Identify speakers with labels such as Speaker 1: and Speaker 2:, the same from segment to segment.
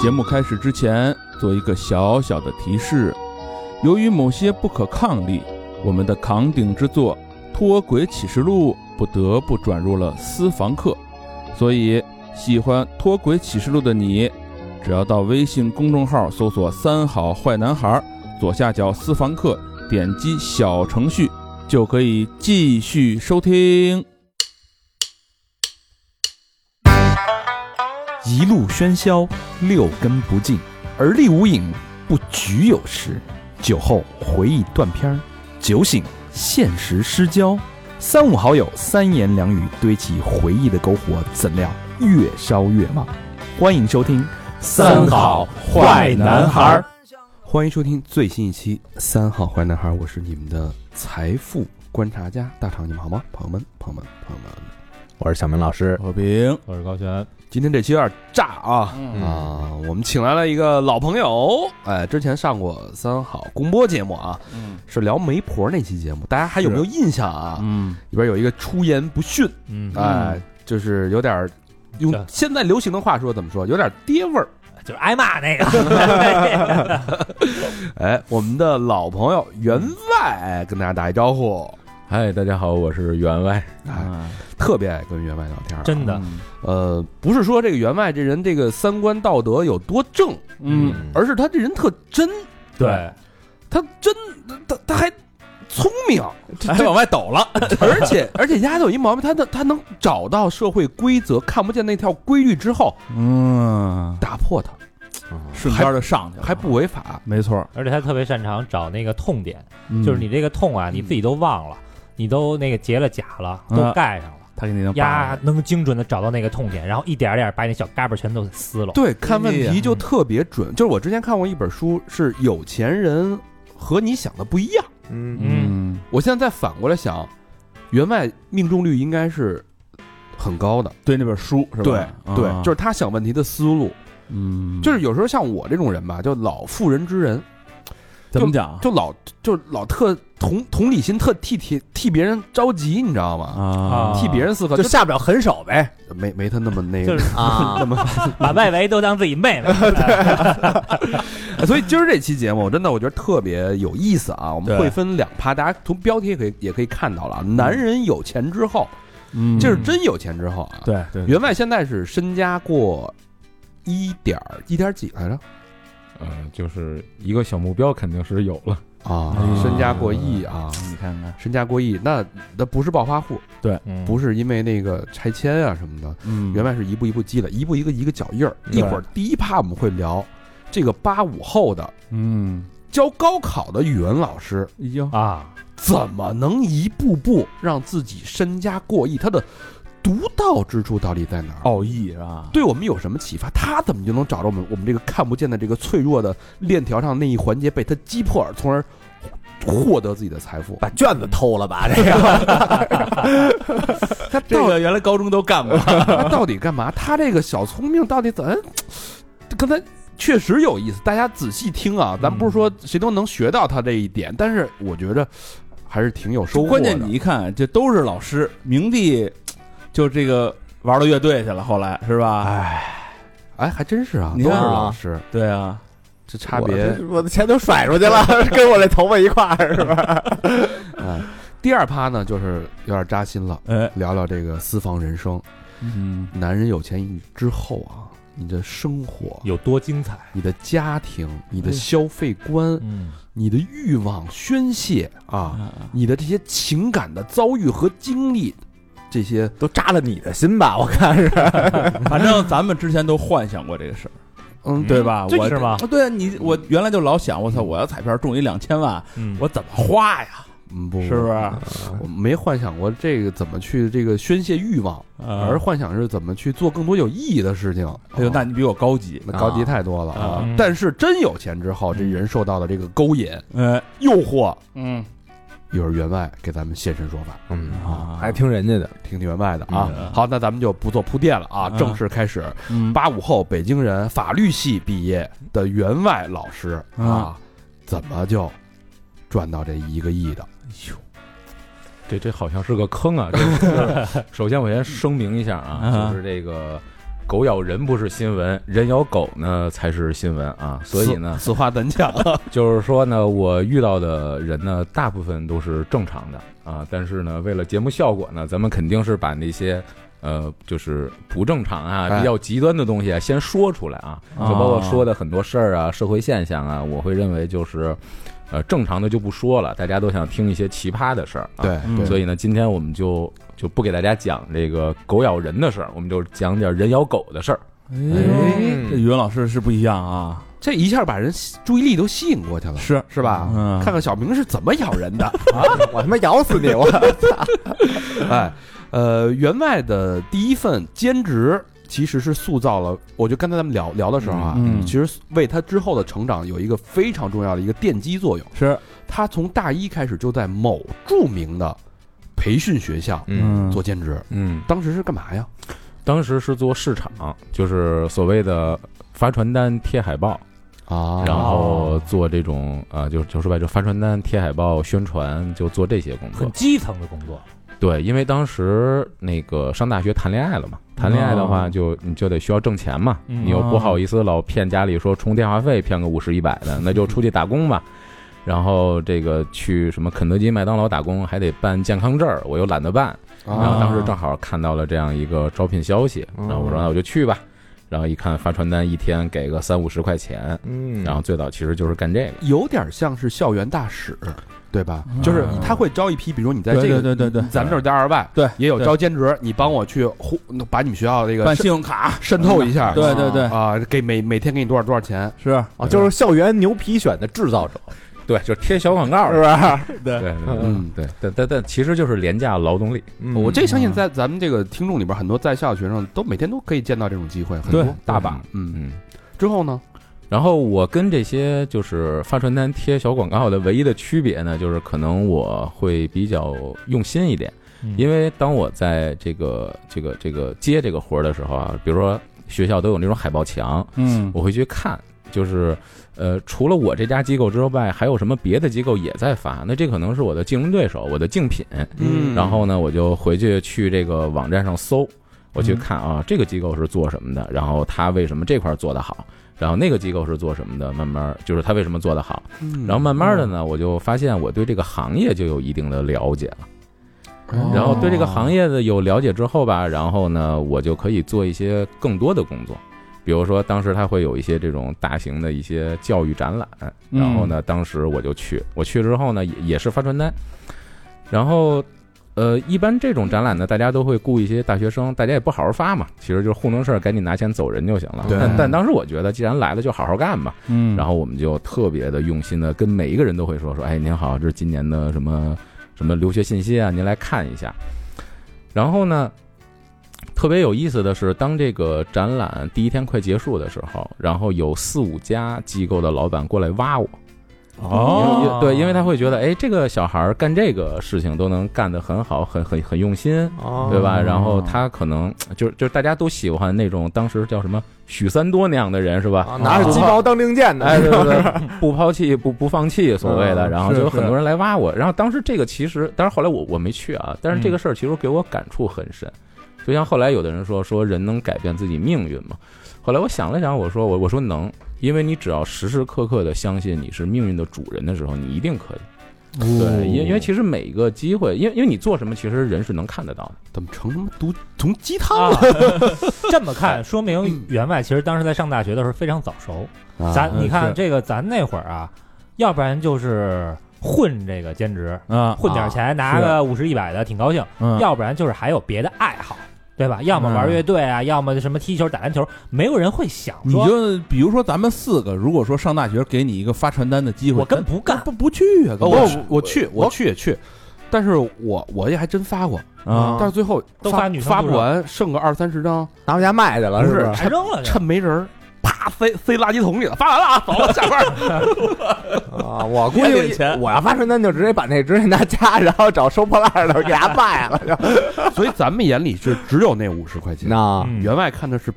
Speaker 1: 节目开始之前，做一个小小的提示：由于某些不可抗力，我们的扛鼎之作《脱轨启示录》不得不转入了私房课。所以，喜欢《脱轨启示录》的你，只要到微信公众号搜索“三好坏男孩”，左下角私房课，点击小程序就可以继续收听。
Speaker 2: 一路喧嚣，六根不净，而立无影，不局有时。酒后回忆断片儿，酒醒现实失焦。三五好友，三言两语堆起回忆的篝火，怎料越烧越旺。欢迎收听《
Speaker 3: 三好坏男孩儿》，
Speaker 4: 欢迎收听最新一期《三好坏男孩》，我是你们的财富观察家大厂，你们好吗？朋友们，朋友们，朋友们，
Speaker 3: 我是小明老师。
Speaker 1: 和平，
Speaker 5: 我是高璇，
Speaker 4: 今天这期有点炸啊！
Speaker 1: 嗯
Speaker 4: 啊，我们请来了一个老朋友，哎，之前上过三好公播节目啊，
Speaker 1: 嗯
Speaker 4: 是聊媒婆那期节目，大家还有没有印象啊？
Speaker 1: 嗯，
Speaker 4: 里边有一个出言不逊，
Speaker 5: 嗯
Speaker 4: 哎，就是有点儿用
Speaker 5: 对
Speaker 4: 现在流行的话说怎么说，有点爹味儿。
Speaker 5: 就是挨骂那个，
Speaker 4: 哎，我们的老朋友员外哎跟大家打一招呼，
Speaker 3: 嗨，大家好，我是员外。
Speaker 4: 哎，
Speaker 1: 嗯
Speaker 4: 特别爱跟员外聊天、啊，
Speaker 5: 真的，
Speaker 4: 呃，不是说这个员外这人这个三观道德有多正，
Speaker 1: 嗯，
Speaker 4: 而是他这人特真，
Speaker 5: 对，
Speaker 4: 他真他他还聪明，
Speaker 5: 哎
Speaker 3: 还往外抖了，
Speaker 4: 而且而且丫头有一毛病，他能他能找到社会规则，看不见那条规律之后
Speaker 1: 嗯，
Speaker 4: 打破它，
Speaker 3: 啊
Speaker 1: 瞬间就上去了，
Speaker 4: 还不违法。
Speaker 1: 没错，
Speaker 5: 而且他特别擅长找那个痛点，
Speaker 1: 嗯
Speaker 5: 就是你这个痛啊，你自己都忘了，你都那个结了痂了，都
Speaker 1: 啊
Speaker 5: 盖上了，
Speaker 1: 他给你能扒
Speaker 5: 呀
Speaker 1: 了，
Speaker 5: 能精准的找到那个痛点，然后一点点把你小嘎巴全都撕了，
Speaker 4: 对，看问
Speaker 1: 哎呀
Speaker 4: 题就特别准。就是我之前看过一本书，是有钱人和你想的不一样。
Speaker 3: 嗯
Speaker 1: 嗯
Speaker 4: 我现在再反过来想，员外命中率应该是很高的。
Speaker 1: 对那本书是吧？
Speaker 4: 对，
Speaker 1: 啊
Speaker 4: 就是他想问题的思路，
Speaker 1: 嗯，
Speaker 4: 就是有时候像我这种人吧，就老妇人之仁，
Speaker 1: 怎么讲
Speaker 4: 就老就老特同同理心特替替替别人着急，你知道吗？
Speaker 1: 啊
Speaker 5: 啊
Speaker 4: 替别人思考，
Speaker 3: 就
Speaker 4: 就
Speaker 3: 下不了狠手呗。
Speaker 4: 没没他那么那
Speaker 5: 就
Speaker 4: 个
Speaker 5: 是，
Speaker 3: 啊，
Speaker 5: 把外围都当自己妹妹，
Speaker 4: 哎所以今儿这期节目真的我觉得特别有意思啊！我们
Speaker 1: 对
Speaker 4: 会分两趴，大家从标题也可以也可以看到了啊，男人有钱之后，
Speaker 1: 嗯，
Speaker 4: 这是真有钱之后啊。，
Speaker 1: 对对，
Speaker 4: 员外现在是身家过一点儿一点儿几来着？
Speaker 6: 呃，就是一个小目标肯定是有了，
Speaker 4: 啊
Speaker 1: 嗯
Speaker 4: 身家过亿啊，
Speaker 1: 你看看，
Speaker 4: 身家过亿，那那不是暴发户，
Speaker 5: 嗯
Speaker 4: 不是因为那个拆迁啊什么的，
Speaker 1: 嗯，
Speaker 4: 原来是一步一步积累，一步一个一个脚印儿。
Speaker 1: 对
Speaker 4: 一会儿第一趴我们会聊这个八五后的
Speaker 1: 嗯，哎
Speaker 4: 教高考的语文老师
Speaker 1: 已经
Speaker 5: 啊，
Speaker 4: 怎么能一步步让自己身家过亿，他的独到之处到底在哪儿？
Speaker 1: 奥义是吧？
Speaker 4: 对我们有什么启发？他怎么就能找到我们我们这个看不见的这个脆弱的链条上那一环节被他击破，而从而获得自己的财 富？
Speaker 3: 把卷子偷了吧？这个
Speaker 4: 他到
Speaker 1: 原来高中都干过，
Speaker 4: 他 到底干嘛？他这个小聪明到底怎？嗯刚才确实有意思，大家仔细听啊，咱不是说谁都能学到他这一点，但是我觉着还是挺有收获的。
Speaker 1: 关键你一看，这都是老师，明帝就这个玩到乐队去了，后来是吧？
Speaker 4: 哎，还真是啊，
Speaker 1: 你
Speaker 4: 都是
Speaker 1: 看啊
Speaker 4: 老师，
Speaker 1: 对啊，
Speaker 4: 这差别。
Speaker 3: 我的钱都甩出去 了，跟我这头发一块儿是吧？
Speaker 4: 哎，第二趴呢，就是有点扎心了，
Speaker 1: 哎，
Speaker 4: 聊聊这个私房人生。
Speaker 1: 嗯
Speaker 4: 男人有钱之后啊，你的生活、
Speaker 5: 有多精彩，
Speaker 4: 你的家庭、你
Speaker 1: 哎
Speaker 4: 的消费观、
Speaker 5: 嗯，
Speaker 4: 你的欲望宣泄啊，
Speaker 1: 啊，
Speaker 4: 你的这些情感的遭遇和经历，这些
Speaker 3: 都扎了你的心吧？我看是。
Speaker 1: 反正咱们之前都幻想过这个事儿，
Speaker 4: 嗯
Speaker 1: 对吧？
Speaker 5: 这
Speaker 1: 我
Speaker 5: 是吗？
Speaker 1: 对啊，你我原来就老想，我操，我要彩票中一两千万，
Speaker 5: 嗯
Speaker 1: 我怎么花呀？
Speaker 4: 嗯 不
Speaker 1: 是不是？？
Speaker 4: 我没幻想过这个怎么去这个宣泄欲望，而
Speaker 1: 而
Speaker 4: 幻想是怎么去做更多有意义的事情。
Speaker 1: 嗯
Speaker 4: 啊
Speaker 1: 哎呦，那你比我高级，
Speaker 4: 那高级太多了
Speaker 1: 啊
Speaker 4: 啊
Speaker 5: 嗯！
Speaker 4: 但是真有钱之后，这人受到的这个勾引、
Speaker 1: 哎，
Speaker 4: 诱惑，
Speaker 1: 嗯
Speaker 4: 一会儿员外给咱们现身说法，
Speaker 3: 嗯，
Speaker 1: 啊
Speaker 3: 还听人家的。
Speaker 4: 听听员外的啊
Speaker 1: 嗯。
Speaker 4: 好，那咱们就不做铺垫了啊，
Speaker 1: 嗯
Speaker 4: 正式开始。
Speaker 1: 嗯
Speaker 4: 八五后北京人，法律系毕业的员外老师啊，怎么就赚到这一个亿的？
Speaker 6: 这这好像是个坑啊！这个首先我先声明一下
Speaker 1: 啊
Speaker 6: 啊，就是这个狗咬人不是新闻，人咬狗呢才是新闻啊。所以呢，
Speaker 4: 此话怎
Speaker 1: 哎
Speaker 4: 讲？
Speaker 6: 就是说呢，我遇到的人呢，大部分都是正常的啊。但是呢，为了节目效果呢，咱们肯定是把那些呃，就是不正常啊、
Speaker 4: 哎
Speaker 6: 比较极端的东西啊，先说出来啊。就
Speaker 1: 啊
Speaker 6: 包括说的很多事儿啊、社会现象啊，我会认为就是呃，正常的就不说了，大家都想听一些奇葩的事儿啊。
Speaker 4: 对
Speaker 1: 嗯
Speaker 6: 所以呢，今天我们就就不给大家讲这个狗咬人的事儿，我们就讲点人咬狗的事儿。
Speaker 1: 哎呦，
Speaker 4: 嗯
Speaker 1: 这语文老师是不一样啊，
Speaker 4: 这一下把人注意力都吸引过去了，
Speaker 1: 是
Speaker 4: 是吧？
Speaker 1: 嗯，
Speaker 4: 看看小明是怎么咬人 的。啊
Speaker 3: 我他妈咬死你！我
Speaker 4: 哎，呃，员外的第一份兼职其实是塑造了，我就刚才咱们聊聊的时候啊，
Speaker 1: 嗯嗯
Speaker 4: 其实为他之后的成长有一个非常重要的一个奠基作用。
Speaker 1: 是，
Speaker 4: 他从大一开始就在某著名的培训学校
Speaker 1: 嗯，
Speaker 4: 做兼职，
Speaker 6: 嗯，
Speaker 4: 当时是干嘛呀？
Speaker 6: 当时是做市场，就是所谓的发传单、贴海报，
Speaker 4: 啊
Speaker 6: 然后做这种啊，就就说白了，就发传单、贴海报、宣传，就做这些工作
Speaker 5: 嗯很。基层的工作，
Speaker 6: 对，因为当时那个上大学谈恋爱了嘛，谈恋爱的话
Speaker 1: 哦
Speaker 6: 就你就得需要挣钱嘛，
Speaker 5: 嗯
Speaker 6: 你又不好意思老骗家里说充电话费骗个五十一百的，那就出去打工吧。然后这个去什么肯德基、麦当劳打工，还得办健康证儿，我又懒得办。然后当
Speaker 3: 啊
Speaker 6: 时正好看到了这样一个招聘消息，然后我
Speaker 3: 嗯
Speaker 6: 说那我就去吧。然后一看发传单，一天给个三五十块钱。
Speaker 3: 嗯
Speaker 6: 然后最早其实就是干这个。
Speaker 4: 有点像是校园大使，对吧？
Speaker 1: 嗯
Speaker 4: 就是他会招一批，比如你在
Speaker 1: 对
Speaker 4: 这个
Speaker 1: 对对对对
Speaker 4: 咱们这儿加二外，
Speaker 1: 对
Speaker 4: 也有
Speaker 1: 对
Speaker 4: 招兼职，你帮我去呼，把你们学校这个
Speaker 1: 办
Speaker 4: 渗
Speaker 1: 信用卡，
Speaker 4: 渗透一下，
Speaker 1: 对对对，
Speaker 4: 啊，给每每天给你多少多少钱，
Speaker 1: 是，
Speaker 3: 啊，就是校园牛皮癣的制造者，
Speaker 6: 对，就是贴小广告
Speaker 3: 是。吧？
Speaker 6: 对对
Speaker 4: 嗯。
Speaker 6: 对，但但但其实就是廉价劳动力。
Speaker 4: 我这相信在咱们这个听众里边，很多在校的学生都每天都可以见到这种机会，很
Speaker 1: 对
Speaker 4: 多大把。嗯，
Speaker 6: 嗯，
Speaker 4: 之后呢？
Speaker 6: 然后我跟这些就是发传单、贴小广告的唯一的区别呢，就是可能我会比较用心一点，因
Speaker 5: 为
Speaker 6: 为当我在这个这个这个接这个活儿的时候啊，比如说学校都有那种海报墙，
Speaker 1: 嗯，
Speaker 6: 我会去看，就是呃，除了我这家机构之外，还有什么别的机构也在发？那这可能是我的竞争对手，我的竞品。
Speaker 4: 嗯
Speaker 6: 然后呢，我就回去去这个网站上搜，我去看啊，这个机构是做什么的，然后他为什么这块儿做得好，然后那个机构是做什么的，慢慢儿就是他为什么做得好，
Speaker 4: 嗯，
Speaker 6: 然后慢慢的呢，我就发现我对这个行业就有一定的了解了，
Speaker 4: 哦
Speaker 6: 然后对这个行业的有了解之后吧，然后呢，我就可以做一些更多的工作。比如说，当时他会有一些这种大型的一些教育展览，
Speaker 1: 嗯
Speaker 6: 然后呢，当时我就去，我去之后呢，也也是发传单，然后，呃，一般这种展览呢，大家都会雇一些大学生，大家也不好好发嘛，其实就是糊弄事儿，赶紧拿钱走人就行了。
Speaker 1: 对
Speaker 6: 但但当时我觉得，既然来了，就好好干吧。
Speaker 1: 嗯，
Speaker 6: 然
Speaker 1: 后
Speaker 6: 后我们就特别的用心的跟每一个人都会说说，哎，您好，这是今年的什么什么留学信息啊，您来看一下。然后呢，特别有意思的是，当这个展览第一天快结束的时候，然后有四五家机构的老板过来挖我，因为
Speaker 1: 哦，
Speaker 6: 对，因为他会觉得，哎，这个小孩儿干这个事情都能干得很好，很很很用心，
Speaker 1: 哦
Speaker 3: 哦
Speaker 6: 对吧？然后他可能就就大家都喜欢那种当时叫什么许三多那样的人，是吧？
Speaker 1: 啊
Speaker 3: 拿着鸡
Speaker 5: 啊
Speaker 3: 毛当令箭 的，
Speaker 6: 哎，对 对对，不抛弃不不放弃，所谓的，
Speaker 1: 嗯
Speaker 6: 然后
Speaker 1: 是
Speaker 6: 就有很
Speaker 1: 是
Speaker 6: 多人来挖我。然后当时这个其实，当然后来我我没去啊，但是这个事儿其实给我感触很深。就像后来有的人说说人能改变自己命运嘛，后来我想了想，我说我我说能，因为你只要时时刻刻的相信你是命运的主人的时候，你一定可以。对，因为因 为其实每一个机会，因为因为你做什么，其实人是能看得到的。
Speaker 4: 怎么成他妈毒从鸡汤
Speaker 5: 啊
Speaker 4: 了？，
Speaker 5: 这么看说明员外其实当时在上大学的时候非常早熟。咱
Speaker 1: 嗯
Speaker 5: 你看
Speaker 1: 是
Speaker 5: 这个，咱那会儿啊，要不然就是混这个兼职，
Speaker 1: 啊，
Speaker 5: 混点钱拿个五十一百的，挺高兴；
Speaker 1: 嗯，
Speaker 5: 要不然就是还有别的爱好，对吧？要么玩乐队啊，要么什么踢球、打篮球，没有人会想
Speaker 1: 你
Speaker 5: 说
Speaker 1: 就比如说咱们四个，如果说上大学给你一个发传单的机会，
Speaker 5: 我根本不干。
Speaker 1: 不不去啊，
Speaker 4: 呃
Speaker 6: 哦
Speaker 1: 根
Speaker 4: 我
Speaker 1: 本
Speaker 4: 去我去我去也去，但是我我也还真发过，
Speaker 1: 啊
Speaker 4: 但是最后
Speaker 5: 都
Speaker 4: 发
Speaker 5: 发女生
Speaker 4: 发
Speaker 5: 多
Speaker 4: 不
Speaker 5: 少
Speaker 4: 完，剩个二三十张，
Speaker 3: 拿回家卖去了，
Speaker 4: 不
Speaker 3: 是
Speaker 4: 是
Speaker 3: 吧？
Speaker 5: 还扔了就，
Speaker 4: 趁没人儿，啪塞塞垃圾桶里了，发完了啊，走了，下班儿。
Speaker 3: 啊，我估
Speaker 5: 也
Speaker 3: 计
Speaker 5: 给钱
Speaker 3: 我要发传单就直接把那直接拿家，然后找收破烂的给他卖了。就
Speaker 4: 所以咱们眼里是只有那五十块钱，
Speaker 3: 那
Speaker 5: 嗯
Speaker 4: 员外看的是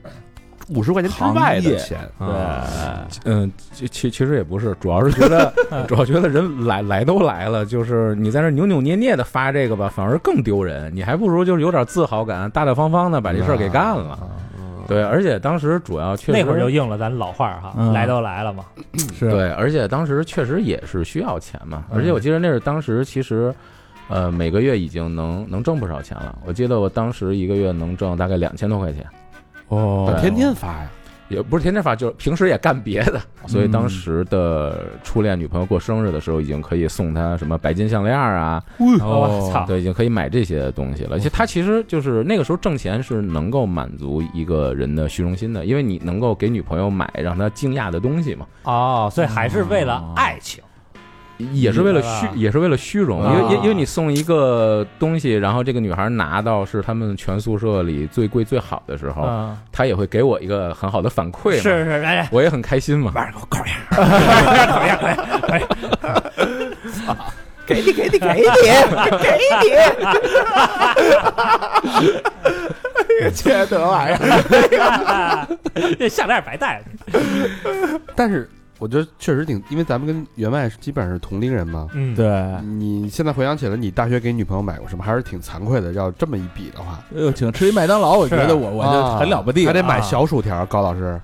Speaker 4: 五十块钱之外
Speaker 1: 行
Speaker 4: 的
Speaker 1: 业
Speaker 4: 钱。
Speaker 5: 啊
Speaker 6: 嗯，其其其实也不是，主要是 觉得，主要觉得人来来都来了，就是你在那扭扭捏捏的发这个吧，反而更丢人。你还不如就是有点自豪感，大大方方的把这事儿给干了。对，而且当时主要确实
Speaker 5: 那会儿就应了咱老话儿哈，
Speaker 1: 嗯
Speaker 5: 来都来了嘛，
Speaker 1: 是
Speaker 6: 对，而且当时确实也是需要钱嘛，而且
Speaker 5: 嗯
Speaker 6: 我记得那是当时其实，呃，每个月已经能能挣不少钱了。我记得我当时一个月能挣大概两千多块钱，
Speaker 1: 哦
Speaker 6: 对
Speaker 4: 天天发呀，
Speaker 6: 也不是天天发，就是平时也干别的。
Speaker 5: 嗯
Speaker 6: 所以当时的初恋女朋友过生日的时候，已经可以送她什么白金项链啊，
Speaker 4: 哦
Speaker 5: 我哦操，
Speaker 6: 对，已经可以买这些东西了。而且她其实就是那个时候挣钱是能够满足一个人的虚荣心的，因为你能够给女朋友买让她惊讶的东西嘛。
Speaker 5: 哦，所以还是为了爱情，
Speaker 6: 也是为了
Speaker 5: 明白了
Speaker 6: 虚，也是为了虚荣，因
Speaker 5: 啊
Speaker 6: 为因因为你送一个东西，然后这个女孩拿到是他们全宿舍里最贵最好的时候，
Speaker 5: 嗯，
Speaker 6: 她也会给我一个很好的反馈
Speaker 5: 是是，
Speaker 6: 嘛，
Speaker 5: 是哎，
Speaker 6: 我也很开心嘛。
Speaker 3: 给你，给你，给你，给你！这个缺德玩意儿，
Speaker 5: 这 项链白戴了，
Speaker 4: 但是我觉得确实挺，因为咱们跟员外是基本上是同龄人嘛。
Speaker 5: 嗯，
Speaker 1: 对，
Speaker 4: 你现在回想起来，你大学给女朋友买过什么，还是挺惭愧的。要这么一比的话，
Speaker 1: 哎呦，请吃一麦当劳，我觉得我我就很了不啊嗯地
Speaker 4: 啊还得
Speaker 1: 了。
Speaker 4: 买小薯条。高老师，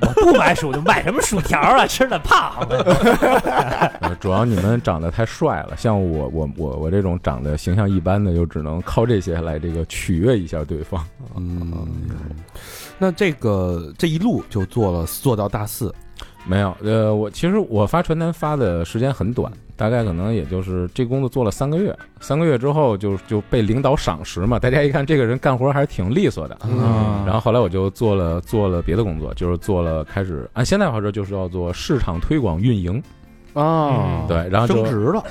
Speaker 5: 我不买薯条，买什么薯条啊？ 吃的 胖，
Speaker 6: 呃主要你们长得太帅了，像我我我我这种长得形象一般的，就只能靠这些来这个取悦一下对方。
Speaker 4: 嗯，那这个这一路就做了，做到大四，
Speaker 6: 没有，呃，我其实我发传单发的时间很短，大概可能也就是这工作做了三个月，三个月之后就就被领导赏识嘛，大家一看这个人干活还是挺利索的，
Speaker 1: 嗯
Speaker 4: 啊
Speaker 6: 然后后来我就做了做了别的工作，就是做了开始按现在话说就是要做市场推广运营，
Speaker 4: 哦，
Speaker 6: 对，然后
Speaker 4: 升
Speaker 6: 就
Speaker 4: 职了，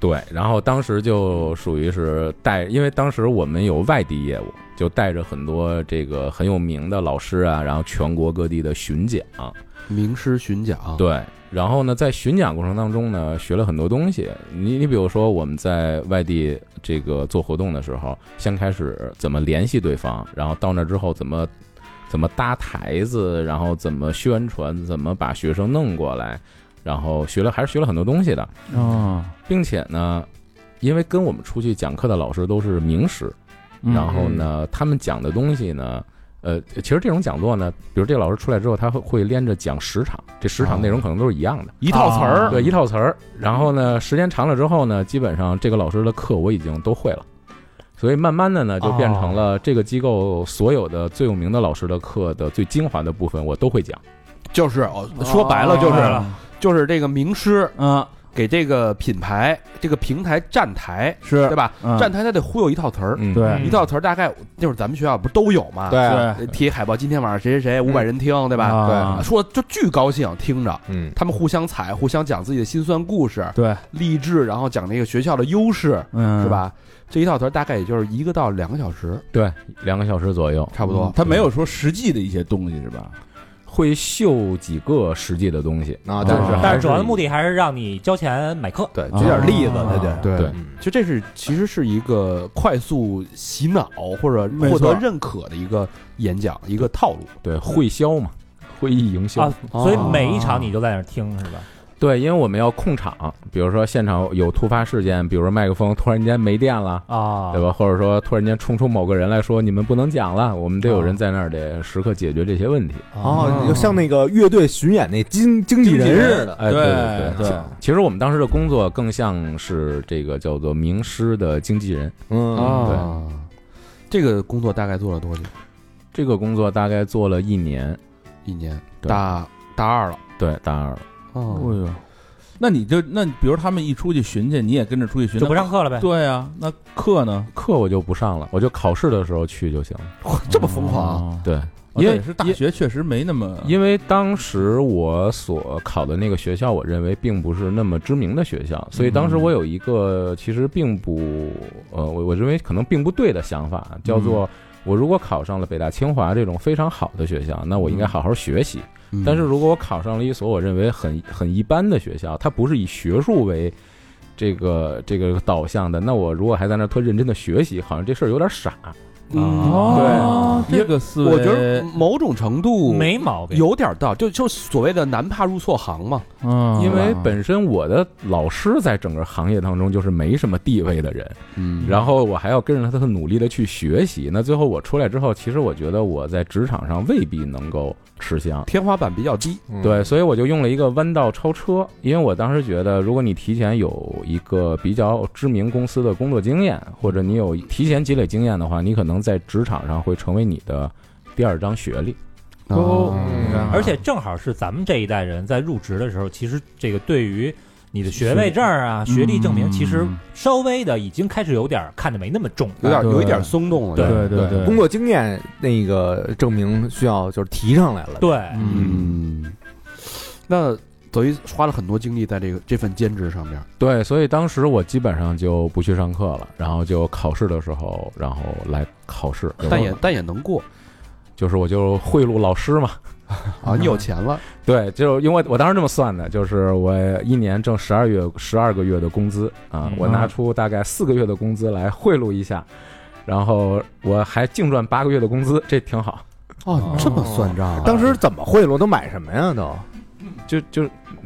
Speaker 6: 对，然后当时就属于是带，因为当时我们有外地业务，就带着很多这个很有名的老师啊，然后全国各地的巡啊讲，
Speaker 4: 名师巡讲，，
Speaker 6: 对，然后呢，在巡讲过程当中呢，学了很多东西。你你比如说，我们在外地这个做活动的时候，先开始怎么联系对方，然后到那之后怎么怎么搭台子，然后怎么宣传，怎么把学生弄过来，然后学了还是学了很多东西的，
Speaker 1: 哦，
Speaker 6: 并且呢，因为跟我们出去讲课的老师都是名师，
Speaker 1: 嗯
Speaker 6: 然后呢，他们讲的东西呢，呃，其实这种讲座呢，比如这个老师出来之后，他会会连着讲十场，这十
Speaker 1: 哦
Speaker 6: 场内容可能都是一样的，
Speaker 4: 一套词
Speaker 1: 啊
Speaker 4: 儿，
Speaker 6: 对，一套词儿。然后呢，时间长了之后呢，基本上这个老师的课我已经都会了。所以慢慢的呢，就变成
Speaker 1: 哦
Speaker 6: 了这个机构所有的最有名的老师的课的最精华的部分，我都会讲。
Speaker 4: 就是哦，说白了就是、
Speaker 1: 啊
Speaker 4: 就是这个名师
Speaker 1: 嗯，
Speaker 4: 给这个品牌这个平台站台，
Speaker 1: 是
Speaker 4: 对吧？
Speaker 1: 嗯
Speaker 4: 站台他得忽悠一套词儿，
Speaker 6: 嗯，
Speaker 1: 对
Speaker 4: 一套词儿大概那会儿咱们学校不都有吗？
Speaker 6: 对啊
Speaker 1: 是
Speaker 4: 贴海报，今天晚上谁谁谁五百人听，对吧？
Speaker 1: 啊
Speaker 4: 说就巨高兴，听着
Speaker 3: 嗯，
Speaker 4: 他们互相踩，互相讲自己的辛酸故事、
Speaker 1: 对，
Speaker 4: 励志，然后讲这个学校的优势，
Speaker 1: 嗯，
Speaker 4: 是？吧？这一套词儿大概也就是一个到两个小时，
Speaker 6: 对，两个小时左右，
Speaker 4: 嗯差不多。
Speaker 1: 嗯他没有说实际的一些东西是吧？
Speaker 6: 会秀几个实际的东西
Speaker 3: 啊
Speaker 6: 但是
Speaker 1: 啊
Speaker 5: 但
Speaker 6: 还
Speaker 5: 是
Speaker 6: 是
Speaker 5: 主要的目的还是让你交钱买课，
Speaker 3: 对，举点例子，
Speaker 1: 啊
Speaker 3: 他就
Speaker 4: 对
Speaker 6: 对
Speaker 3: 嗯
Speaker 4: 就这是其实是一个快速洗脑或者
Speaker 1: 没
Speaker 4: 获
Speaker 1: 错
Speaker 4: 得认可的一个演讲一个套路。
Speaker 6: 对会销嘛，会议营销。
Speaker 5: 啊
Speaker 4: 哦
Speaker 5: 所以每一场你都在那儿听是吧？
Speaker 6: 对，因为我们要控场，比如说现场有突发事件，比如说麦克风突然间没电了，
Speaker 5: 啊，
Speaker 4: 哦
Speaker 6: 对吧？或者说突然间冲出某个人来说，你们不能讲了，我们得有人在那儿得时刻解决这些问题。
Speaker 3: 啊哦，你就像那个乐队巡演那经经纪人似的，
Speaker 6: 哎，对对
Speaker 1: 对
Speaker 6: 其其实我们当时的工作更像是这个叫做名师的经纪人，
Speaker 3: 嗯，
Speaker 4: 啊，这个工作大概做了多久？
Speaker 6: 这个工作大概做了一年，
Speaker 4: 一年，
Speaker 6: 对
Speaker 4: 大大二了。
Speaker 6: 对，大二了。
Speaker 4: 哦，
Speaker 1: 哎呦，那你就那比如他们一出去巡去，你也跟着出去巡，
Speaker 5: 就不
Speaker 1: 那
Speaker 5: 上课了呗。
Speaker 1: 对啊，那课呢？
Speaker 6: 课我就不上了，我就考试的时候去就行了。
Speaker 4: 这么疯狂啊！
Speaker 1: 哦，
Speaker 6: 对，
Speaker 1: 因
Speaker 6: 因为
Speaker 1: 为是大学确实没那么
Speaker 6: 因为当时我所考的那个学校，我认为并不是那么知名的学校，所以当时我有一个其实并不呃，我我认为可能并不对的想法，叫做我如果考上了北大、清华这种非常好的学校，那我应该好好学习；
Speaker 4: 嗯
Speaker 6: 但是如果我考上了一所我认为很很一般的学校，它不是以学术为这个这个导向的，那我如果还在那儿特认真的学习，好像这事儿有点傻。
Speaker 4: 嗯，
Speaker 1: 哦，
Speaker 4: 对
Speaker 1: 这个思维，
Speaker 4: 我觉得某种程度
Speaker 5: 没毛病。
Speaker 4: 有点道，就就所谓的男怕入错行嘛。
Speaker 1: 嗯，
Speaker 6: 因为本身我的老师在整个行业当中就是没什么地位的人，
Speaker 4: 嗯
Speaker 6: 然后我还要跟着他的努力的去学习。那最后我出来之后，其实我觉得我在职场上未必能够吃香。
Speaker 4: 天花板比较低，
Speaker 3: 嗯
Speaker 6: 对，所以我就用了一个弯道超车，因为我当时觉得，如果你提前有一个比较知名公司的工作经验，或者你有提前积累经验的话，你可能在职场上会成为你的第二张学历。
Speaker 1: 哦
Speaker 3: 嗯
Speaker 5: 而且正好是咱们这一代人在入职的时候，其实这个对于你的学位证啊、学历
Speaker 4: 嗯
Speaker 5: 证明，其实稍微的已经开始有点看得没那么重。
Speaker 4: 有点
Speaker 1: 对
Speaker 4: 有一点松动了。
Speaker 1: 对
Speaker 4: 对，
Speaker 1: 对
Speaker 6: 嗯
Speaker 1: 对，
Speaker 3: 工作经验那个证明需要就是提上来了。
Speaker 5: 对，
Speaker 4: 嗯，那等于花了很多精力在这个这份兼职上面。
Speaker 6: 对，所以当时我基本上就不去上课了，然后就考试的时候，然后来考试，
Speaker 4: 啊但也但也能过
Speaker 6: 就是我就贿赂 老师嘛。
Speaker 4: 啊！你有钱了，
Speaker 6: 对，就因为我当时这么算的，就是我一年挣十二月十二个月的工资啊
Speaker 5: 嗯，
Speaker 6: 我拿出大概四个月的工资来贿赂一下，然后我还净赚八个月的工资，这挺好。
Speaker 4: 哦，这么算账啊！
Speaker 3: 当时怎么贿赂？都买什么呀？都
Speaker 6: 就就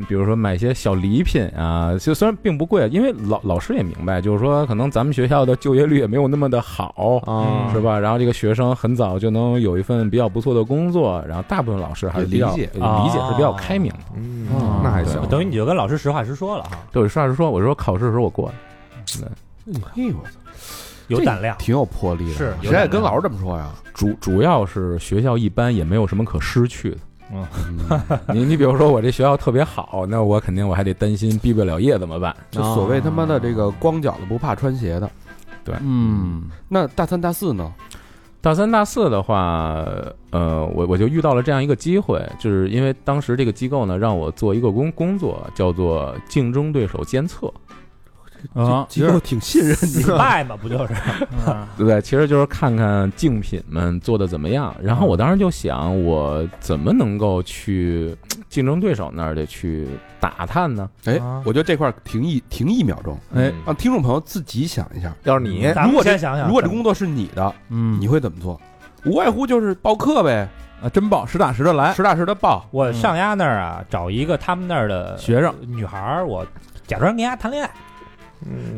Speaker 6: 比如说买一些小礼品啊，就虽然并不贵，因为老老师也明白，就是说可能咱们学校的就业率也没有那么的好，
Speaker 3: 啊
Speaker 6: 是吧？然后这个学生很早就能有一份比较不错的工作，然后大部分老师还是比较呃
Speaker 4: 也
Speaker 6: 理
Speaker 4: 理
Speaker 6: 解是比较开明的。啊
Speaker 3: 嗯
Speaker 4: 哦，
Speaker 3: 啊那还
Speaker 6: 对
Speaker 3: 行。
Speaker 5: 等于你就跟老师实话实说了哈，
Speaker 6: 对，实话实说，我说考试的时候我过了。
Speaker 4: 哎呦，我操
Speaker 5: 有胆量。
Speaker 4: 挺有魄力的。
Speaker 5: 是有
Speaker 4: 谁
Speaker 5: 点
Speaker 4: 也跟
Speaker 5: 难
Speaker 4: 老师这么说呀？
Speaker 6: 主主要是学校一般也没有什么可失去的。
Speaker 4: 啊
Speaker 6: 嗯，你你比如说我这学校特别好，那我肯定我还得担心毕不了业怎么办？
Speaker 4: 就所谓他妈的这个光脚的不怕穿鞋的。
Speaker 1: 嗯，
Speaker 4: 那大三大四呢？
Speaker 6: 大三大四的话，呃，我我就遇到了这样一个机会，就是因为当时这个机构呢让我做一个工工作，叫做竞争对手监测，
Speaker 1: 啊，
Speaker 4: 机构挺信任你
Speaker 5: 死败嘛，不就是？
Speaker 6: 对不对？其实就是看看竞品们做的怎么样。然后我当时就想，我怎么能够去嘖竞争对手那儿的去打探呢？嗯
Speaker 4: 哎
Speaker 5: 啊，
Speaker 4: 我觉得这块儿停一停一秒钟，
Speaker 1: 哎，
Speaker 6: 啊
Speaker 4: 让听众朋友自己想一下，
Speaker 3: 要是你
Speaker 4: 哎
Speaker 5: 咱
Speaker 4: 如
Speaker 5: 们
Speaker 4: 果这
Speaker 5: 先想想，
Speaker 4: 如果这工作是你的，
Speaker 1: 嗯，
Speaker 4: 你会怎么做？无外乎就是报课呗，
Speaker 1: 啊，真棒，实打实的来，
Speaker 4: 实打实的报。
Speaker 5: 我上丫那儿啊，找一个他们那儿的
Speaker 1: 学生，
Speaker 5: 女孩儿，我假装跟丫谈恋爱，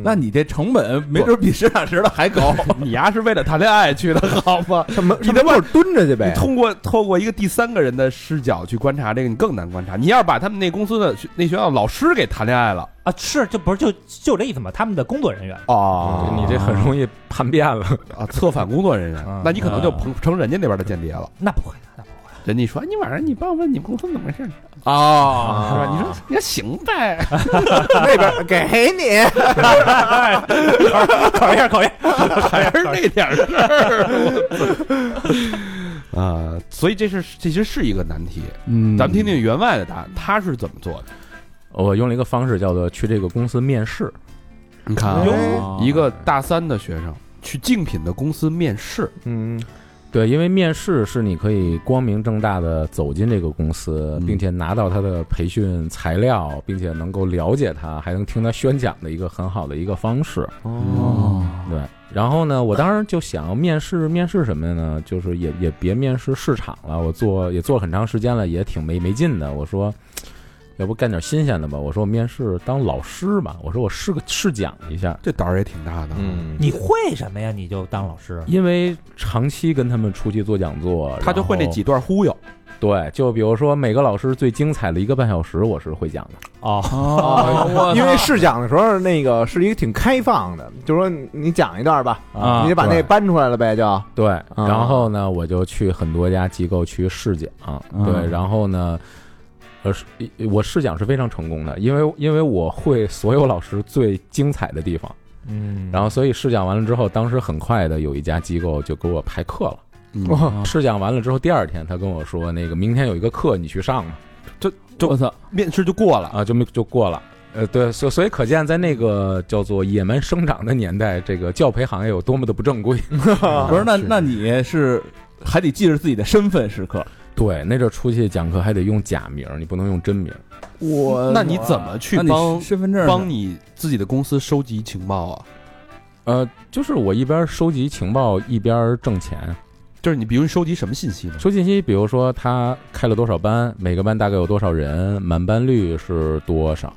Speaker 1: 那你这成本没准比实打实的还高，
Speaker 4: 你丫是为了谈恋爱去 的，好吗？
Speaker 3: 什么？
Speaker 4: 你
Speaker 3: 你
Speaker 4: 他
Speaker 3: 他
Speaker 4: 妈
Speaker 3: 妈就是蹲着去
Speaker 4: 你
Speaker 3: 呗。
Speaker 4: 通过透过一个第三个人的视角去观察这个，你更难观察。你要是把他们那公司的学那学校的老师给谈恋爱了，
Speaker 5: 啊，是，这不是就就这意思嘛？他们的工作人员，
Speaker 3: 哦
Speaker 6: 啊你这很容易叛变了。
Speaker 4: 啊，策反工作人员
Speaker 5: 啊，
Speaker 4: 那你可能就成成人家那边的间谍了。
Speaker 5: 那不会，那不会，
Speaker 4: 人家一说哎你晚上你帮我问你们公司怎么回事呢，
Speaker 3: 哦，
Speaker 4: 是吧？你说你说行呗，
Speaker 3: 那边给你，
Speaker 5: 考一下，考一下，
Speaker 4: 还是那点事儿。 啊，所以这是这其实是一个难题。
Speaker 1: 嗯
Speaker 4: 咱们听听员外的答案，他是怎么做的？
Speaker 6: 我用了一个方式叫做去这个公司面试，
Speaker 4: 你看
Speaker 3: 啊
Speaker 4: 哎一个大三的学生去竞品的公司面试，
Speaker 3: 嗯，
Speaker 6: 对，因为面试是你可以光明正大的走进这个公司，
Speaker 4: 嗯
Speaker 6: 并且拿到他的培训材料，并且能够了解他，还能听他宣讲的一个很好的一个方式。
Speaker 1: 哦，
Speaker 4: 嗯
Speaker 6: 对，然后呢，我当时就想面试面试什么呢？就是也也别面试市场了，我做也做了很长时间了，也挺没没劲的。我说，要不干点新鲜的吧？我说我面试当老师吧，我说我试个试讲一下，
Speaker 4: 这胆儿也挺大的。
Speaker 3: 嗯
Speaker 5: 你会什么呀？你就当老师，
Speaker 6: 因为长期跟他们出去做讲座，
Speaker 4: 他就会那
Speaker 6: 然后
Speaker 4: 几段忽悠，
Speaker 6: 对，就比如说每个老师最精彩的一个半小时，我是会讲的。
Speaker 1: 哦，
Speaker 3: 因为试讲的时候，那个是一个挺开放的，就说你讲一段吧，
Speaker 1: 啊
Speaker 3: 你就把那搬出来了呗，就
Speaker 6: 对，然后呢，我就去很多家机构去试讲，
Speaker 1: 嗯
Speaker 6: 对，然后呢，呃，是我试讲是非常成功的，因为因为我会所有老师最精彩的地方，
Speaker 5: 嗯
Speaker 6: 然后所以试讲完了之后，当时很快的有一家机构就给我排课了。哦
Speaker 1: 哇
Speaker 6: 试讲完了之后，第二天他跟我说，那个明天有一个课，你去上吧。
Speaker 1: 我操，
Speaker 4: 面试就过了。
Speaker 6: 啊，就没就过了。呃，对，所所以可见，在那个叫做野蛮生长的年代，这个教培行业有多么的不正规。
Speaker 4: 啊
Speaker 1: 不是，那那你是还得记着自己的身份时刻，
Speaker 6: 对，那阵儿出去讲课还得用假名儿，你不能用真名儿。
Speaker 1: 我
Speaker 4: 呃那你怎么去
Speaker 1: 那你
Speaker 4: 帮
Speaker 1: 身份证呢
Speaker 4: 帮你自己的公司收集情报啊？
Speaker 6: 呃，就是我一边收集情报一边挣钱，
Speaker 4: 就是你比如收集什么信息呢？
Speaker 6: 收集信息，比如说他开了多少班，每个班大概有多少人，满班率是多少。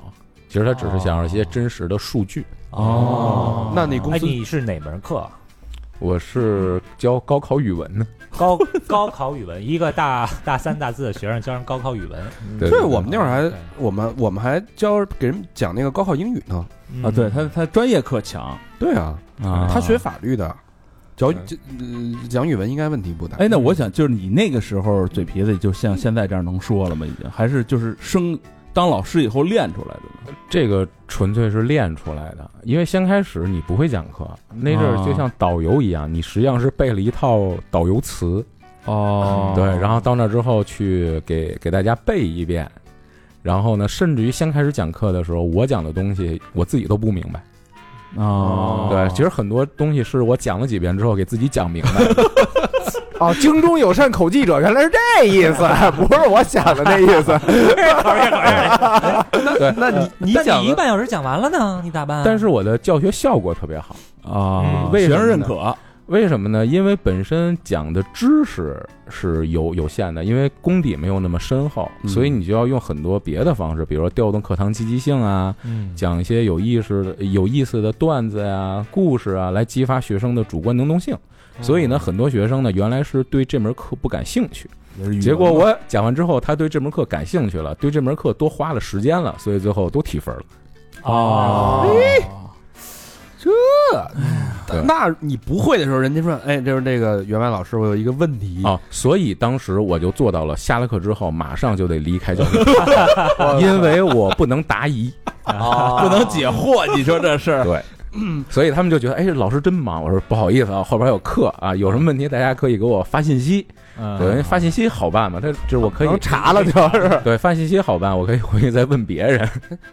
Speaker 6: 其实他只是想要一些真实的数据。
Speaker 5: 哦
Speaker 4: 那你公
Speaker 5: 哎，
Speaker 4: 司
Speaker 5: 你是哪门课？
Speaker 6: 我是教高考语文的，
Speaker 5: 高高考语文，一个大大三大四的学生教人高考语文，
Speaker 6: 对
Speaker 4: 对我们那会儿还
Speaker 5: 对
Speaker 4: 我们我们还教给人讲那个高考英语呢。
Speaker 5: 嗯
Speaker 1: 啊，对他他专业课强
Speaker 4: 对啊，
Speaker 1: 啊，
Speaker 4: 他学法律的，教
Speaker 6: 对
Speaker 4: 这呃讲语文应该问题不大。
Speaker 1: 哎，那我想就是你那个时候嘴皮子里就像现在这样能说了吗？已经还是就是生当老师以后练出来的吗？
Speaker 6: 这个纯粹是练出来的，因为先开始你不会讲课，那阵儿就像导游一样，你实际上是背了一套导游词，
Speaker 1: 哦
Speaker 6: 对，然后到那之后去给给大家背一遍，然后呢，甚至于先开始讲课的时候，我讲的东西我自己都不明白，
Speaker 1: 哦，
Speaker 6: 对，其实很多东西是我讲了几遍之后给自己讲明白 的，
Speaker 3: 哦，京中有善口技者，原来是这意思， 不是我想的那意 思。
Speaker 6: 对，
Speaker 4: 那
Speaker 1: 呃
Speaker 4: 你你
Speaker 5: 但
Speaker 4: 讲
Speaker 5: 你一
Speaker 4: 的
Speaker 5: 半小时讲完了呢，你咋办？
Speaker 6: 但是我的教学效果特别好，
Speaker 1: 啊
Speaker 5: 嗯，
Speaker 1: 学
Speaker 6: 为什么
Speaker 1: 生认
Speaker 6: 呢
Speaker 1: 可，
Speaker 6: 为什么呢？因为本身讲的知识是有有限的，因为功底没有那么深厚，
Speaker 1: 嗯
Speaker 6: 所以你就要用很多别的方式，比如说调动课堂积极性啊，
Speaker 5: 嗯，
Speaker 6: 讲一些有意识的、有意思的段子呀、故事啊，来激发学生的主观能动性。所以呢，很多学生呢原来是对这门课不感兴趣，
Speaker 1: 也
Speaker 4: 嗯
Speaker 1: 是语
Speaker 6: 结果
Speaker 1: 文嘛
Speaker 6: 我讲完之后，他对这门课感兴趣了，对这门课多花了时间了，所以最后都提分了。
Speaker 5: 哦，
Speaker 6: 对
Speaker 4: 那你不会的时候，人家说，哎，就是那个员外老师，我有一个问题
Speaker 3: 哦
Speaker 6: 啊，所以当时我就做到了，下了课之后马上就得离开 教室，因为我不能答疑。
Speaker 1: 不能解
Speaker 4: 啊
Speaker 1: 惑，你说这事儿
Speaker 6: 对， 所以他们就觉得，哎，老师真忙。我说不好意思啊，后边还有课啊，有什么问题大家可以给我发信息。对，因为发信息好办嘛，他就是我可以
Speaker 3: 嗯能查了，主要是
Speaker 6: 对发信息好办，我可以回去再问别 人。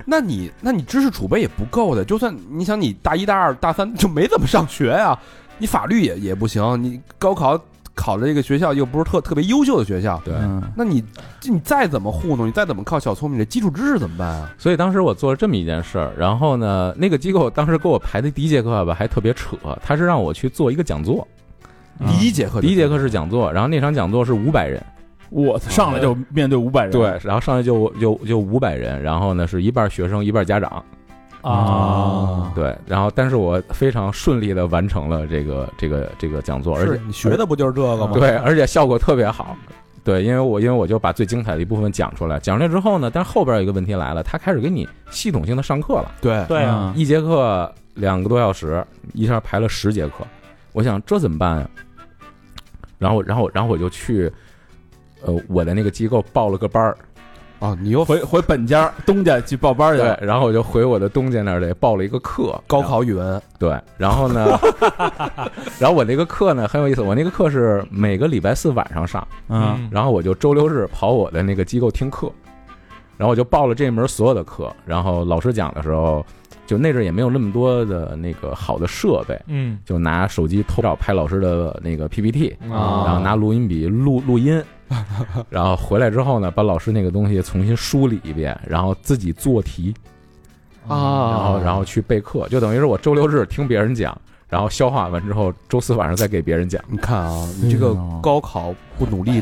Speaker 4: 那你那你知识储备也不够的，就算你想你大一大二大三就没怎么上学呀、 你法律也也不行，你高考考的这个学校又不是特特别优秀的学校，
Speaker 6: 对，
Speaker 1: 嗯
Speaker 4: 那你你再怎么糊弄，你再怎么靠小聪明，这基础知识怎么办啊？
Speaker 6: 所以当时我做了这么一件事儿，然后呢，那个机构当时给我排的第一节课吧，还特别扯，他是让我去做一个讲座，
Speaker 4: 第一节嗯课就，
Speaker 6: 第一节课是讲座，然后那场讲座是五百人。
Speaker 1: 我上来就面对五百人，
Speaker 6: 对，然后上来就就就五百人，然后呢是一半学生一半家长，
Speaker 5: 啊，
Speaker 6: 对，然后但是我非常顺利的完成了这个这个这个讲座，而
Speaker 4: 是
Speaker 6: 且
Speaker 4: 你学的不就是这个吗？
Speaker 6: 对，而且效果特别好，对，因为我因为我就把最精彩的一部分讲出来，讲出来之后呢，但是后边有一个问题来了，他开始给你系统性的上课了，
Speaker 4: 对
Speaker 5: 对啊，
Speaker 1: 嗯
Speaker 6: 一节课两个多小时，一下排了十节课，我想这怎么办呀、然后然后然后我就去，呃，我的那个机构报了个班儿，
Speaker 4: 啊，你又
Speaker 1: 回回本家东家去报班去
Speaker 6: 对
Speaker 1: 了，，
Speaker 6: 然后我就回我的东家那儿得报了一个课，
Speaker 4: 高考语文
Speaker 6: 对，然后呢， 然后我那个课呢很有意思，我那个课是每个礼拜四晚上上，
Speaker 1: 嗯，
Speaker 6: 然后我就周六日跑我的那个机构听课，然后我就报了这门所有的课，然后老师讲的时候，就那阵儿也没有那么多的那个好的设备，
Speaker 5: 嗯
Speaker 6: 就拿手机偷照拍老师的那个 PPT，
Speaker 4: 啊
Speaker 6: 然后拿录音笔录录音，然后回来之后呢，把老师那个东西重新梳理一遍，然后自己做题，
Speaker 4: 嗯啊
Speaker 6: 然后然后去备课，就等于是我周六日听别人讲，然后消化完之后，周四晚上再给别人讲。
Speaker 4: 你看啊，你这个
Speaker 1: 嗯
Speaker 4: 高考不努力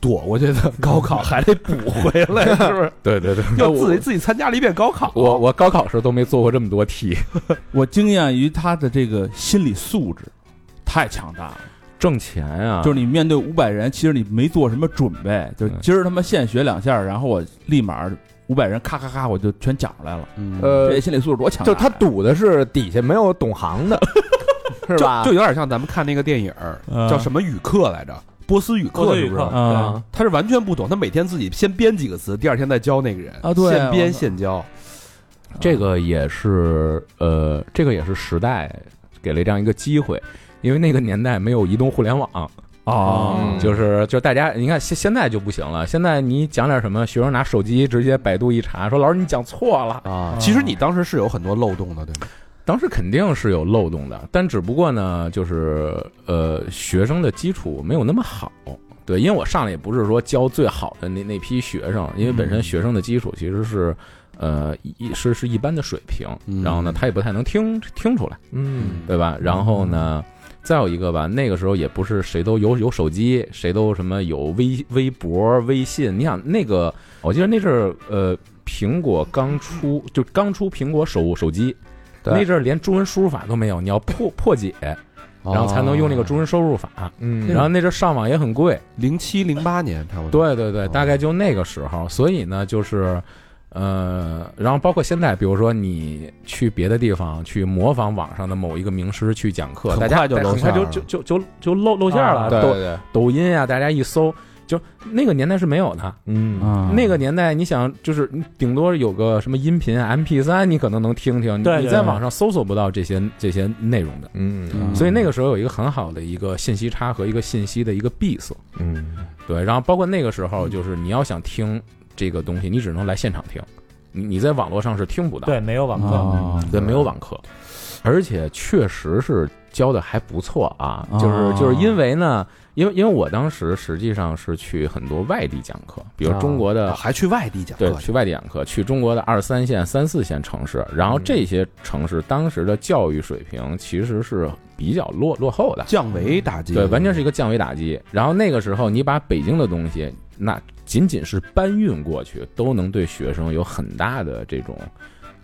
Speaker 4: 躲过去的，高考还得补回来， 是不是？
Speaker 6: 对对对，
Speaker 4: 又自己自己参加了一遍高考，
Speaker 6: 我我高考时候都没做过这么多题，
Speaker 1: 我惊讶于他的这个心理素质太强大了。
Speaker 6: 挣钱啊，
Speaker 1: 就是你面对五百人，其实你没做什么准备，就是今儿他妈现学两下儿，然后我立马五百人咔咔咔我就全讲出来了。
Speaker 4: 嗯
Speaker 3: 呃
Speaker 1: 这心理素质多强大
Speaker 3: 就
Speaker 1: 呀！
Speaker 3: 他
Speaker 6: 哎
Speaker 3: 赌的是底下没有懂行的，是吧？
Speaker 4: 就就有点像咱们看那个电影儿
Speaker 1: 嗯
Speaker 4: 叫什么语课来着，波斯语
Speaker 5: 波
Speaker 4: 课
Speaker 5: 斯
Speaker 4: 是
Speaker 5: 语
Speaker 4: 不
Speaker 5: 课
Speaker 4: 是？
Speaker 1: 啊
Speaker 4: 他是完全不懂，他每天自己先编几个词，第二天再教那个人
Speaker 1: 啊对
Speaker 4: 现
Speaker 1: 我
Speaker 4: 编
Speaker 1: 操
Speaker 4: 现教。
Speaker 6: 这个也是呃，这个也是时代给了这样一个机会，因为那个年代没有移动互联网，
Speaker 1: 啊
Speaker 3: 嗯
Speaker 6: 就是就大家你看现现在就不行了，现在你讲点什么，学生拿手机直接百度一查，说老师你讲错了，
Speaker 4: 啊，其实你当时是有很多漏洞的，对吗？
Speaker 6: 当时肯定是有漏洞的，但只不过呢，就是呃，学生的基础没有那么好。对，因为我上来也不是说教最好的那那批学生，因为本身学生的基础其实是呃，一是是一般的水平
Speaker 4: 嗯，
Speaker 6: 然后呢，他也不太能听听出来，
Speaker 3: 嗯，
Speaker 6: 对吧？然后呢，再有一个吧，那个时候也不是谁都有有手机，谁都什么有微微博、微信。你想那个，我记得那阵儿，呃，苹果刚出，就刚出苹果手手机，
Speaker 2: 对
Speaker 6: 那阵儿连中文输入法都没有，你要破破解，
Speaker 4: 哦
Speaker 6: 然后才能用那个中文输入法。
Speaker 3: 嗯，
Speaker 6: 然后那阵儿上网也很贵，
Speaker 2: 零七零八年差不多。
Speaker 6: 对对对，大概就那个时候。所以呢，就是，呃，然后包括现在，比如说你去别的地方去模仿网上的某一个名师去讲课，
Speaker 2: 很
Speaker 6: 大家
Speaker 2: 快就露
Speaker 6: 很
Speaker 2: 馅
Speaker 6: 快
Speaker 2: 儿
Speaker 6: 就
Speaker 2: 了
Speaker 6: 就就就就露露馅儿了。
Speaker 5: 啊
Speaker 2: 对
Speaker 6: 抖
Speaker 2: 对
Speaker 6: 抖音啊，大家一搜，就那个年代是没有的。
Speaker 3: 嗯，
Speaker 1: 啊，
Speaker 6: 那个年代，你想就是你顶多有个什么音频 MP 三，你可能能听听，你
Speaker 5: 对对
Speaker 6: 你在网上搜索不到这些这些内容的。
Speaker 3: 嗯
Speaker 1: 嗯
Speaker 6: 所以那个时候有一个很好的一个信息差和一个信息的一个闭塞。
Speaker 3: 嗯，
Speaker 6: 对，然后包括那个时候，就是你要想听这个东西，你只能来现场听，你你在网络上是听不到，
Speaker 5: 对，没有网课，
Speaker 1: 啊
Speaker 6: 对，没有网课，而且确实是教的还不错啊，就是
Speaker 1: 哦
Speaker 6: 就是因为呢，因为因为我当时实际上是去很多外地讲课，比如中国
Speaker 4: 啊
Speaker 6: 的。
Speaker 2: 还去外地讲
Speaker 6: 呃对
Speaker 2: 课，，
Speaker 6: 去外地讲课，去中国的二三线、三四线城市，然后这些城市当时的教育水平其实是比较落落后的，
Speaker 2: 降维打击，
Speaker 6: 嗯对，完全是一个降维打击。然后那个时候，你把北京的东西，那仅仅是搬运过去，都能对学生有很大的这种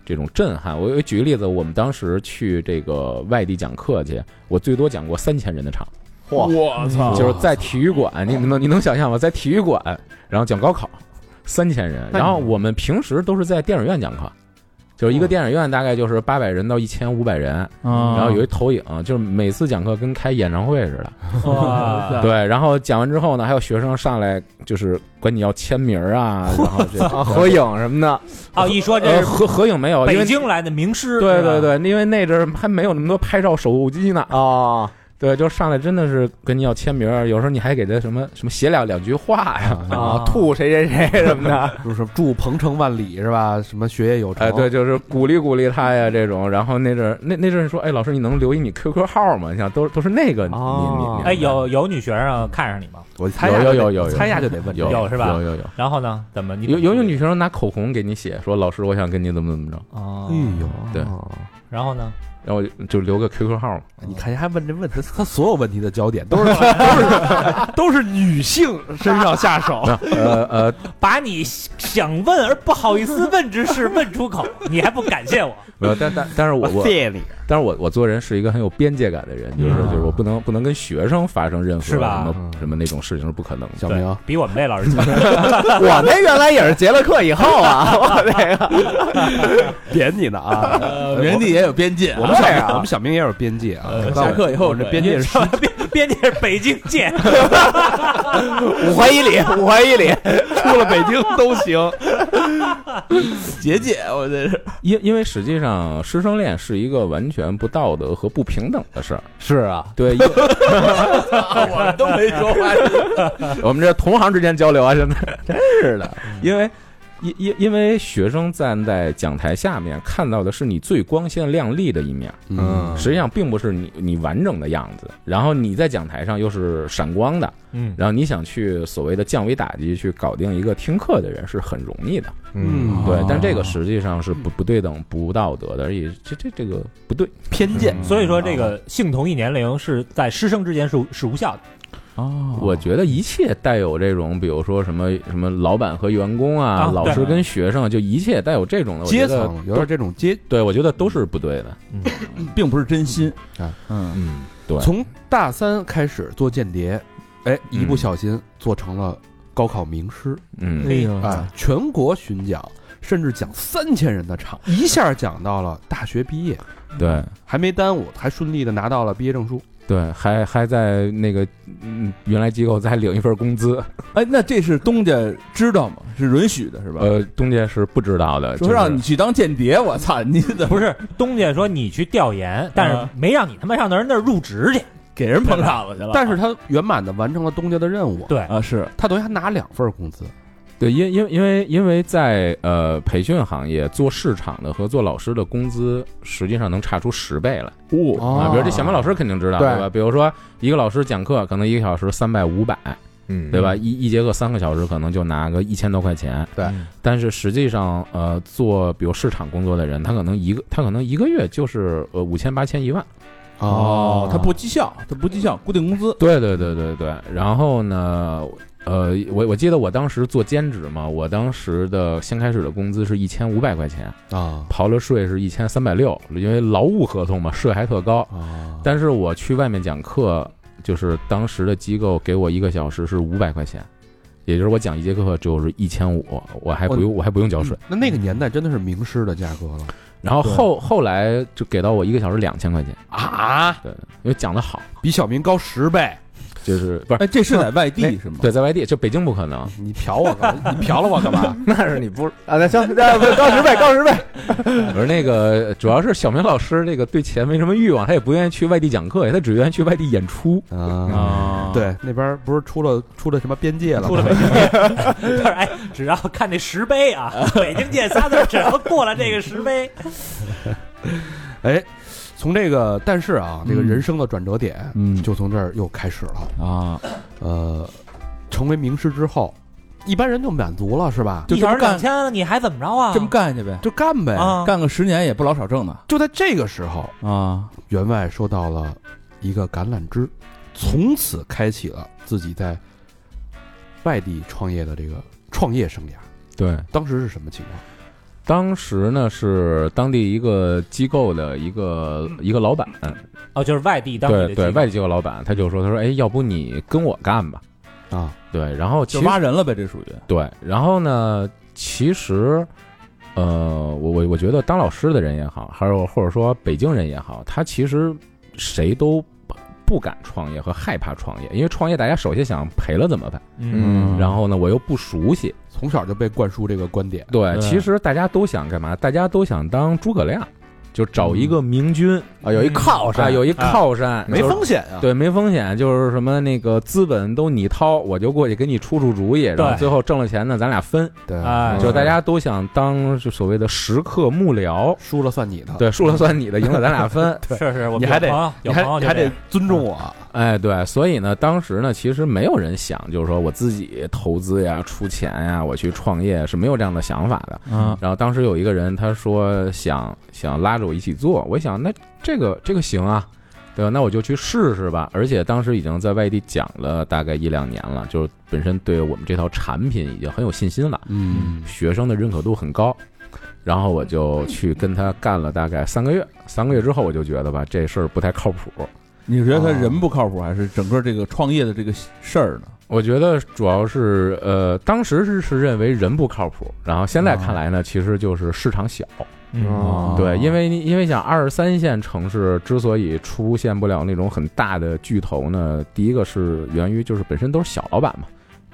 Speaker 6: 这种震撼。我我举个例子，我们当时去这个外地讲课去，我最多讲过三千人的场，
Speaker 1: 我操
Speaker 6: 就是在体育馆，你你能你能想象吗？在体育馆，然后讲高考，三千人。
Speaker 3: 那你
Speaker 6: 然后我们平时都是在电影院讲课。就是一个电影院，大概就是八百人到一千五百人，
Speaker 1: 啊，
Speaker 6: 然后有一投影，就是每次讲课跟开演唱会似的。
Speaker 5: 哇，
Speaker 6: 对，然后讲完之后呢，还有学生上来就是管你要签名儿啊，然后这
Speaker 3: 啊，合影什么的，
Speaker 5: 哦，一说这
Speaker 6: 呃
Speaker 5: 是
Speaker 6: 合合影没有，因
Speaker 5: 北
Speaker 6: 为
Speaker 5: 京来的名师，
Speaker 6: 对对
Speaker 5: 是吧，
Speaker 6: 对，因为那阵儿还没有那么多拍照手机呢，
Speaker 3: 啊，
Speaker 6: 对，就上来真的是跟你要签名儿，有时候你还给他什么什么写两两句话呀，
Speaker 3: 啊，吐谁谁谁什么的，
Speaker 2: 就是什么祝鹏程万里是吧？什么学业有成，
Speaker 6: 哎，对，，就是鼓励鼓励他呀这种，然后那阵儿那那阵儿说，哎，老师你能留意你 QQ 号吗？你想都都是那个你
Speaker 3: 哦
Speaker 6: 你你，
Speaker 5: 哎，有有女学生看上你吗？
Speaker 2: 我猜一下
Speaker 6: 有有
Speaker 2: 就得
Speaker 6: 有有有
Speaker 2: 猜一下就得问这
Speaker 6: 有
Speaker 2: 个
Speaker 5: 有是吧
Speaker 6: 有有有。
Speaker 5: 然后呢？怎么你
Speaker 6: 有有有女学生拿口红给你写，说老师，我想跟你怎么怎么着，
Speaker 5: 哦，
Speaker 4: 嗯
Speaker 2: 哎呦，
Speaker 6: 对
Speaker 5: 然后呢？
Speaker 6: 然后我就就留个 QQ 号嘛。
Speaker 2: 你看人还问这问题，他所有问题的焦点都是 都是都是女性身上下 手，
Speaker 7: 哦
Speaker 6: 呃呃，
Speaker 5: 把你想问而不好意思问之事问出口，你还不感谢我？
Speaker 6: 没有，但但但是我我
Speaker 2: 谢你。
Speaker 6: 但是我我做人是一个很有边界感的人，就是
Speaker 5: 嗯
Speaker 6: 就是我不能不能跟学生发生任何
Speaker 5: 是
Speaker 6: 什
Speaker 5: 吧
Speaker 6: 么什么那种事情是不可能的。
Speaker 2: 小明，
Speaker 5: 比我们这老师强。
Speaker 3: 我那原来也是结了课以 后啊，我那个，
Speaker 2: 贬你呢啊！
Speaker 7: 人呃家也有边界
Speaker 2: 我
Speaker 7: 啊，呃
Speaker 2: 们小
Speaker 3: 对
Speaker 2: 明
Speaker 3: 啊
Speaker 2: 我们小明也有边界啊，
Speaker 7: 下课以后
Speaker 2: 我这边界 是
Speaker 5: 编编辑是北京见，
Speaker 3: 五环以里，五环以里，
Speaker 2: 出了北京都行。
Speaker 7: 结界，我这是
Speaker 6: 因因为实际上师生恋是一个完全不道德和不平等的事儿。
Speaker 2: 是啊，
Speaker 6: 对，因
Speaker 7: 我们都没说话，
Speaker 6: 我们这同行之间交流啊，现在真是的， 因为。因因因为学生站在讲台下面看到的是你最光鲜亮丽的一面，
Speaker 2: 嗯，
Speaker 6: 实际上并不是你你完整的样子。然后你在讲台上又是闪光的，
Speaker 5: 嗯，
Speaker 6: 然后你想去所谓的降维打击去搞定一个听课的人是很容易的，
Speaker 2: 嗯
Speaker 1: 啊
Speaker 6: 对，但这个实际上是不不对等、不道德的，也这这这个不对。
Speaker 2: 偏见
Speaker 5: 所以说这个性同一年龄是在师生之间是是无效的。
Speaker 1: 哦，
Speaker 6: 我觉得一切带有这种，比如说什么什么老板和员工啊
Speaker 5: 啊，
Speaker 6: 老师跟学生，就一切带有这种的我觉
Speaker 2: 阶
Speaker 6: 得
Speaker 2: 层有点这种阶。
Speaker 6: 对，我觉得都是不对的。
Speaker 1: 并不是真心
Speaker 2: 啊，
Speaker 1: 嗯，
Speaker 6: 嗯，对，
Speaker 2: 从大三开始做间谍，哎，
Speaker 3: 嗯
Speaker 2: 一不小心做成了高考名师，
Speaker 6: 嗯
Speaker 5: 哎
Speaker 1: 呦
Speaker 2: 哎，全国巡讲，甚至讲三千人的场，
Speaker 7: 嗯
Speaker 2: 一下讲到了大学毕业，
Speaker 6: 对
Speaker 2: 还没耽误，还顺利的拿到了毕业证书。
Speaker 6: 对，还还在那个嗯原来机构再领一份工资，
Speaker 1: 哎，那这是东家知道吗？是允许的，是吧？
Speaker 6: 呃，东家是不知道的，
Speaker 1: 说
Speaker 6: 就是
Speaker 1: 让你去当间谍，我操，你怎么
Speaker 5: 不是东家说你去调研，但是没让你他妈上那儿那儿入职去。
Speaker 1: 给人捧场子去了？
Speaker 2: 但是他圆满的完成了东家的任务，
Speaker 5: 对
Speaker 1: 啊，是
Speaker 2: 他等于还拿两份工资。
Speaker 6: 对，因因因为因为在呃培训行业做市场的和做老师的工资，实际上能差出十倍来。
Speaker 2: 哦
Speaker 6: 啊，比如这小明老师肯定知道，
Speaker 2: 对
Speaker 6: 对吧？比如说一个老师讲课可能一个小时三百五百，
Speaker 3: 嗯，
Speaker 6: 对吧？？一一节课三个小时，可能就拿个一千多块钱。
Speaker 3: 对
Speaker 5: 嗯，
Speaker 6: 但是实际上，呃，做比如市场工作的人，他可能一个他可能一个月就是呃五千、八千、一万。
Speaker 1: 哦，他不绩效，他不绩效，固定工资。
Speaker 6: 对对对对对。然后呢，呃，我我记得我当时做兼职嘛，我当时的先开始的工资是一千五百块钱，
Speaker 4: 啊
Speaker 6: 刨了税是一千三百六，因为劳务合同嘛，税还特高。
Speaker 4: 啊，
Speaker 6: 但是我去外面讲课，就是当时的机构给我一个小时是五百块钱，也就是我讲一节课就是一千五，我还不用我还不用交税。
Speaker 4: 那那个年代真的是名师的价格了
Speaker 6: 然后后后来就给到我一个小时两千块钱，
Speaker 4: 啊，
Speaker 6: 对，因为讲的好，
Speaker 4: 比小明高十倍，
Speaker 6: 就是不是
Speaker 1: 哎，这是在外地是吗？
Speaker 6: 对，在外地就北京不可能，
Speaker 4: 你嫖我干嘛？你嫖了我干嘛？
Speaker 3: 那是你不啊？那行，那不高十倍，高十倍。
Speaker 6: 我说那个主要是小明老师这个对钱没什么欲望，他也不愿意去外地讲课，他只愿意去外地演出。
Speaker 4: 啊，
Speaker 1: 啊，，
Speaker 4: 对，那边不是出了出了什么边界了？
Speaker 5: 出了北京界， 但是哎，只要看这石碑啊，北京界仨字儿，只要过了这个石碑，
Speaker 4: 哎，从这个，但是啊，这个
Speaker 1: 嗯
Speaker 4: 人生的转折点
Speaker 1: 嗯，
Speaker 4: 就从这儿又开始了。
Speaker 1: 啊，
Speaker 4: 呃，成为名师之后，一般人就满足了，是吧？
Speaker 1: 就
Speaker 5: 一小时
Speaker 1: 这么干
Speaker 5: 两千，你还怎么着啊？
Speaker 1: 这么干去呗，
Speaker 4: 就干呗。
Speaker 5: 啊？
Speaker 1: 干个十年也不老少挣呢
Speaker 4: 就在这个时候，
Speaker 1: 啊。
Speaker 4: 员外收到了一个橄榄枝，从此开启了自己在外地创业的这个创业生涯。
Speaker 6: 对，
Speaker 4: 当时是什么情况？
Speaker 6: 当时呢是当地一个机构的一个一个老板，
Speaker 5: 哦，就是外嗯地当地的机
Speaker 6: 对对，
Speaker 5: 构
Speaker 6: 外地机构老板他就说，他说，哎，要不你跟我干吧？
Speaker 4: 啊，
Speaker 6: 对，然后其
Speaker 1: 就
Speaker 6: 实
Speaker 1: 挖人了呗，这属于
Speaker 6: 对，然后呢，其实，呃，我我我觉得当老师的人也好，还有或者说北京人也好，他其实谁都不不敢创业和害怕创业，因为创业大家首先想赔了怎么办？
Speaker 1: 嗯
Speaker 6: 然后呢，我又不熟悉，嗯
Speaker 4: 从小就被灌输这个观点。
Speaker 6: 对，
Speaker 1: 对
Speaker 6: 其实大家都想干嘛？大家都想当诸葛亮，就找一个明君啊，有一
Speaker 5: 嗯
Speaker 6: 靠山，啊有一靠山，
Speaker 2: 没
Speaker 6: 就是
Speaker 2: 风险啊。
Speaker 6: 对，没风险，就是什么那个资本都你掏，我就过去给你出出主意，然后
Speaker 5: 对
Speaker 6: 最后挣了钱呢，咱俩分。
Speaker 4: 对，
Speaker 5: 哎
Speaker 6: 就大家都想当就所谓的食客幕僚，
Speaker 4: 输了算你的。
Speaker 6: 对，输了算你的，赢了咱俩 分。
Speaker 5: 是是，我们
Speaker 2: 你
Speaker 5: 有
Speaker 2: 还得
Speaker 5: 朋友
Speaker 2: 你
Speaker 5: 有
Speaker 2: 还
Speaker 5: 朋友
Speaker 2: 你
Speaker 5: 就
Speaker 2: 还
Speaker 5: 这
Speaker 2: 得
Speaker 5: 样
Speaker 2: 尊重我，
Speaker 6: 哎，对，所以呢，当时呢，其实没有人想，就是说我自己投资呀、出钱呀，我去创业是没有这样的想法的。
Speaker 1: 啊，
Speaker 6: 然后当时有一个人他说想想拉着我一起做，我一想那这个这个行啊，对吧？那我就去试试吧。而且当时已经在外地讲了大概一两年了，就是本身对我们这套产品已经很有信心了，
Speaker 4: 嗯，
Speaker 6: 学生的认可度很高。然后我就去跟他干了大概三个月，三个月之后我就觉得吧，这事儿不太靠谱。
Speaker 1: 你觉得他人不靠谱，还是整个这个创业的这个事儿呢？
Speaker 6: 我觉得主要是呃，当时是是认为人不靠谱，然后现在看来呢，其实就是市场小。
Speaker 3: 嗯哦
Speaker 7: 哦
Speaker 1: 啊
Speaker 6: 对，因为因为像二三线城市之所以出现不了那种很大的巨头呢，第一个是源于就是本身都是小老板嘛，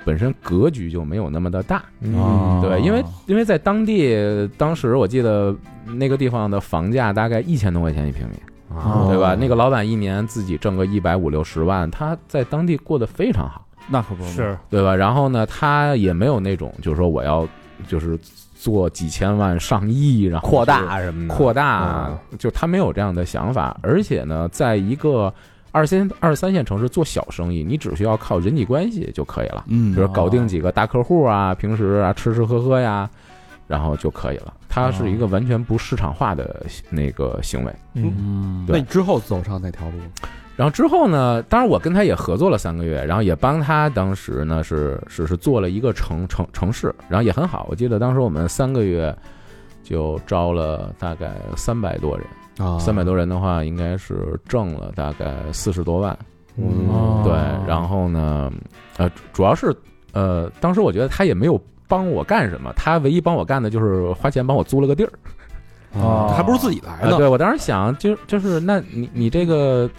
Speaker 6: 本身格局就没有那么的大。
Speaker 7: 哦
Speaker 1: 啊
Speaker 6: 对，因为因为在当地，当时我记得那个地方的房价大概一千多块钱一平米，
Speaker 7: 哦
Speaker 1: 啊
Speaker 6: 对吧？那个老板一年自己挣个一百五六十万，他在当地过得非常好，
Speaker 1: 那可不
Speaker 6: 嗯
Speaker 1: 嘛
Speaker 5: 是
Speaker 6: 对吧？然后呢，他也没有那种就是说我要就是做几千万上亿，然后
Speaker 7: 扩
Speaker 6: 是
Speaker 7: 大什么
Speaker 3: 嗯
Speaker 7: 的，
Speaker 6: 扩大，就他没有这样的想法，而且呢，在一个二三二三线城市做小生意，你只需要靠人际关系就可以了，
Speaker 1: 嗯
Speaker 6: 比如搞定几个大客户啊，平时啊吃吃喝喝呀，然后就可以了。它是一个完全不市场化的那个行为。
Speaker 5: 嗯
Speaker 1: 嗯
Speaker 4: 那你之后走上哪条路？
Speaker 6: 然后之后呢，当然我跟他也合作了三个月，然后也帮他当时呢是是是做了一个城城城市，然后也很好。我记得当时我们三个月就招了大概三百多人。
Speaker 4: 啊
Speaker 6: 三百多人的话，应该是挣了大概四十多万。
Speaker 1: 哦
Speaker 6: 对，然后呢，呃，主主要是呃，当时我觉得他也没有帮我干什么，他唯一帮我干的就是花钱帮我租了个地儿。嗯
Speaker 1: 哦
Speaker 4: 还不如自己来
Speaker 6: 啊，
Speaker 4: 呢。
Speaker 6: 对我当时想，就就是那你你这个。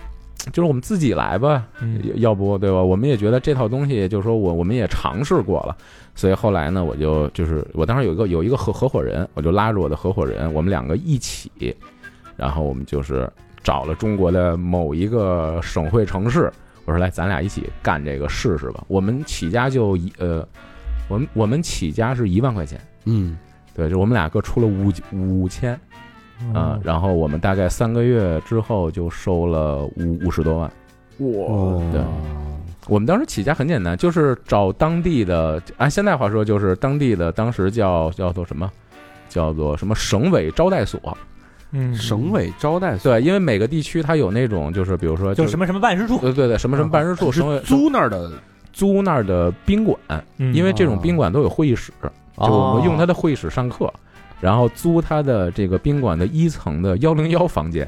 Speaker 6: 就是我们自己来吧，要要不对吧？我们也觉得这套东西，就是说我我们也尝试过了，所以后来呢，我就就是我当时有一个有一个合合伙人，我就拉着我的合伙人，我们两个一起，然后我们就是找了中国的某一个省会城市，我说来，咱俩一起干这个试试吧。我们起家就一呃，我们我们起家是一万块钱，
Speaker 4: 嗯，
Speaker 6: 对，就我们俩各出了五五千，
Speaker 5: 哦
Speaker 6: 啊、然后我们大概三个月之后就收了五五十多万，
Speaker 4: 哦
Speaker 6: 对，我们当时起家很简单，就是找当地的，按现在话说就是当地的，当时叫叫做什么，叫做什么省委招待所。
Speaker 3: 嗯，
Speaker 4: 省委招待所，
Speaker 6: 对，因为每个地区它有那种，就是比如说
Speaker 5: 就是什么什么办啊事处，
Speaker 6: 对对对，什么什么办事处，省委
Speaker 4: 租那儿的
Speaker 6: 租那儿的宾馆，
Speaker 5: 嗯
Speaker 6: 因为这种宾馆都有会议室，就我
Speaker 4: 哦
Speaker 6: 们用他的会议室上课，然后租他的这个宾馆的一层的幺零幺房间，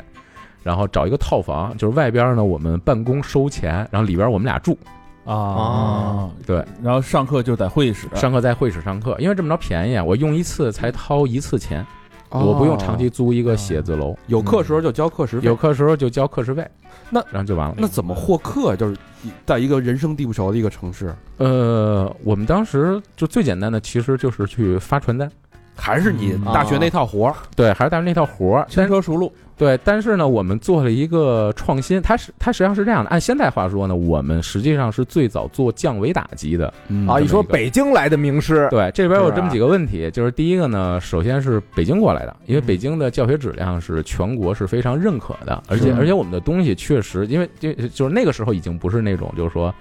Speaker 6: 然后找一个套房，就是外边呢我们办公收钱，然后里边我们俩住，
Speaker 4: 哦
Speaker 5: 啊，
Speaker 6: 对，
Speaker 1: 然后上课就在会议室，
Speaker 4: 啊
Speaker 6: 上课在会议室上课，因为这么着便宜啊，我用一次才掏一次钱，我不用长期租一个写字楼，
Speaker 4: 哦
Speaker 6: 嗯
Speaker 4: 有课时候就交课时费，
Speaker 6: 有课时候就交课时费，
Speaker 4: 那
Speaker 6: 然后就完了。
Speaker 4: 那怎么获客呀？就是在一个人生地不熟的一个城市，
Speaker 6: 呃，我们当时就最简单的其实就是去发传单，
Speaker 4: 还是你
Speaker 6: 嗯
Speaker 4: 大
Speaker 6: 啊
Speaker 4: 学那套活儿，
Speaker 6: 对，还是咱们那套活儿，但
Speaker 1: 轻车熟路，
Speaker 6: 对，但是呢，我们做了一个创新，它是它实际上是这样的，按现代话说呢，我们实际上是最早做降维打击的。
Speaker 3: 啊！
Speaker 6: 嗯
Speaker 3: 一说北京来的名师，
Speaker 6: 对，这边有这
Speaker 3: 是吧
Speaker 6: 么几个问题，就是第一个呢，首先是北京过来的，因为北京的教学质量是全国是非常认可的，而且而且我们的东西确实，因为就就是那个时候已经不是那种就是说。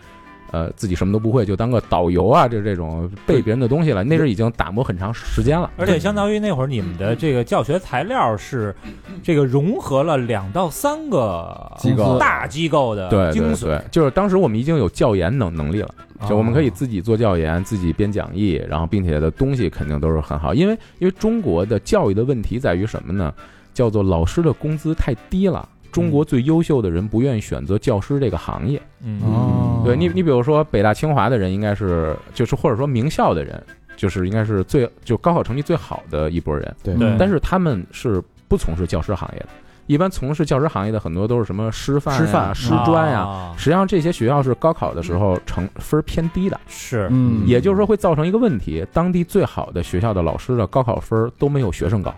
Speaker 6: 呃，自己什么都不会，就当个导游啊，就这种背别人的东西了。那是已经打磨很长时间了。
Speaker 5: 而且相当于那会儿你们的这个教学材料是这个融合了两到三个
Speaker 1: 机构
Speaker 5: 大机构的
Speaker 6: 对
Speaker 5: 精
Speaker 6: 对
Speaker 5: 髓
Speaker 6: 对，就是当时我们已经有教研能能力了。
Speaker 5: 啊
Speaker 6: 就我们可以
Speaker 2: 哦
Speaker 6: 自己做教研，自己编讲义，然后并且的东西肯定都是很好，因为因为中国的教育的问题在于什么呢？叫做老师的工资太低了。中
Speaker 2: 嗯
Speaker 6: 国最优秀的人不愿意选择教师这个行业，
Speaker 5: 嗯
Speaker 1: 哦
Speaker 6: 对你，你比如说北大清华的人应该是，就是或者说名校的人，就是应该是最就高考成绩最好的一波人，
Speaker 4: 对
Speaker 2: 嗯
Speaker 5: 对
Speaker 6: 但是他们是不从事教师行业的，一般从事教师行业的很多都是什么师范、
Speaker 2: 师范哦
Speaker 6: 师专呀、
Speaker 5: 啊
Speaker 6: 实际上这些学校是高考的时候成分儿偏低的，
Speaker 5: 是
Speaker 1: 嗯
Speaker 6: 也就是说会造成一个问题：当地最好的学校的老师的高考分儿都没有学生高。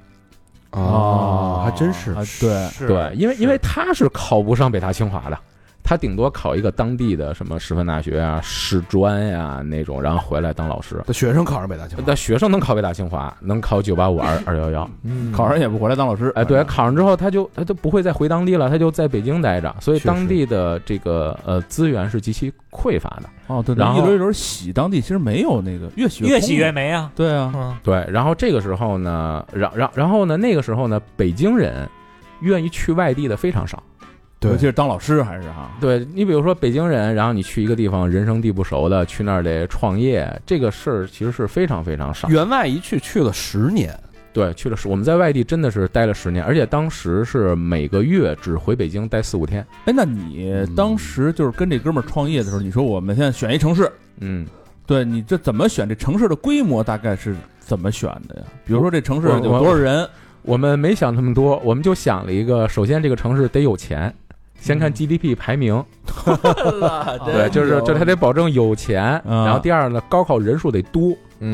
Speaker 4: 哦，还真是
Speaker 1: 啊，对，
Speaker 5: 啊是
Speaker 6: 对，因为
Speaker 5: 是
Speaker 6: 因为他是考不上北大清华的，他顶多考一个当地的什么师范大学啊、师专呀、那种，然后回来当老师。
Speaker 4: 那学生考上北大清华
Speaker 6: 那学生能考北大清华，能考九八五二二幺幺，
Speaker 1: 考上也不回嗯来当老师，
Speaker 6: 哎，对，考上之后他就他就不会再回当地了，他就在北京待着，所以
Speaker 4: 确实
Speaker 6: 当地的这个呃资源是极其匮乏的。
Speaker 1: 哦，对，
Speaker 6: 然后
Speaker 1: 一轮一轮洗，当地其实没有那个越洗
Speaker 5: 越
Speaker 1: 空
Speaker 5: 洗越没啊，
Speaker 1: 对啊，
Speaker 5: 嗯
Speaker 6: 对，然后这个时候呢，然然然后呢，那个时候呢，北京人愿意去外地的非常少。
Speaker 4: 对
Speaker 1: 尤其是当老师还是哈，
Speaker 6: 对你比如说北京人，然后你去一个地方人生地不熟的，去那儿得创业，这个事儿其实是非常非常少。
Speaker 4: 员外一去去了十年，
Speaker 6: 对，去了十，我们在外地真的是待了十年，而且当时是每个月只回北京待四五天。
Speaker 1: 哎，那你
Speaker 6: 嗯
Speaker 1: 当时就是跟这哥们儿创业的时候，你说我们现在选一城市，
Speaker 6: 嗯，
Speaker 1: 对你这怎么选？这城市的规模大概是怎么选的呀？比如说这城市有
Speaker 6: 我
Speaker 1: 多少人？
Speaker 6: 我们没想那么多，我们就想了一个，首先这个城市得有钱，先看 GDP 排名， 对，呃就是这他得保证有钱，
Speaker 1: 嗯
Speaker 6: 然后第二呢，高考人数得多。嗯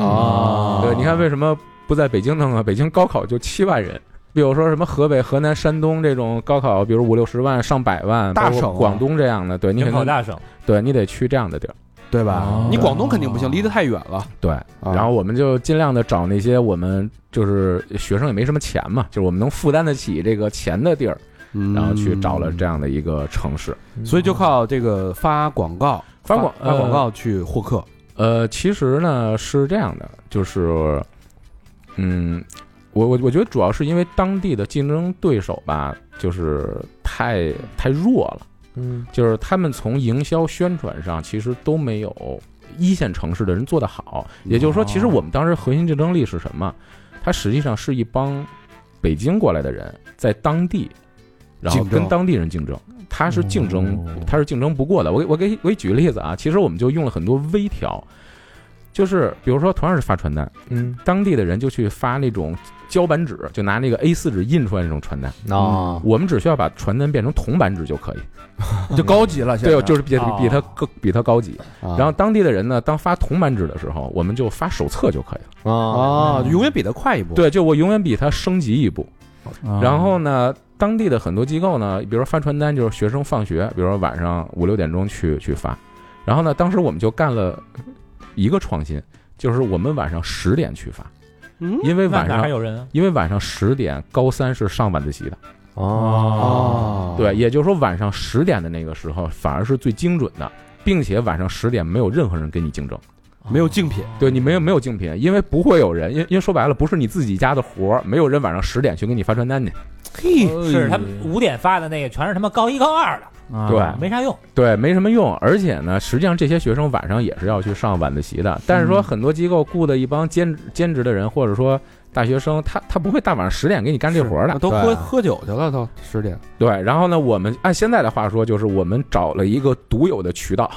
Speaker 1: 啊
Speaker 4: 哦
Speaker 6: 对，你看为什么不在北京弄啊？北京高考就七万人，比如说什么河北、河南、山东这种高考，比如五六十万、上百万，
Speaker 4: 大
Speaker 6: 包括
Speaker 4: 省啊
Speaker 6: 广东这样的，对你
Speaker 5: 人口
Speaker 6: 肯定
Speaker 5: 大省，
Speaker 6: 对你得去这样的地儿。
Speaker 4: 对吧
Speaker 1: 哦？
Speaker 4: 你广东肯定不行，离得太远了。
Speaker 6: 啊对，
Speaker 4: 啊
Speaker 6: 然后我们就尽量的找那些我们就是学生也没什么钱嘛，就是我们能负担得起这个钱的地儿，然后去找了这样的一个城市。
Speaker 4: 嗯所以就靠这个发广告、
Speaker 6: 发广
Speaker 4: 发广
Speaker 6: 呃
Speaker 4: 告去获客。
Speaker 6: 呃，其实呢是这样的，就是，嗯，我我我觉得主要是因为当地的竞争对手吧，就是太太弱了，
Speaker 4: 嗯，
Speaker 6: 就是他们从营销宣传上其实都没有一线城市的人做得好。也就是说，其实我们当时核心竞争力是什么？它实际上是一帮北京过来的人在当地，然后
Speaker 4: 竞争
Speaker 6: 跟当地人竞争，他是竞争
Speaker 1: 哦，
Speaker 6: 他是竞争不过的。我给我给我给举个例子啊，其实我们就用了很多微调，就是比如说同样是发传单，
Speaker 4: 嗯，
Speaker 6: 当地的人就去发那种胶板纸，就拿那个 A 4纸印出来那种传单，
Speaker 4: 哦嗯
Speaker 7: 啊，
Speaker 6: 我们只需要把传单变成铜板纸就可以。
Speaker 1: 就高级了，现在
Speaker 6: 对，就是比比它
Speaker 5: 哦
Speaker 6: 更比它高级。
Speaker 4: 哦啊
Speaker 6: 然后当地的人呢，当发铜板纸的时候，我们就发手册就可以
Speaker 3: 哦
Speaker 6: 了。
Speaker 4: 啊，永远比他快一步。，
Speaker 6: 嗯对，就我永远比他升级一步。
Speaker 1: 啊
Speaker 6: 然后呢，当地的很多机构呢，比如说发传单，就是学生放学，比如说晚上五六点钟去去发。然后呢，当时我们就干了一个创新，就是我们晚上十点去发，
Speaker 4: 嗯，
Speaker 6: 因为
Speaker 5: 那
Speaker 6: 晚
Speaker 5: 哪还
Speaker 6: 上
Speaker 5: 有人啊？
Speaker 6: 因为晚上十点高三是上晚自习的，
Speaker 1: 哦
Speaker 4: 哦，
Speaker 6: 啊
Speaker 4: 啊
Speaker 5: 哦
Speaker 6: 对，也就是说晚上十点的那个时候反而是最精准的。并且晚上十点没有任何人跟你竞争，
Speaker 2: 没有竞
Speaker 5: 啊
Speaker 2: 品，
Speaker 6: 对你没有没有竞品，因为不会有人，因因为说白了不是你自己家的活儿，没有人晚上十点去给你发传单去。
Speaker 2: 嘿，
Speaker 5: 是他们五点发的那个，全是他妈高一高二的，
Speaker 1: 啊
Speaker 6: 对
Speaker 5: 没啥用。
Speaker 6: 对，没什么用。而且呢，实际上这些学生晚上也是要去上晚自习的。但是说，很多机构雇的一帮兼兼职的人，或者说大学生，他他不会大晚上十点给你干这活儿的。
Speaker 4: 都
Speaker 3: 对
Speaker 4: 喝喝酒去了，都十点。
Speaker 6: 对，然后呢，我们按现在的话说，就是我们找了一个独有的渠道，
Speaker 4: 啊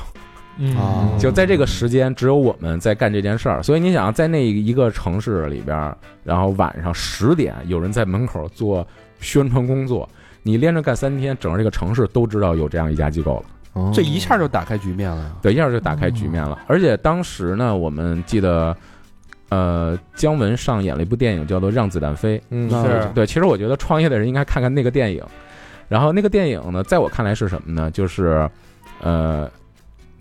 Speaker 6: 嗯就在这个时间，只有我们在干这件事儿。所以你想，在那一个城市里边儿，然后晚上十点有人在门口做宣传工作，你连着干三天，整个这个城市都知道有这样一家机构了。
Speaker 2: 这
Speaker 3: 啊哦
Speaker 4: 这
Speaker 2: 一
Speaker 4: 一
Speaker 2: 下
Speaker 4: 下
Speaker 2: 就
Speaker 4: 就打开局面了呀。
Speaker 6: 对，一下就打开局面了。而且当时呢，我们记得，呃，姜文上演了一部电影叫做《让子弹飞》。
Speaker 3: 嗯
Speaker 4: 是
Speaker 6: 对，其实我觉得创业的人应该看看那个电影。然后那个电影呢，在我看来是什么呢？就是，呃，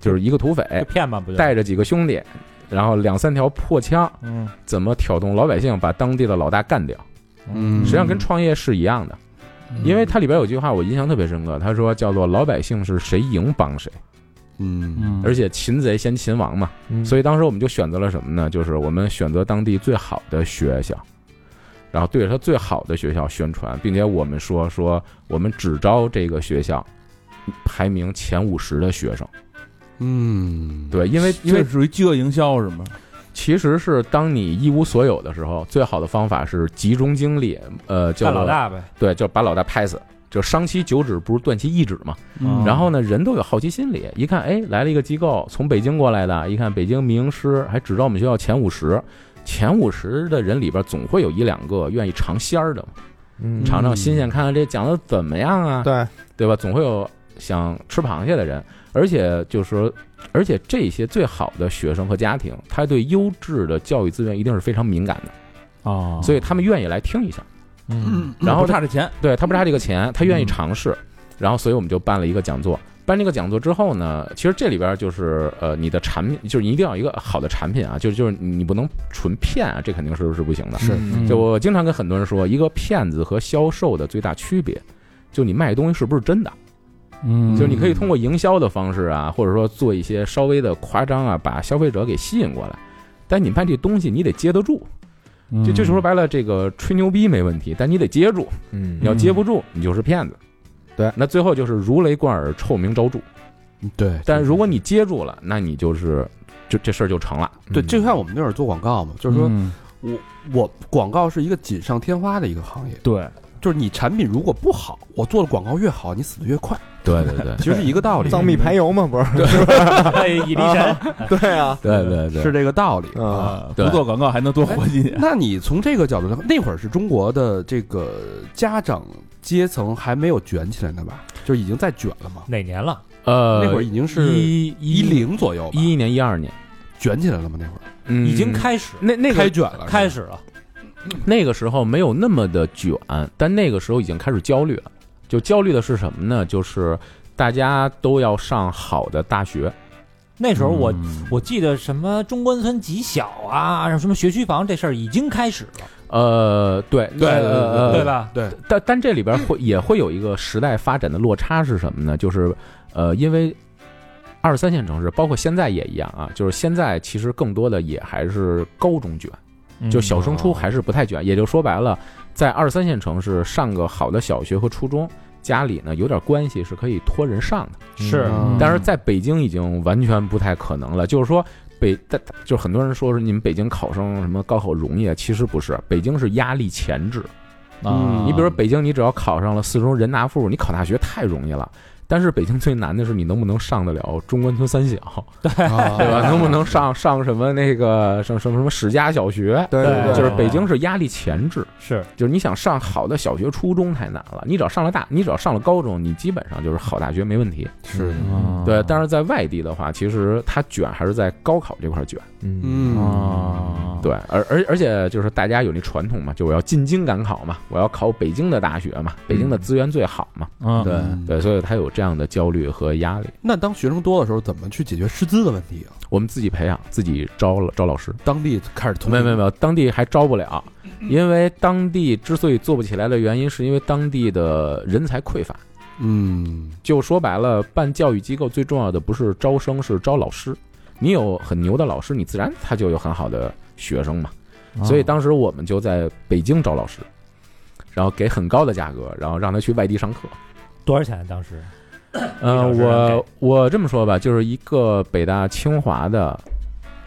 Speaker 6: 就是一个土匪
Speaker 5: 就骗吧，不就
Speaker 6: 带着几个兄弟，然后两三条破枪，
Speaker 1: 嗯
Speaker 6: 怎么挑动老百姓把当地的老大干掉？
Speaker 4: 嗯
Speaker 6: 实际上跟创业是一样的，因为它里边有句话我印象特别深刻，他说叫做“老百姓是谁赢帮谁”。
Speaker 4: 嗯
Speaker 1: 嗯，
Speaker 6: 而且擒贼先擒王嘛，所以当时我们就选择了什么呢？就是我们选择当地最好的学校，然后对着它最好的学校宣传，并且我们说说我们只招这个学校排名前五十的学生。
Speaker 4: 嗯，
Speaker 6: 对，因为因
Speaker 1: 这
Speaker 6: 为
Speaker 1: 属于饥饿营销是吗？
Speaker 6: 其实是当你一无所有的时候，最好的方法是集中精力，呃，叫
Speaker 5: 干老
Speaker 6: 做
Speaker 5: 大呗。
Speaker 6: 对，就把老大拍死。就伤其九指，不如断其一指嘛。
Speaker 1: 嗯
Speaker 6: 然后呢，人都有好奇心理，一看，哎，来了一个机构，从北京过来的，一看北京民营师，还指着我们学校前五十，前五十的人里边总会有一两个愿意尝鲜儿的嘛，
Speaker 3: 嗯
Speaker 6: 尝尝新鲜，看看这讲的怎么样啊，
Speaker 3: 对，
Speaker 6: 对吧？总会有想吃螃蟹的人，而且就是说，而且这些最好的学生和家庭，他对优质的教育资源一定是非常敏感的，
Speaker 1: 啊，
Speaker 6: 所以他们愿意来听一下。
Speaker 1: 嗯，
Speaker 6: 然后
Speaker 1: 不差这钱，
Speaker 6: 对他不差这个钱，他愿意
Speaker 1: 嗯
Speaker 6: 尝试，然后所以我们就办了一个讲座。办这个讲座之后呢，其实这里边就是呃，你的产品就是你一定要有一个好的产品啊，就是就是你不能纯骗啊，这肯定是是不行的。
Speaker 4: 是
Speaker 1: 嗯
Speaker 6: 就我经常跟很多人说，一个骗子和销售的最大区别，就你卖的东西是不是真的。
Speaker 1: 嗯
Speaker 6: 就是你可以通过营销的方式啊，或者说做一些稍微的夸张啊，把消费者给吸引过来。但你卖这东西，你得接得住。
Speaker 1: 嗯
Speaker 6: 就就说白了，这个吹牛逼没问题，但你得接住。
Speaker 3: 嗯
Speaker 6: 你要接不住，你就是骗子。
Speaker 3: 对
Speaker 6: 那最后就是如雷贯耳，臭名昭著。
Speaker 4: 哎对。
Speaker 6: 但如果你接住了，那你就是就这事儿就成了。
Speaker 4: 对，
Speaker 6: 嗯
Speaker 4: 就像我们那会儿做广告嘛，就是说
Speaker 1: 嗯
Speaker 4: 我我广告是一个锦上添花的一个行业，
Speaker 1: 对，
Speaker 4: 就是你产品如果不好，我做的广告越好，你死的越快，
Speaker 6: 对对对
Speaker 4: 其实是一个道理，
Speaker 3: 藏秘排油嘛， 不是？
Speaker 5: 哎，以力神，
Speaker 3: 对啊，
Speaker 6: 对对对，
Speaker 4: 是这个道理。
Speaker 3: 啊，
Speaker 1: 啊，
Speaker 6: 对
Speaker 1: 不做广告还能多活几年，
Speaker 4: 那你从这个角度上，那会儿是中国的这个家长阶层还没有卷起来呢吧？就已经在卷了嘛？
Speaker 5: 哪年了？
Speaker 6: 呃，
Speaker 4: 那会儿已经是
Speaker 6: 一
Speaker 4: 一零左右吧，
Speaker 6: 一一年一二年，
Speaker 4: 卷起来了吗？那会儿
Speaker 6: 嗯
Speaker 5: 已经开始，
Speaker 6: 那那
Speaker 4: 开
Speaker 6: 个
Speaker 4: 卷了，
Speaker 5: 开始了。
Speaker 6: 那个时候没有那么的卷，但那个时候已经开始焦虑了。就焦虑的是什么呢？就是大家都要上好的大学。
Speaker 5: 那时候我
Speaker 1: 嗯
Speaker 5: 我记得什么中关村极小啊，什么学区房这事儿已经开始了，
Speaker 6: 呃，对对呃
Speaker 5: 对吧？
Speaker 4: 对，
Speaker 6: 但但这里边会也会有一个时代发展的落差是什么呢？就是呃，因为二三线城市，包括现在也一样啊，就是现在其实更多的也还是高中卷，嗯就小升初还是不太卷。也就说白了，在二三线城市上个好的小学和初中，家里呢有点关系是可以托人上的，
Speaker 5: 是
Speaker 1: 嗯
Speaker 6: 但是在北京已经完全不太可能了。就是说。北，但就是很多人说是你们北京考生什么高考容易啊，其实不是，北京是压力前置，
Speaker 1: 啊，
Speaker 6: 嗯你比如说北京，你只要考上了四中人大附，你考大学太容易了。但是北京最难的是你能不能上得了中关村三小，对
Speaker 4: 对
Speaker 3: 哎
Speaker 6: 吧？能不能上上什么那个什么什么什么史家小学？
Speaker 3: 对对对，
Speaker 6: 就是北京是压力前置，
Speaker 5: 是
Speaker 6: 就是你想上好的小学、初中太难了。你只要上了大，你只要上了高中，你基本上就是好大学没问题。
Speaker 4: 是
Speaker 3: 哦
Speaker 1: 啊
Speaker 6: 对，但是在外地的话，其实它卷还是在高考这块卷。
Speaker 3: 哦
Speaker 4: 嗯
Speaker 1: 嗯啊，
Speaker 6: 对，而而而且就是大家有那传统嘛，就我要进京赶考嘛，我要考北京的大学嘛，北
Speaker 3: 嗯
Speaker 6: 京的资源最好嘛。
Speaker 1: 嗯
Speaker 6: 对
Speaker 4: 嗯
Speaker 6: 对，所以他有这样的焦虑和压力。
Speaker 4: 那当学生多的时候，怎么去解决师资的问题啊？
Speaker 6: 我们自己培养，自己招了招老师，
Speaker 4: 当地开始从
Speaker 6: 没有没有没有，当地还招不了，因为当地之所以做不起来的原因，是因为当地的人才匮乏。
Speaker 2: 嗯
Speaker 6: 就说白了，办教育机构最重要的不是招生，是招老师。你有很牛的老师，你自然他就有很好的学生嘛。
Speaker 1: 啊
Speaker 6: 所以当时我们就在北京招老师，然后给很高的价格，然后让他去外地上课。
Speaker 5: 多少钱？啊当时
Speaker 6: 呃，
Speaker 5: 老师让
Speaker 6: 我我这么说吧，就是一个北大清华的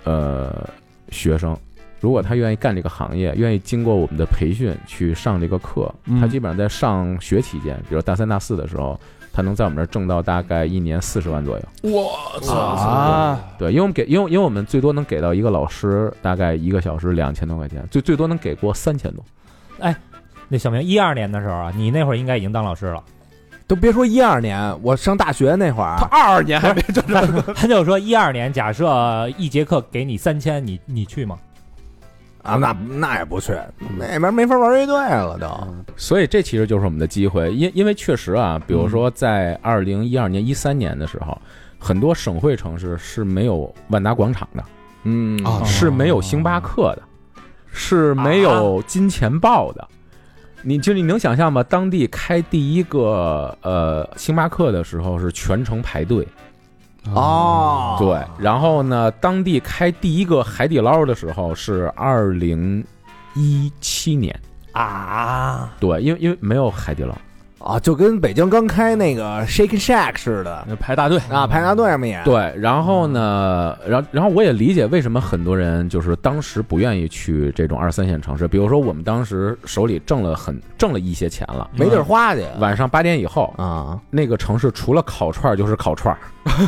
Speaker 6: 呃学生，如果他愿意干这个行业，愿意经过我们的培训去上这个课，
Speaker 1: 嗯
Speaker 6: 他基本上在上学期间，比如大三、大四的时候，他能在我们这儿挣到大概一年四十万左右。
Speaker 2: 啊，
Speaker 6: 对，因为我们给，因为因为我们最多能给到一个老师大概一个小时两千多块钱，最最多能给过三千多。
Speaker 5: 那小明一二年的时候啊，你那会儿应该已经当老师了。
Speaker 3: 都别说一二年，我上大学那会儿
Speaker 4: 他，二二年还没挣着，
Speaker 5: 他就说一二年，假设一节课给你三千，你你去吗？
Speaker 3: 啊，那那也不去，那边没法玩乐队了都。
Speaker 6: 所以这其实就是我们的机会，因因为确实啊，比如
Speaker 3: 嗯
Speaker 6: 说在二零一二年、一三年的时候，很多省会城市是没有万达广场的，
Speaker 3: 嗯
Speaker 2: 啊
Speaker 6: 是没有星巴克的，是没
Speaker 3: 啊
Speaker 6: 有金钱豹的。你就你能想象吗？当地开第一个呃星巴克的时候是全程排队，
Speaker 3: 哦，
Speaker 6: 嗯对。然后呢，当地开第一个海底捞的时候是二零一七年，
Speaker 3: 啊
Speaker 6: 对，因为因为没有海底捞。
Speaker 3: 啊，就跟北京刚开那个 Shake Shack 似的
Speaker 1: 排大队
Speaker 3: 啊，排大队上面也。
Speaker 6: 对，然后呢，然后然后我也理解为什么很多人就是当时不愿意去这种二三线城市，比如说我们当时手里挣了很挣了一些钱了，
Speaker 3: 没
Speaker 5: 嗯
Speaker 3: 地儿花去
Speaker 6: 晚上八点以后，
Speaker 3: 啊。
Speaker 6: 那个城市除了烤串儿就是烤串儿，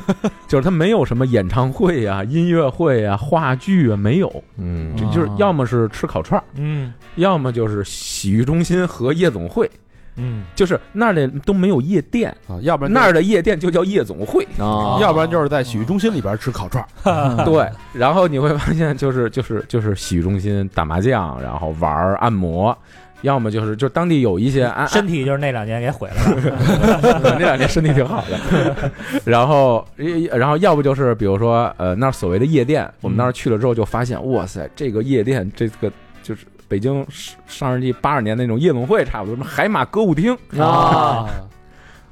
Speaker 6: 就是它没有什么演唱会啊、音乐会啊、话剧啊，没有，
Speaker 3: 嗯
Speaker 6: 就就是
Speaker 1: 啊
Speaker 6: 要么是吃烤串儿，
Speaker 5: 嗯
Speaker 6: 要么就是洗浴中心和夜总会，
Speaker 5: 嗯，
Speaker 6: 就是那儿的都没有夜店，
Speaker 4: 啊要不然
Speaker 6: 那儿的夜店就叫夜总会。
Speaker 3: 啊，
Speaker 4: 要不然就是在洗浴中心里边吃烤串儿，
Speaker 1: 啊
Speaker 6: 对，然后你会发现就是就是就是洗浴中心打麻将，然后玩儿按摩，要么就是就是当地有一些按按
Speaker 5: 身体就是那两年给毁了吧。
Speaker 6: 这两年身体挺好的， 然后然后要不就是比如说呃那儿所谓的夜店，我们那儿去了之后就发现，哇塞，这个夜店这个就是北京上上世纪八十年那种夜总会差不多，什么海马歌舞厅，
Speaker 3: 啊，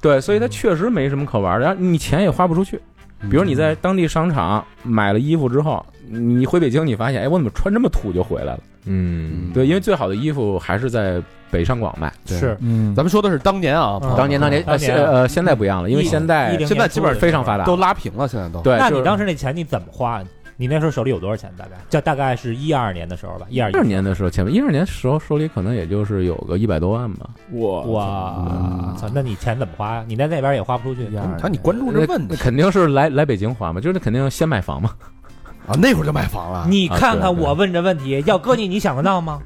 Speaker 6: 对，所以它确实没什么可玩儿的，然后你钱也花不出去。
Speaker 4: 嗯
Speaker 6: 比如你在当地商场买了衣服之后，你回北京，你发现，哎，我怎么穿这么土就回来了？
Speaker 3: 嗯，
Speaker 6: 对，因为最好的衣服还是在北上广卖。
Speaker 5: 是
Speaker 1: 嗯
Speaker 4: 咱们说的是当年啊，
Speaker 5: 嗯
Speaker 6: 当年，当年，
Speaker 5: 当
Speaker 6: 呃，
Speaker 5: 年
Speaker 6: 现呃，现在不一样了，因为
Speaker 5: 一
Speaker 6: 现在
Speaker 5: 一零
Speaker 4: 现在基本上
Speaker 6: 非常发
Speaker 5: 达。
Speaker 6: 达，
Speaker 4: 都拉平了，现在都
Speaker 6: 对。
Speaker 5: 那
Speaker 6: 就
Speaker 5: 你
Speaker 6: 是
Speaker 5: 当时那钱你怎么花？你那时候手里有多少钱？大概就大概是一二年的时候吧，一二
Speaker 6: 一二年的时候，前面一二年的时候手里可能也就是有个一百多万吧。
Speaker 1: 我
Speaker 5: 哇，操！那你钱怎么花呀？你在那边也花不出去。
Speaker 4: 嗯他你关注这问
Speaker 6: 那
Speaker 4: 题
Speaker 6: 肯定是来来北京花嘛，就是那肯定先买房嘛。
Speaker 4: 啊，那会儿就买房了，
Speaker 5: 你
Speaker 6: 啊
Speaker 5: 看
Speaker 6: 对
Speaker 5: 看
Speaker 6: 对
Speaker 5: 我问这问题，要搁你，你想得到吗？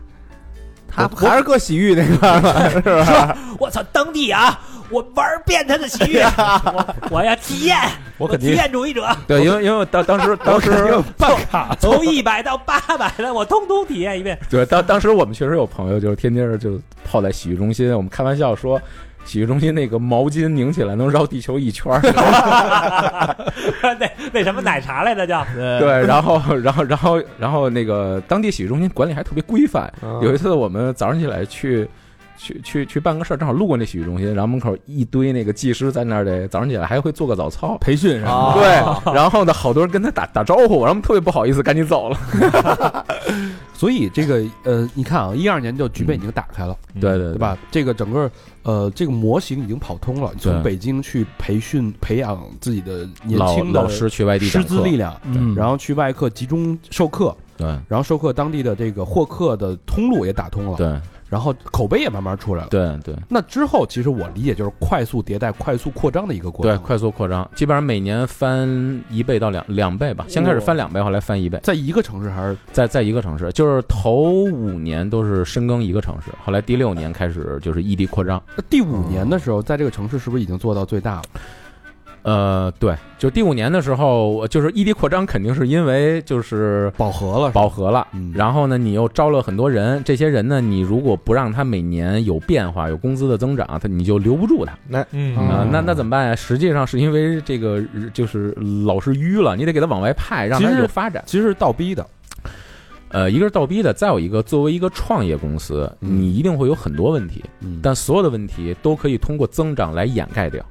Speaker 3: 他还是搁洗浴那块儿吧，是吧？
Speaker 5: 我操，当地啊，我玩遍他的洗浴， 我我要体验，
Speaker 2: 我
Speaker 5: 我
Speaker 2: 肯
Speaker 5: 体
Speaker 2: 定
Speaker 5: 验主义者，
Speaker 6: 对，因为因为当当 时当时
Speaker 5: 从一百到八百的，我通通体验一遍。
Speaker 6: 对当当时我们确实有朋友就是天天就泡在洗浴中心，我们开玩笑说。洗浴中心那个毛巾拧起来能绕地球一圈儿，
Speaker 5: 那那什么奶茶来的叫？
Speaker 6: 对，然后，然后，然后，然后那个当地洗浴中心管理还特别规范。有一次我们早上起来去去去去办个事儿，正好路过那洗浴中心，然后门口一堆那个技师在那儿得早上起来还会做个早操。
Speaker 1: 培训上
Speaker 3: 啊，
Speaker 6: 对，然后呢，好多人跟他打打招呼，然后我们特别不好意思，赶紧走了。
Speaker 4: 所以这个呃，你看啊，一二年就局面已经打开了，
Speaker 6: 对对
Speaker 4: 对？吧？这个整个呃，这个模型已经跑通了。你从
Speaker 6: 对
Speaker 4: 北京去培训培养自己的年
Speaker 6: 老
Speaker 4: 轻的
Speaker 6: 老师去外地
Speaker 4: 师
Speaker 6: 讲
Speaker 4: 资
Speaker 6: 课，
Speaker 4: 力量，
Speaker 1: 嗯
Speaker 4: 然后去外课集中授课，
Speaker 6: 对
Speaker 4: 然后授课当地的这个获课的通路也打通了，
Speaker 6: 对
Speaker 4: 然后口碑也慢慢出来了。
Speaker 6: 对对
Speaker 4: 那之后，其实我理解就是快速迭代、快速扩张的一个过
Speaker 6: 对，
Speaker 4: 程。，
Speaker 6: 快速扩张，基本上每年翻一倍到两两倍吧。先开始翻两倍，后来翻一倍，
Speaker 4: 在一个城市还是
Speaker 6: 在在一个城市，就是头五年都是深耕一个城市，后来第六年开始就是异地扩张。
Speaker 4: 那第五
Speaker 6: 嗯
Speaker 4: 年的时候，在这个城市是不是已经做到最大了？
Speaker 6: 呃，对，就第五年的时候，我就是异地扩张，肯定是因为就是
Speaker 4: 饱和了，
Speaker 6: 饱和了。
Speaker 4: 嗯，
Speaker 6: 然后呢，你又招了很多人，这些人呢，你如果不让他每年有变化、有工资的增长，他你就留不住他
Speaker 5: 嗯
Speaker 3: 嗯
Speaker 6: 啊、那那怎么办呀？实际上是因为这个就是老是淤了，你得给他往外派，让
Speaker 4: 其
Speaker 6: 他
Speaker 4: 实
Speaker 6: 有发展。
Speaker 4: 其实是倒逼的，
Speaker 6: 呃，一个是倒逼的，再有一个作为一个创业公司，
Speaker 4: 嗯
Speaker 6: 你一定会有很多问题，
Speaker 4: 嗯
Speaker 6: 但所有的问题都可以通过增长来掩盖掉，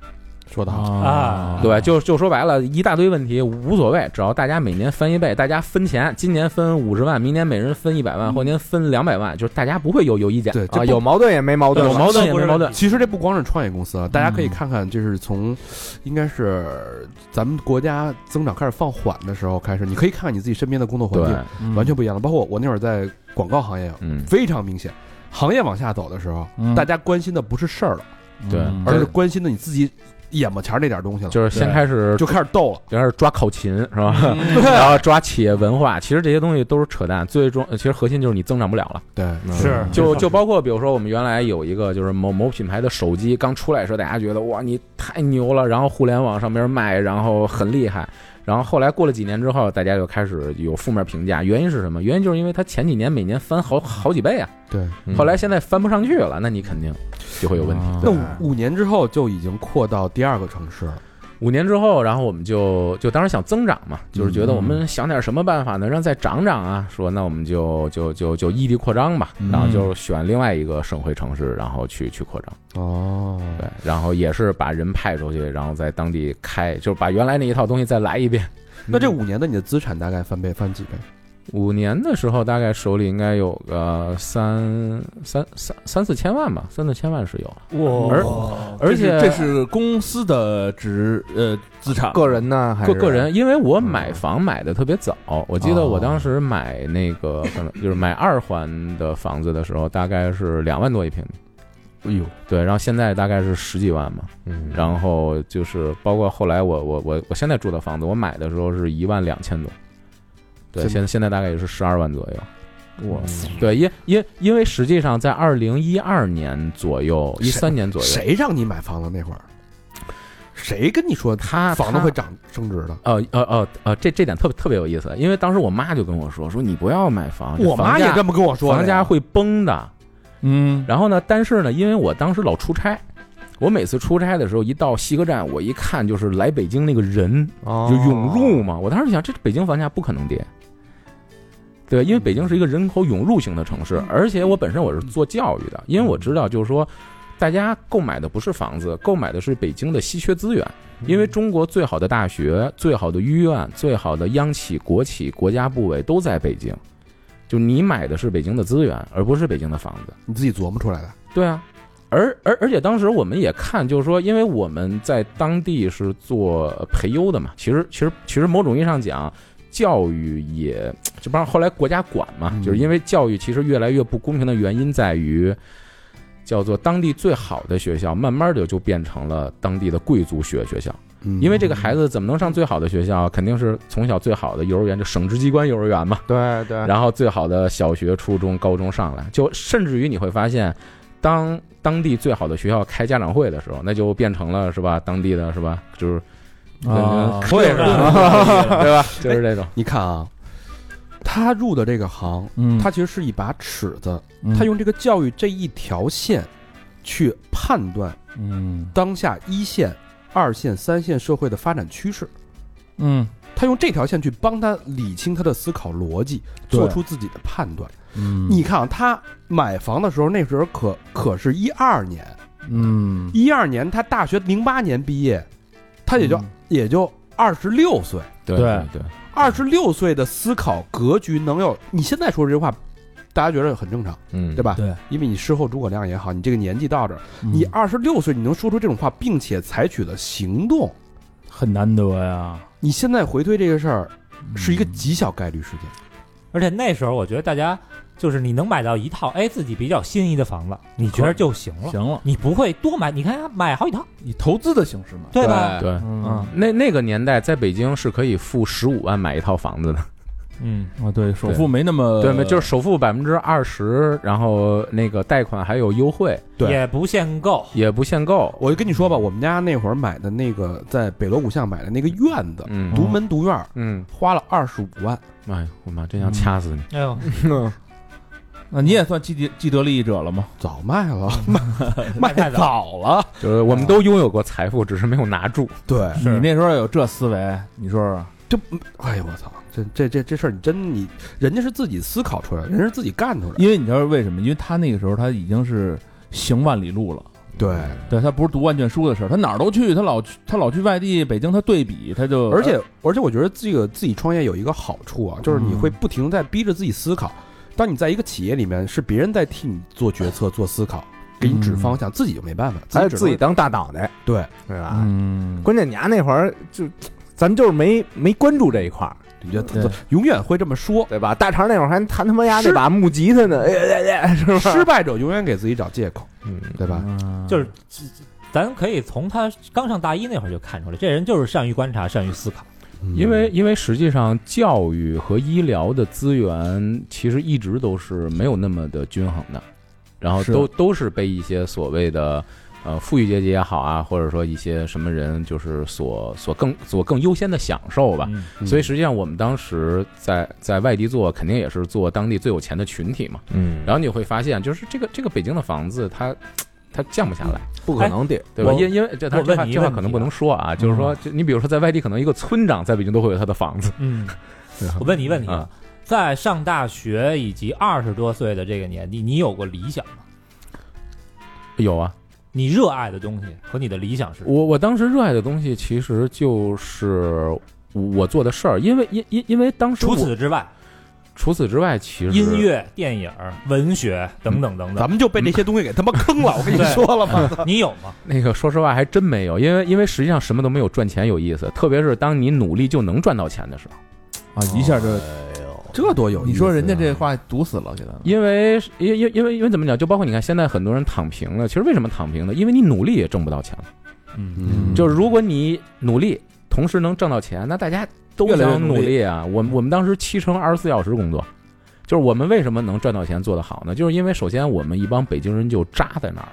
Speaker 4: 说的好，
Speaker 5: 啊
Speaker 6: 对吧？就就说白了，一大堆问题无所谓，只要大家每年翻一倍，大家分钱，今年分五十万，明年每人分一百万，后年分两百万，就是大家不会有有意见，
Speaker 4: 对，
Speaker 3: 啊，
Speaker 4: 这
Speaker 3: 有
Speaker 4: 有。
Speaker 3: 矛盾也没矛盾
Speaker 6: 有
Speaker 3: 了，
Speaker 6: 矛盾
Speaker 5: 这
Speaker 6: 也
Speaker 5: 不
Speaker 6: 没
Speaker 5: 是
Speaker 6: 矛盾。
Speaker 4: 其实这不光是创业公司啊，大家
Speaker 6: 嗯
Speaker 4: 可以看看，就是从，应该是咱们国家增长开始放缓的时候开始，你可以看看你自己身边的工作环
Speaker 6: 对，
Speaker 4: 境，完全不一样了。包括我我那会儿在广告行业
Speaker 6: 嗯，
Speaker 4: 非常明显，行业往下走的时候，
Speaker 1: 嗯
Speaker 4: 大家关心的不是事儿了，
Speaker 6: 对
Speaker 1: 嗯
Speaker 4: 而是关心的你自己眼巴前儿那点东西了，
Speaker 6: 就是先开始
Speaker 4: 就开始斗了。
Speaker 6: 就开始抓考勤是吧？ 然后抓企业文化，其实这些东西都是扯淡，最终呃其实核心就是你增长不了了。
Speaker 4: 对，
Speaker 5: 是
Speaker 6: 就就包括比如说我们原来有一个就是某某品牌的手机刚出来的时候，大家觉得哇你太牛了，然后互联网上面卖，然后很厉害。然后后来过了几年之后，大家就开始有负面评价，原因是什么？原因就是因为它前几年每年翻好好几倍啊，
Speaker 4: 对，
Speaker 6: 后来现在翻不上去了，那你肯定就会有问题。
Speaker 4: 那五五年之后就已经扩到第二个城市了。
Speaker 6: 五年之后，然后我们就就当时想增长嘛，就是觉得我们想点什么办法能让再涨涨啊，说那我们就就就就异地扩张吧，然后就选另外一个省会城市，然后去去扩张，
Speaker 4: 哦，
Speaker 6: 对，然后也是把人派出去，然后在当地开，就是把原来那一套东西再来一遍。
Speaker 4: 那这五年的你的资产大概翻倍翻几倍？
Speaker 6: 五年的时候，大概手里应该有个三三三三四千万吧，三四千万是有，而而且
Speaker 1: 这是公司的值呃资产，
Speaker 3: 个人呢还
Speaker 6: 个
Speaker 3: 是
Speaker 6: 个人，因为我
Speaker 4: 嗯
Speaker 6: 买房买的特别早，我记得我
Speaker 4: 哦
Speaker 6: 当时买那个可能就是买二环的房子的时候，大概是两万多一平米。
Speaker 4: 哎呦，
Speaker 6: 对，然后现在大概是十几万嘛，
Speaker 4: 嗯然后
Speaker 6: 然后就是包括后来我我我我现在住的房子，我买的时候是一万两千多，
Speaker 4: 真
Speaker 6: 对，
Speaker 4: 的
Speaker 6: 现现在大概也是十二万左右。哇，对，因因因为实际上在二零一二年左右，一三年左右，
Speaker 4: 谁让你买房了那会儿？谁跟你说
Speaker 6: 他
Speaker 4: 房子
Speaker 6: 他
Speaker 4: 会涨升值的？
Speaker 6: 呃呃呃呃，这这点特别特别有意思，因为当时我妈就跟我说，说你不要买房，这
Speaker 4: 我妈
Speaker 6: 房价
Speaker 4: 也这么跟我说的呀，
Speaker 6: 房价会崩的。
Speaker 1: 嗯，
Speaker 6: 然后呢，但是呢，因为我当时老出差，我每次出差的时候，一到西客站，我一看就是来北京那个人
Speaker 3: 哦
Speaker 6: 就涌入嘛，我当时就想，这北京房价不可能跌。对，因为北京是一个人口涌入型的城市，而且我本身我是做教育的，因为我知道就是说，大家购买的不是房子，购买的是北京的稀缺资源。因为中国最好的大学、最好的医院、最好的央企、国企、国家部委都在北京，就你买的是北京的资源，而不是北京的房子。
Speaker 4: 你自己琢磨出来的。
Speaker 6: 对啊，而而而且当时我们也看，就是说，因为我们在当地是做培优的嘛，其实其实其实某种意义上讲，教育也这帮后来国家管嘛，
Speaker 4: 嗯
Speaker 6: 就是因为教育其实越来越不公平的原因在于。叫做当地最好的学校，慢慢的就变成了当地的贵族学学校。
Speaker 4: 嗯
Speaker 6: 因为这个孩子怎么能上最好的学校？肯定是从小最好的幼儿园，就省直机关幼儿园嘛。
Speaker 3: 对对，
Speaker 6: 然后最好的小学、初中、高中上来，就甚至于你会发现，当当地最好的学校开家长会的时候，那就变成了是吧？当地的是吧？就是
Speaker 5: 嗯
Speaker 1: 啊
Speaker 6: 会是吧？对吧？就是这种，
Speaker 4: 你看啊，他入的这个行，
Speaker 1: 嗯，
Speaker 4: 他其实是一把尺子，
Speaker 1: 嗯
Speaker 4: 他用这个教育这一条线去判断
Speaker 1: 嗯
Speaker 4: 当下一线、二线、三线社会的发展趋势。
Speaker 1: 嗯
Speaker 4: 他用这条线去帮他理清他的思考逻辑，
Speaker 1: 对
Speaker 4: 做出自己的判断。
Speaker 1: 嗯，
Speaker 4: 你看啊，他买房的时候，那时候可可是一二年，
Speaker 1: 嗯
Speaker 4: 一二年他大学零八年毕业，他也就、
Speaker 1: 嗯
Speaker 4: 也就二十六岁，
Speaker 6: 对
Speaker 1: 对
Speaker 6: 对，
Speaker 4: 二十六岁的思考格局能有，你现在说这句话，大家觉得很正常，
Speaker 6: 嗯，
Speaker 4: 对吧？
Speaker 1: 对，
Speaker 4: 因为你事后诸葛亮也好，你这个年纪到这儿，
Speaker 1: 嗯
Speaker 4: 你二十六岁你能说出这种话，并且采取了行动，
Speaker 1: 很难得呀，
Speaker 4: 你现在回推这个事儿，是一个
Speaker 1: 嗯
Speaker 4: 极小概率事件。
Speaker 5: 而且那时候我觉得大家就是你能买到一套哎自己比较心仪的房子，你觉得就行了，
Speaker 1: 行了，
Speaker 5: 你不会多买，你看买好几套，
Speaker 1: 以投资的形式嘛，
Speaker 5: 对吧？
Speaker 6: 对。
Speaker 1: 嗯
Speaker 5: 嗯
Speaker 6: 那那个年代，在北京是可以付十五万买一套房子的，
Speaker 5: 嗯，
Speaker 1: 啊，对，首付没那么
Speaker 6: 对吗？就是首付百分之二十，然后那个贷款还有优惠，
Speaker 4: 对
Speaker 5: 也不限购，
Speaker 6: 也不限购。
Speaker 4: 我就跟你说吧，我们家那会儿买的那个在北锣鼓巷买的那个院子，
Speaker 6: 嗯
Speaker 4: 独门独院儿，
Speaker 6: 嗯，
Speaker 4: 花了二十五万。
Speaker 6: 哎呦，我妈真想掐死你！
Speaker 5: 哎呦，
Speaker 1: 那啊你也算既得既得利益者了吗？
Speaker 4: 早卖 了，卖卖
Speaker 5: 太早了
Speaker 4: 早了。
Speaker 6: 就是我们都拥有过财富，只是没有拿住。
Speaker 4: 对，
Speaker 1: 你那时候有这思维，你说说，
Speaker 4: 就哎呦我操，这这这这事儿你真你人家是自己思考出来的，人家是自己干出来的，
Speaker 1: 因为你知道为什么？因为他那个时候他已经是行万里路了。
Speaker 4: 对，
Speaker 1: 对他不是读万卷书的事儿，他哪儿都去，他老去他老去外地，北京他对比他就
Speaker 4: 而且而且我觉得这个自己创业有一个好处啊，就是你会不停地在逼着自己思考。当你在一个企业里面，是别人在替你做决策、做思考，给你指方向，自己就没办法，
Speaker 3: 还
Speaker 4: 己
Speaker 3: 是
Speaker 4: 只
Speaker 3: 自己
Speaker 4: 能
Speaker 3: 当大脑袋，
Speaker 4: 对
Speaker 3: 对吧？
Speaker 1: 嗯，
Speaker 3: 关键你丫那会儿就，咱就是没没关注这一块儿，
Speaker 4: 你就
Speaker 1: 对
Speaker 4: 永远会这么说。
Speaker 3: 对吧？大肠那会儿还弹他妈丫那
Speaker 4: 是
Speaker 3: 把木吉他呢，哎哎哎，是吧？
Speaker 4: 失败者永远给自己找借口，
Speaker 3: 嗯，
Speaker 4: 对吧？
Speaker 5: 就是咱可以从他刚上大一那会儿就看出来，这人就是善于观察、善于思考。
Speaker 6: 因为因为实际上教育和医疗的资源其实一直都是没有那么的均衡的，然后
Speaker 1: 是
Speaker 6: 都都是被一些所谓的呃富裕阶级也好啊，或者说一些什么人就是所所更所更优先的享受吧。
Speaker 5: 嗯
Speaker 4: 嗯
Speaker 6: 所以实际上我们当时在在外地做，肯定也是做当地最有钱的群体嘛。
Speaker 3: 嗯
Speaker 6: 然后你会发现，就是这个这个北京的房子它。它降不下来，
Speaker 3: 不可能顶，
Speaker 6: 对吧？
Speaker 5: 我
Speaker 6: 因因为这
Speaker 5: 我
Speaker 6: 他这
Speaker 5: 问
Speaker 6: 话
Speaker 5: 你一
Speaker 6: 这话
Speaker 5: 问
Speaker 6: 可能
Speaker 5: 题
Speaker 6: 不
Speaker 5: 啊
Speaker 6: 能说啊，就是说，就你比如说在外地，可能一个村长在北京都会有他的房子，
Speaker 5: 嗯，我问你问题
Speaker 6: 啊
Speaker 5: 啊，在上大学以及二十多岁的这个年纪，你有过理想吗？
Speaker 6: 有啊，
Speaker 5: 你热爱的东西和你的理想是
Speaker 6: 我我当时热爱的东西其实就是我做的事儿，因为因因因为当时
Speaker 5: 除
Speaker 6: 我
Speaker 5: 此之外，
Speaker 6: 除此之外，其实
Speaker 5: 音乐、电影、文学等等等
Speaker 2: 咱
Speaker 5: 等，
Speaker 2: 们就被这些东西给他妈坑了。我跟你
Speaker 5: 嗯对嗯
Speaker 2: 说了吗？
Speaker 5: 你有吗？
Speaker 6: 那个说实话还真没有，因为因为实际上什么都没有赚钱有意思，特别是当你努力就能赚到钱的时候，
Speaker 1: 啊一下就
Speaker 4: 这多有意思啊！
Speaker 1: 你说人家这话堵死了，给他
Speaker 6: 因为因因因为因为怎么讲，就包括你看现在很多人躺平了，其实为什么躺平呢？因为你努力也挣不到钱了，
Speaker 1: 嗯
Speaker 6: 就是如果你努力同时能挣到钱，那大家都
Speaker 1: 越来越
Speaker 6: 想
Speaker 1: 努
Speaker 6: 努
Speaker 1: 力
Speaker 6: 力啊。我们我们当时七乘二十四小时工作，就是我们为什么能赚到钱做得好呢？就是因为首先我们一帮北京人就扎在那儿，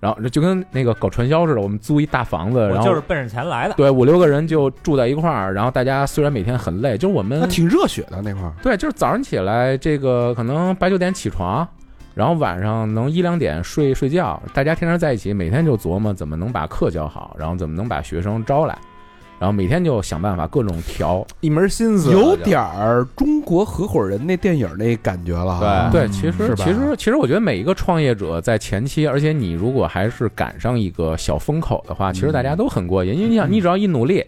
Speaker 6: 然后就跟那个搞传销似的，我们租一大房子，然
Speaker 5: 我
Speaker 6: 后
Speaker 5: 就是奔着钱来的。
Speaker 6: 对五六个人就住在一块儿，然后大家虽然每天很累，就是我
Speaker 4: 那
Speaker 6: 们
Speaker 4: 挺热血的那块儿，
Speaker 6: 对，就是早上起来这个可能八九点起床。然后晚上能一两点睡睡觉，大家天天在一起，每天就琢磨怎么能把课教好，然后怎么能把学生招来，然后每天就想办法各种调。
Speaker 3: 一门心思
Speaker 4: 有点儿中国合伙人那电影那感觉了啊。
Speaker 6: 对，其实
Speaker 4: 是吧
Speaker 6: 其实其实我觉得每一个创业者在前期，而且你如果还是赶上一个小风口的话，其实大家都很过瘾，因为你想，你只要一努力，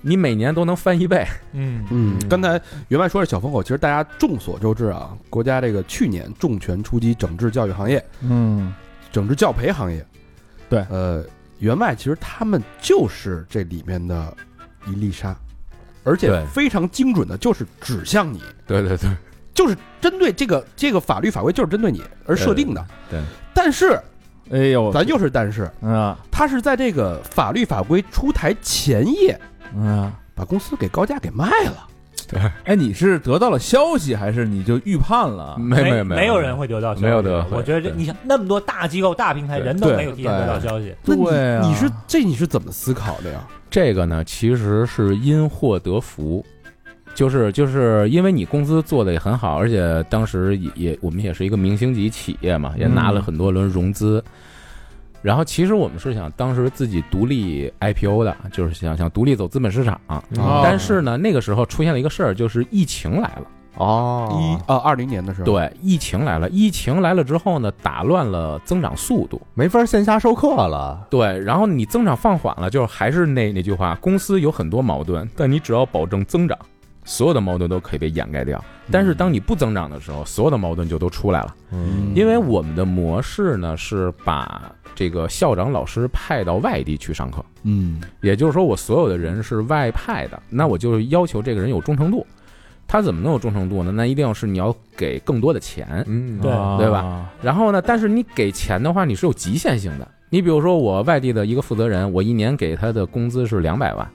Speaker 6: 你每年都能翻一倍。
Speaker 5: 嗯，
Speaker 4: 嗯，刚才员外说是小风口，其实大家众所周知啊，国家这个去年重拳出击整治教育行业，
Speaker 1: 嗯
Speaker 4: 整治教培行业。
Speaker 1: 对
Speaker 4: 呃，员外其实他们就是这里面的一粒沙，而且
Speaker 6: 对
Speaker 4: 非常精准的，就是指向你，
Speaker 6: 对对对，
Speaker 4: 就是针对这个这个法律法规就是针对你而设定的。
Speaker 6: 对对
Speaker 4: 但是
Speaker 1: 哎呦
Speaker 4: 咱又是但是，
Speaker 1: 啊
Speaker 4: 他是在这个法律法规出台前夜
Speaker 1: 啊
Speaker 4: 把公司给高价给卖了。
Speaker 1: 哎你是得到了消息还是你就预判了？
Speaker 6: 没
Speaker 5: 没
Speaker 6: 没没
Speaker 5: 有人会得到消息，
Speaker 6: 没有得
Speaker 5: 我觉得这
Speaker 6: 对
Speaker 5: 你想那么多大机构、大平台，
Speaker 6: 对
Speaker 5: 人都
Speaker 4: 对
Speaker 5: 没有提前得到消息。
Speaker 4: 那你
Speaker 1: 对啊
Speaker 4: 你是这你是怎么思考的呀？
Speaker 6: 这个呢，其实是因祸得福。就是就是因为你工资做的也很好，而且当时也也我们也是一个明星级企业嘛，也拿了很多轮融资。然后其实我们是想当时自己独立 IPO 的，就是想想独立走资本市场。
Speaker 1: 哦
Speaker 6: 但是呢，那个时候出现了一个事儿，就是疫情来了。
Speaker 4: 一
Speaker 3: 哦，
Speaker 4: 啊，二零年的时候，
Speaker 6: 对，疫情来了，疫情来了之后呢，打乱了增长速度。
Speaker 3: 没法线下授课了，
Speaker 6: 对，然后你增长放缓了，就是还是那那句话，公司有很多矛盾，但你只要保证增长，所有的矛盾都可以被掩盖掉。但是当你不增长的时候，所有的矛盾就都出来了。
Speaker 3: 嗯
Speaker 6: 因为我们的模式呢是把这个校长老师派到外地去上课，
Speaker 2: 嗯，
Speaker 6: 也就是说，我所有的人是外派的，那我就要求这个人有忠诚度。他怎么能有忠诚度呢？那一定要是你要给更多的钱，
Speaker 3: 嗯
Speaker 5: 对
Speaker 1: 啊
Speaker 6: 对吧？然后呢，但是你给钱的话，你是有极限性的。你比如说，我外地的一个负责人，我一年给他的工资是两百万，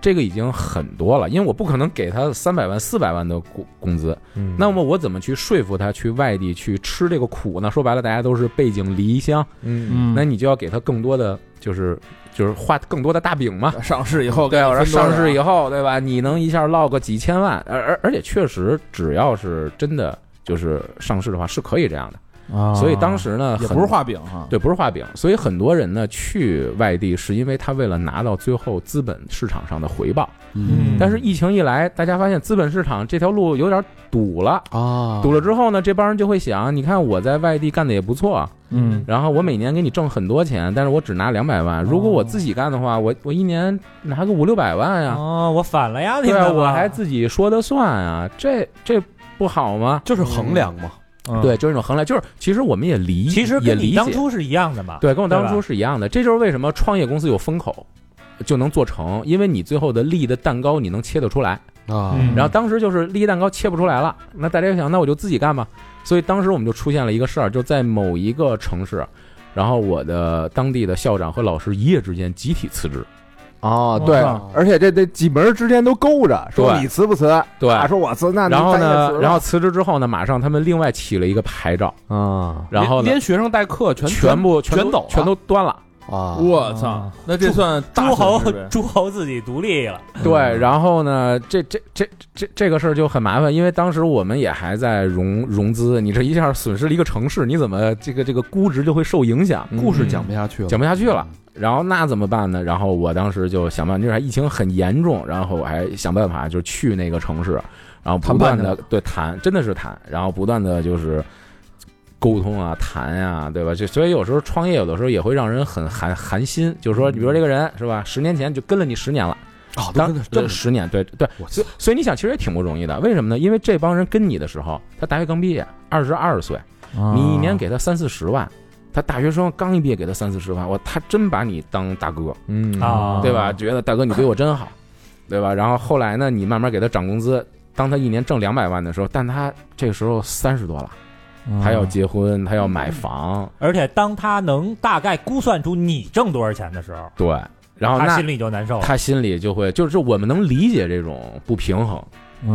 Speaker 6: 这个已经很多了，因为我不可能给他三百万、四百万的工工资。
Speaker 3: 嗯
Speaker 6: 那么我怎么去说服他去外地去吃这个苦呢？说白了，大家都是背井离乡，
Speaker 3: 嗯
Speaker 1: 嗯
Speaker 6: 那你就要给他更多的，就是就是画更多的大饼嘛。
Speaker 1: 上市以后
Speaker 6: 对，我说上市以
Speaker 1: 后
Speaker 6: 后，对吧？你能一下落个几千万，而而而且确实，只要是真的就是上市的话，是可以这样的。
Speaker 1: 啊
Speaker 6: 所以当时呢，
Speaker 1: 也
Speaker 6: 很
Speaker 1: 不是画饼哈，
Speaker 6: 对，不是画饼，所以很多人呢去外地是因为他为了拿到最后资本市场上的回报。
Speaker 5: 嗯
Speaker 6: 但是疫情一来，大家发现资本市场这条路有点堵了，
Speaker 4: 啊
Speaker 6: 堵了之后呢，这帮人就会想，你看我在外地干的也不错，
Speaker 1: 嗯
Speaker 6: 然后我每年给你挣很多钱，但是我只拿两百万。如果我自己干的话，我我一年拿个五六百万呀，
Speaker 5: 哦哦，我反了呀，你
Speaker 6: 啊对啊，
Speaker 5: 们
Speaker 6: 我还自己说的算啊，这这不好吗？
Speaker 4: 就是衡量嘛，
Speaker 5: 嗯
Speaker 6: 对，就是一种衡量，就是其实我们也理，
Speaker 5: 其实
Speaker 6: 也
Speaker 5: 跟
Speaker 6: 理
Speaker 5: 你
Speaker 6: 解，
Speaker 5: 当初是一样的嘛。
Speaker 6: 对，跟我当
Speaker 5: 对
Speaker 6: 初
Speaker 5: 吧
Speaker 6: 是一样的。这就是为什么创业公司有风口，就能做成，因为你最后的利益的蛋糕你能切得出来。
Speaker 4: 啊
Speaker 5: 嗯
Speaker 6: 然后当时就是利益蛋糕切不出来了，那大家就想，那我就自己干吧。所以当时我们就出现了一个事儿，就在某一个城市，然后我的当地的校长和老师一夜之间集体辞职。
Speaker 3: 哦，
Speaker 5: 我
Speaker 3: 对
Speaker 5: 靠，
Speaker 3: 而且这这几门儿之间都勾着，说
Speaker 6: 对
Speaker 3: 你辞不辞，
Speaker 6: 对
Speaker 3: 啊，说我辞，那
Speaker 6: 然后呢，然
Speaker 3: 后
Speaker 6: 后辞职之后呢，马上他们另外起了一个牌照，
Speaker 3: 啊
Speaker 6: 然后呢，
Speaker 4: 连学生代课全
Speaker 6: 全部全
Speaker 4: 全
Speaker 6: 都
Speaker 4: 抖了
Speaker 6: 全都端了。
Speaker 1: 嗯
Speaker 3: 啊，
Speaker 1: 我操，那这算大
Speaker 5: 诸侯
Speaker 1: 损失呗
Speaker 5: 诸侯自己独立了，
Speaker 6: 对，然后呢，这这这这这个事儿就很麻烦，因为当时我们也还在融融资，你这一下损失了一个城市，你怎么这个这个估值就会受影响？
Speaker 4: 故事讲不下去了，嗯
Speaker 6: 讲不下去了。然后那怎么办呢？然后我当时就想办法，那时候还疫情很严重，然后我还想办法就去那个城市，然后不断的对谈，真的是谈，然后不断的就是沟通啊，谈呀、对吧？就所以有时候创业有的时候也会让人很寒寒心，就是说，比如说这个人是吧，十年前就跟了你十年了。
Speaker 4: 啊，
Speaker 6: 当
Speaker 4: 当
Speaker 6: 这十年，对对，所以所以你想，其实也挺不容易的。为什么呢？因为这帮人跟你的时候，他大学刚毕业，二十二岁，
Speaker 5: 啊
Speaker 6: 你一年给他三四十万，他大学生刚一毕业给他三四十万，我他真把你当大哥，
Speaker 3: 嗯
Speaker 5: 啊
Speaker 6: 对吧？觉得大哥你对我真好，对吧？然后后来呢，你慢慢给他涨工资，当他一年挣两百万的时候，但他这个时候三十多了，
Speaker 5: 啊
Speaker 6: 他要结婚，他要买房，
Speaker 5: 而且当他能大概估算出你挣多少钱的时候，
Speaker 6: 对，然后
Speaker 5: 他
Speaker 6: 哦那
Speaker 5: 心里就难受了。
Speaker 6: 他心里就会，就是我们能理解这种不平衡。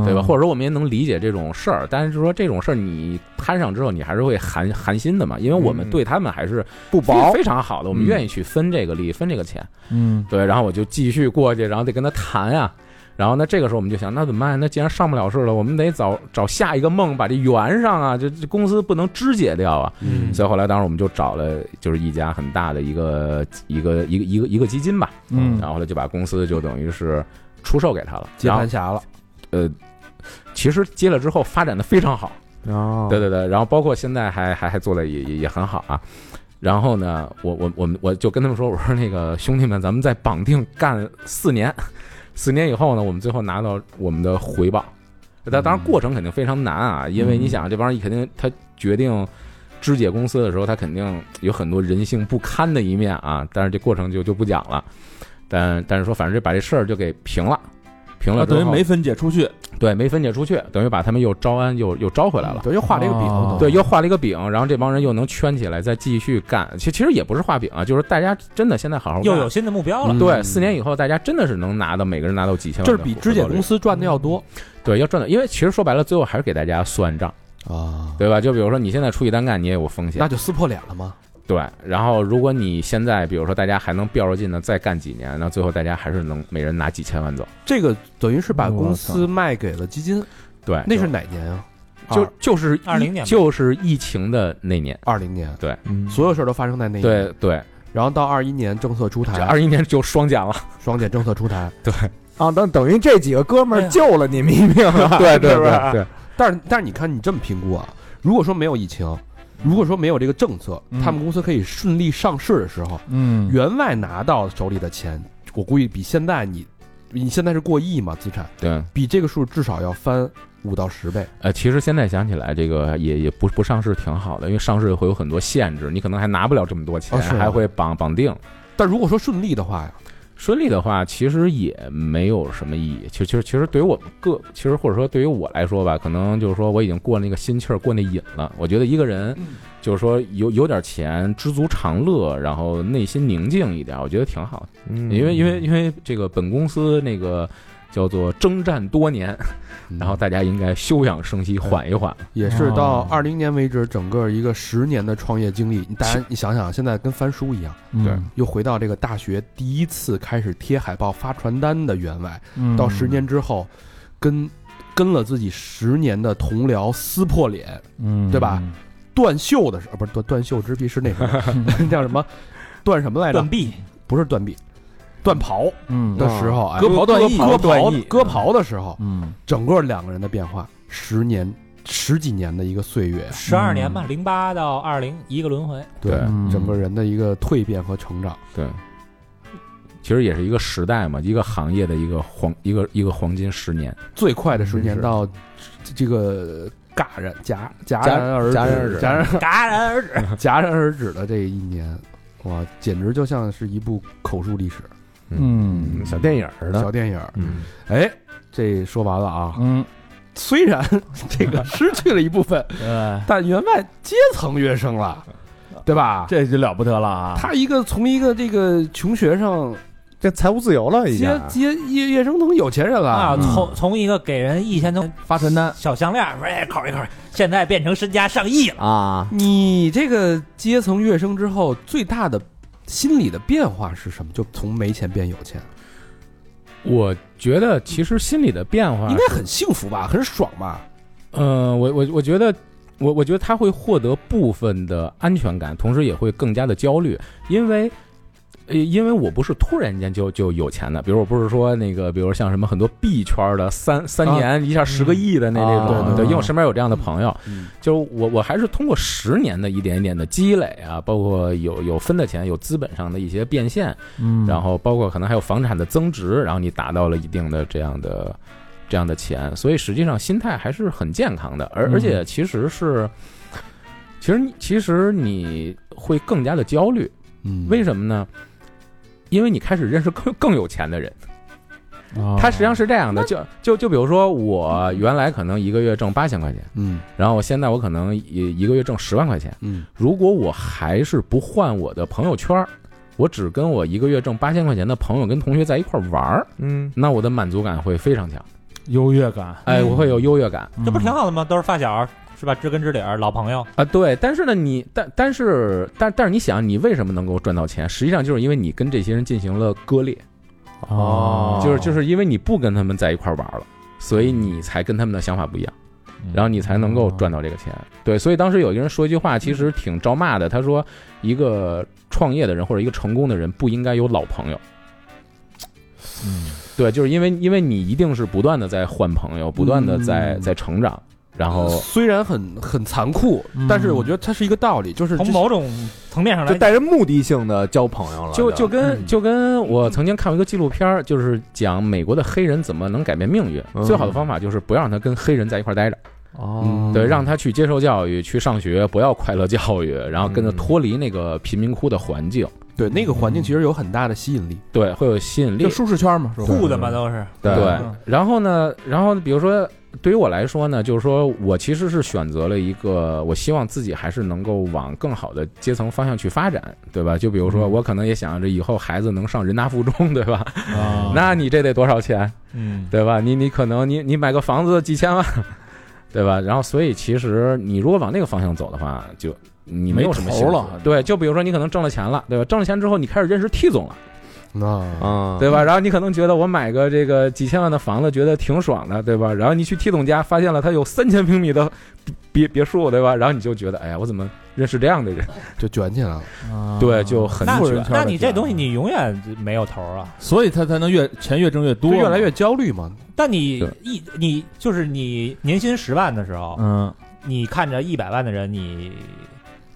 Speaker 6: 对吧？
Speaker 1: 嗯
Speaker 6: 或者说我们也能理解这种事儿，但是说这种事儿你摊上之后，你还是会寒寒心的嘛，因为我们
Speaker 3: 嗯
Speaker 6: 对他们还是
Speaker 3: 不
Speaker 6: 非
Speaker 3: 薄，
Speaker 6: 非常好的，我们
Speaker 1: 嗯
Speaker 6: 愿意去分这个利益，分这个钱。
Speaker 1: 嗯
Speaker 6: 对，然后我就继续过去，然后得跟他谈呀、然后呢，这个时候我们就想，那怎么办？那既然上不了市了，我们得找找下一个梦，把这圆上啊，这这公司不能肢解掉啊。
Speaker 4: 嗯
Speaker 6: 所以后来，当时我们就找了，就是一家很大的一个一个一个一个一个基金吧，
Speaker 1: 嗯
Speaker 6: 然后呢就把公司就等于是出售给他了，
Speaker 4: 接
Speaker 6: 然后
Speaker 4: 盘侠了，
Speaker 6: 呃，其实接了之后发展的非常好，
Speaker 1: 嗯
Speaker 3: 哦
Speaker 6: 对对对，然后包括现在还还还做的也也也很好啊。然后呢，我我我们我就跟他们说，我说那个兄弟们，咱们在绑定干四年，四年以后呢，我们最后拿到我们的回报。但
Speaker 1: 嗯
Speaker 6: 当然过程肯定非常难啊，因为你想这帮人肯定他决定肢解公司的时候，他肯定有很多人性不堪的一面啊。但是这过程就就不讲了，但但是说反正就把这事儿就给平了，平
Speaker 1: 啊
Speaker 6: 了之
Speaker 1: 等于
Speaker 6: 后
Speaker 1: 没分解出去，
Speaker 6: 对，没分解出去，等于把他们又招安又又招回来了。
Speaker 4: 等于画了一个饼
Speaker 1: 哦，
Speaker 6: 对，又画了一个饼，然后这帮人又能圈起来，再继续干。其其实也不是画饼啊，就是大家真的现在好好干
Speaker 5: 又有新的目标了，
Speaker 6: 对
Speaker 4: 嗯
Speaker 6: 四年以后，大家真的是能拿到每个人拿到几千万，
Speaker 4: 这是比肢解公
Speaker 6: 司
Speaker 4: 司赚的要多
Speaker 6: 对要赚的，因为其实说白了，最后还是给大家算账，
Speaker 4: 啊，
Speaker 6: 嗯对吧？就比如说你现在出去单干，你也有风
Speaker 4: 那
Speaker 6: 险，
Speaker 4: 就撕破脸了吗？
Speaker 6: 对。然后如果你现在比如说大家还能吊着劲呢，再干几年，那最后大家还是能每人拿几千万走。
Speaker 4: 这个等于是把
Speaker 1: 我
Speaker 4: 公
Speaker 1: 操
Speaker 4: 司卖给了基金，
Speaker 6: 对，
Speaker 4: 那
Speaker 6: 哎就是
Speaker 4: 哪年啊？
Speaker 6: 就就是
Speaker 5: 20
Speaker 6: 疫
Speaker 5: 年吧
Speaker 6: 就是疫情的那年，
Speaker 4: 二零年，
Speaker 1: 嗯
Speaker 4: 所有事儿都发生在那一年。
Speaker 6: 对对，
Speaker 4: 然后到二一年政策出台，
Speaker 6: 二一年就双减了。
Speaker 4: 双减政策出台，
Speaker 3: 啊，等等于这几个哥们
Speaker 5: 哎
Speaker 3: 儿
Speaker 5: 呀
Speaker 3: 救了你们一命啊，
Speaker 6: 对对
Speaker 3: 是不是
Speaker 6: 对对，
Speaker 4: 但是但是你看，你这么评估啊，如果说没有疫情，如果说没有这个政策，
Speaker 1: 嗯
Speaker 4: 他们公司可以顺利上市的时候，
Speaker 1: 嗯
Speaker 4: 员外拿到手里的钱，我估计比现在你你现在是过亿嘛资产，
Speaker 6: 对，
Speaker 4: 比这个数至少要翻五到十倍。
Speaker 6: 呃，其实现在想起来，这个也也不不上市挺好的，因为上市会有很多限制，你可能还拿不了这么多钱，
Speaker 4: 哦是吗
Speaker 6: 还会绑绑定。
Speaker 4: 但如果说顺利的话呀，
Speaker 6: 顺利的话，其实也没有什么意义。其实，其实，其实对于我们个，其实或者说对于我来说吧，可能就是说我已经过那个心气儿，过那瘾了。我觉得一个人，就是说有有点钱，知足常乐，然后内心宁静一点，我觉得挺好的。
Speaker 3: 嗯
Speaker 4: 嗯
Speaker 6: 因为因为因为这个本公司那个叫做征战多年，然后大家应该休养生息，缓一缓。
Speaker 4: 嗯也是到
Speaker 1: 哦
Speaker 4: 二零年为止，整个一个十年的创业经历，你大家你想想，现在跟翻书一样，
Speaker 1: 对
Speaker 4: 又回到这个大学第一次开始贴海报、发传单的员外，
Speaker 1: 嗯
Speaker 4: 到十年之后，跟跟了自己十年的同僚撕破脸，
Speaker 1: 嗯
Speaker 4: 对吧？断袖的时呃候，不是断断袖之癖是 那个叫什么？断什么来着
Speaker 5: 断？臂，
Speaker 4: 不是断臂，断袍
Speaker 2: 嗯
Speaker 4: 的时候，哎
Speaker 2: 割袍断义
Speaker 4: 割袍
Speaker 2: 断义
Speaker 4: 割袍的时候，
Speaker 2: 嗯，
Speaker 4: 整个两个人的变化，十年十几年的一个岁月，
Speaker 5: 十二年
Speaker 6: 嗯
Speaker 5: 吧，零八到二零一个轮回，
Speaker 4: 对
Speaker 2: 嗯
Speaker 4: 整个人的一个蜕变和成长。
Speaker 6: 对，其实也是一个时代嘛，一个行业的一个黄一个一个黄金十年。
Speaker 4: 最快的十年
Speaker 6: 是
Speaker 4: 到这个戛然戛戛
Speaker 6: 戛
Speaker 4: 然而
Speaker 6: 戛然而
Speaker 4: 止
Speaker 6: 止
Speaker 4: 戛然
Speaker 5: 戛然而止。
Speaker 4: 戛然而止的这一年，哇，简直就像是一部口述历史
Speaker 2: 嗯
Speaker 6: 小电影儿
Speaker 4: 小，电影儿。
Speaker 6: 嗯，
Speaker 4: 哎，这说完了啊，
Speaker 2: 嗯，
Speaker 4: 虽 然这个失去了一部 分，
Speaker 2: 对，
Speaker 4: 但员外阶层跃升了，对吧？
Speaker 2: 这就了不得了啊！
Speaker 4: 他一个从一个这个穷学生
Speaker 3: 这财务自由了已经啊
Speaker 4: 接。接跃跃升成有钱人了
Speaker 5: 啊，
Speaker 2: 嗯
Speaker 5: 从从一个给人一千多
Speaker 2: 发传单，
Speaker 5: 小项链儿，哎，扣一扣，现在变成身家上亿了。
Speaker 7: 啊，
Speaker 4: 你这个阶层跃升之后，最大的心理的变化是什么？就从没钱变有钱，
Speaker 6: 我觉得其实心里的变化
Speaker 4: 应该很幸福吧，很爽吧？
Speaker 6: 呃，我我我觉得，我我觉得他会获得部分的安全感，同时也会更加的焦虑，因为。呃，因为我不是突然间就就有钱的，比如我不是说那个，比如像什么很多币圈的三三年一下十个亿的那
Speaker 2: 啊嗯
Speaker 6: 那
Speaker 2: 啊
Speaker 6: 种，
Speaker 2: 对对
Speaker 6: 因为我
Speaker 2: 对
Speaker 6: 身边有这样的朋友，
Speaker 4: 嗯
Speaker 6: 就是我我还是通过十年的一点一点的积累啊，包括有有分的钱，有资本上的一些变现，
Speaker 2: 嗯
Speaker 6: 然后包括可能还有房产的增值，然后你达到了一定的这样的这样的钱，所以实际上心态还是很健康的，而
Speaker 2: 嗯
Speaker 6: 而且其实是，其实你其实你会更加的焦虑，
Speaker 4: 嗯
Speaker 6: 为什么呢？因为你开始认识更更有钱的人，
Speaker 2: 哦
Speaker 6: 他实际上是这样的，就就就比如说我原来可能一个月挣八千块钱，
Speaker 4: 嗯
Speaker 6: 然后我现在我可能一一个月挣十万块钱，
Speaker 4: 嗯
Speaker 6: 如果我还是不换我的朋友圈儿，我只跟我一个月挣八千块钱的朋友跟同学在一块儿玩儿，
Speaker 3: 嗯，
Speaker 6: 那我的满足感会非常强。
Speaker 2: 优越感，
Speaker 1: 嗯
Speaker 6: 哎，我会有优越感
Speaker 5: 这不是挺好的吗？都是发小，是吧？知根知底儿，老朋友。
Speaker 6: 啊。对，但是呢，你但但是但但是你想，你为什么能够赚到钱？实际上就是因为你跟这些人进行了割裂，
Speaker 2: 哦
Speaker 6: 就是就是因为你不跟他们在一块儿玩儿了，所以你才跟他们的想法不一样。然后你才能够赚到这个钱。对，所以当时有一个人说一句话，其实挺招骂的。他说，一个创业的人或者一个成功的人不应该有老朋友。对，就是因为因为你一定是不断的在换朋友，不断的在
Speaker 4: 嗯
Speaker 6: 在成长，然后嗯
Speaker 4: 虽然很很残酷，但是我觉得它是一个道理，就是
Speaker 5: 从某种层面上
Speaker 3: 就
Speaker 5: 来，
Speaker 3: 带着目的性的交朋友了，
Speaker 6: 就就跟
Speaker 4: 嗯
Speaker 6: 就跟我曾经看过一个纪录片儿，就是讲美国的黑人怎么能改变命运。
Speaker 3: 嗯
Speaker 6: 最好的方法就是不要让他跟黑人在一块儿待着，
Speaker 4: 嗯
Speaker 3: 哦
Speaker 6: 嗯对，让他去接受教育，去上学，不要快乐教育，然后跟着
Speaker 3: 嗯
Speaker 6: 脱离那个贫民窟的环境。
Speaker 4: 对那个环境其实有很大的吸引力。
Speaker 6: 对，会有吸引力
Speaker 2: 就。舒适圈嘛，是吧？
Speaker 5: 酷的嘛都是。
Speaker 6: 对
Speaker 5: 嗯
Speaker 6: 然后呢，然后比如说，对于我来说呢，就是说我其实是选择了一个，我希望自己还是能够往更好的阶层方向去发展，对吧？就比如
Speaker 2: 嗯
Speaker 6: 说，我可能也想着以后孩子能上人大附中，对吧？
Speaker 2: 啊
Speaker 6: 那你这得多少钱，
Speaker 5: 嗯，
Speaker 6: 对吧？你你可能你你买个房子几千万， 对吧？然后所以其实你如果往那个方向走的话，就你没有什么
Speaker 2: 没
Speaker 6: 幸
Speaker 2: 头
Speaker 6: 福
Speaker 2: 了
Speaker 6: 对，就比如说你可能挣了钱了，对吧？挣了钱之后，你开始认识 T 总了。嗯
Speaker 4: 啊，
Speaker 3: 啊，
Speaker 6: 对吧？然后你可能觉得我买个这个几千万的房子，觉得挺爽的，对吧？然后你去 T 总家，发现了他有三千平米的别别墅，对吧？然后你就觉得，哎呀，我怎么认识这样的人？
Speaker 4: 就卷起来了。
Speaker 6: 对，就很
Speaker 5: 啊那
Speaker 6: 卷。
Speaker 5: 那你这东
Speaker 1: 嗯
Speaker 5: 西你永远没有头儿啊。
Speaker 1: 所以他才能越钱越挣越多
Speaker 4: 就
Speaker 1: 嘛，
Speaker 4: 越来越焦虑嘛，
Speaker 5: 但你
Speaker 6: 对
Speaker 5: 一你就是你年薪十万的时候，
Speaker 1: 嗯，
Speaker 5: 你看着一百万的人你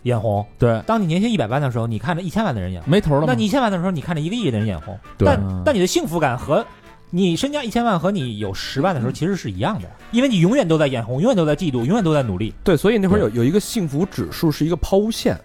Speaker 5: 眼红；
Speaker 1: 对，
Speaker 5: 当你年薪一百万的时候，你看着一千万的人眼红；
Speaker 1: 没头了嘛。
Speaker 5: 那你一千万的时候，你看着一个亿的人眼红。
Speaker 6: 对
Speaker 5: 但但你的幸福感和你身家一千万和你有十万的时候其实是一样的，因为你永远都在眼红，永远都在嫉妒，永远都在努力。
Speaker 4: 对，所以那会儿有有一个幸福指数是一个抛物线，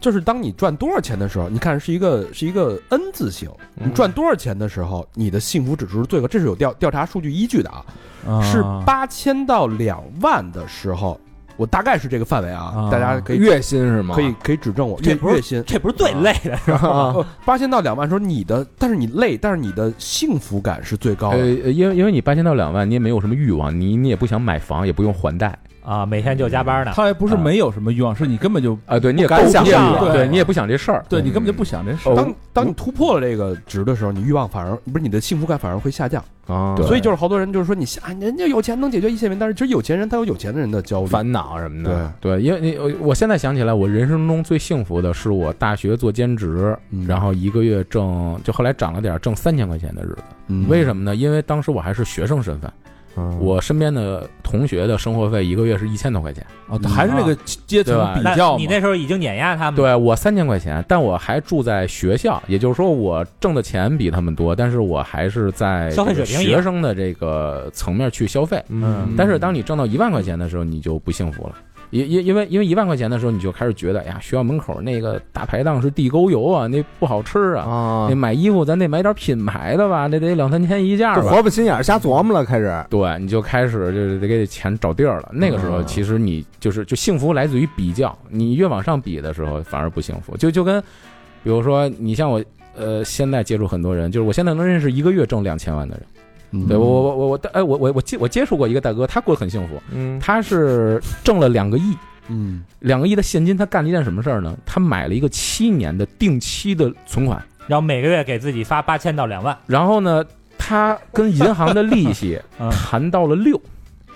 Speaker 4: 就是当你赚多少钱的时候，你看是一个是一个 N 字形，你赚多少钱的时候，你的幸福指数是最高，这是有调调查数据依据的啊，
Speaker 1: 啊
Speaker 4: 是八千到两万的时候，我大概是这个范围啊，
Speaker 1: 啊
Speaker 4: 大家可以
Speaker 3: 月薪是吗？
Speaker 4: 可以可以指正我
Speaker 5: 这
Speaker 4: 月
Speaker 5: 不是
Speaker 4: 月薪。哦
Speaker 5: 这不是最累的，
Speaker 3: 啊，
Speaker 4: 八千到两万的时候，你的但是你累，但是你的幸福感是最高
Speaker 6: 呃，
Speaker 4: 的。
Speaker 6: 因为因为你八千到两万，你也没有什么欲望，你你也不想买房，也不用还贷
Speaker 5: 啊，每天就加班呢。
Speaker 1: 他还不
Speaker 4: 啊
Speaker 1: 是没有什么欲望，是你根本就
Speaker 6: 啊，对，你也
Speaker 3: 敢
Speaker 6: 不
Speaker 3: 想
Speaker 6: 你也
Speaker 1: 象
Speaker 6: 对
Speaker 1: 对
Speaker 6: 你也不想这事儿，
Speaker 1: 对你根本就不想这事。
Speaker 6: 哦
Speaker 4: 当当你突破了这个值的时候，你欲望反而不是你的幸福感反而会下降。
Speaker 6: 啊
Speaker 4: 所以就是好多人就是说你下人家有钱能解决一切问题，但是其实有钱人他有有钱人的焦虑。
Speaker 6: 烦恼什么
Speaker 4: 对
Speaker 6: 的。对，因为你我我现在想起来，我人生中最幸福的是我大学做兼职，
Speaker 4: 嗯
Speaker 6: 然后一个月挣，就后来涨了点儿，挣三千块钱的日子。
Speaker 4: 嗯
Speaker 6: 为什么呢？因为当时我还是学生身份，
Speaker 5: 嗯
Speaker 6: 我身边的同学的生活费一个月是一千多块钱，
Speaker 1: 哦，还是那
Speaker 4: 啊
Speaker 1: 个阶层比
Speaker 5: 那
Speaker 1: 较
Speaker 5: 你
Speaker 1: 嘛，
Speaker 5: 那时候已经碾压他们了，
Speaker 6: 对我三千块钱，但我还住在学校，也就是说我挣的钱比他们多，但是我还是在
Speaker 5: 消费水平
Speaker 6: 这个
Speaker 5: 也
Speaker 6: 学生的这个层面去消费。
Speaker 5: 嗯
Speaker 6: 但是当你挣到一万块钱的时候，你就不幸福了。因因因为因为一万块钱的时候，你就开始觉得，哎呀，学校门口那个大排档是地沟油啊，那不好吃啊。
Speaker 3: 啊
Speaker 6: 那，买衣服咱得买点品牌的吧，那得两三千一件
Speaker 3: 这
Speaker 6: 吧。
Speaker 3: 活不心眼儿，瞎琢磨了，开始。
Speaker 6: 对，你就开始就是得给钱找地儿了。那个时候，
Speaker 5: 哦
Speaker 3: 嗯
Speaker 6: 其实你就是就幸福来自于比较，你越往上比的时候，反而不幸福。就就跟，比如说你像我，呃，现在接触很多人，就是我现在能认识一个月挣两千万的人。
Speaker 4: 嗯
Speaker 5: 嗯
Speaker 6: 对我我我我哎我我我接我接触过一个大哥，他过得很幸福，
Speaker 3: 嗯
Speaker 6: 他是挣了两个亿，
Speaker 4: 嗯
Speaker 6: 两个亿的现金，他干了一件什么事儿呢？他买了一个七年的定期的存款，
Speaker 5: 然后每个月给自己发八千到两万，
Speaker 6: 然后呢，他跟银行的利息
Speaker 5: 嗯
Speaker 6: 谈到了六，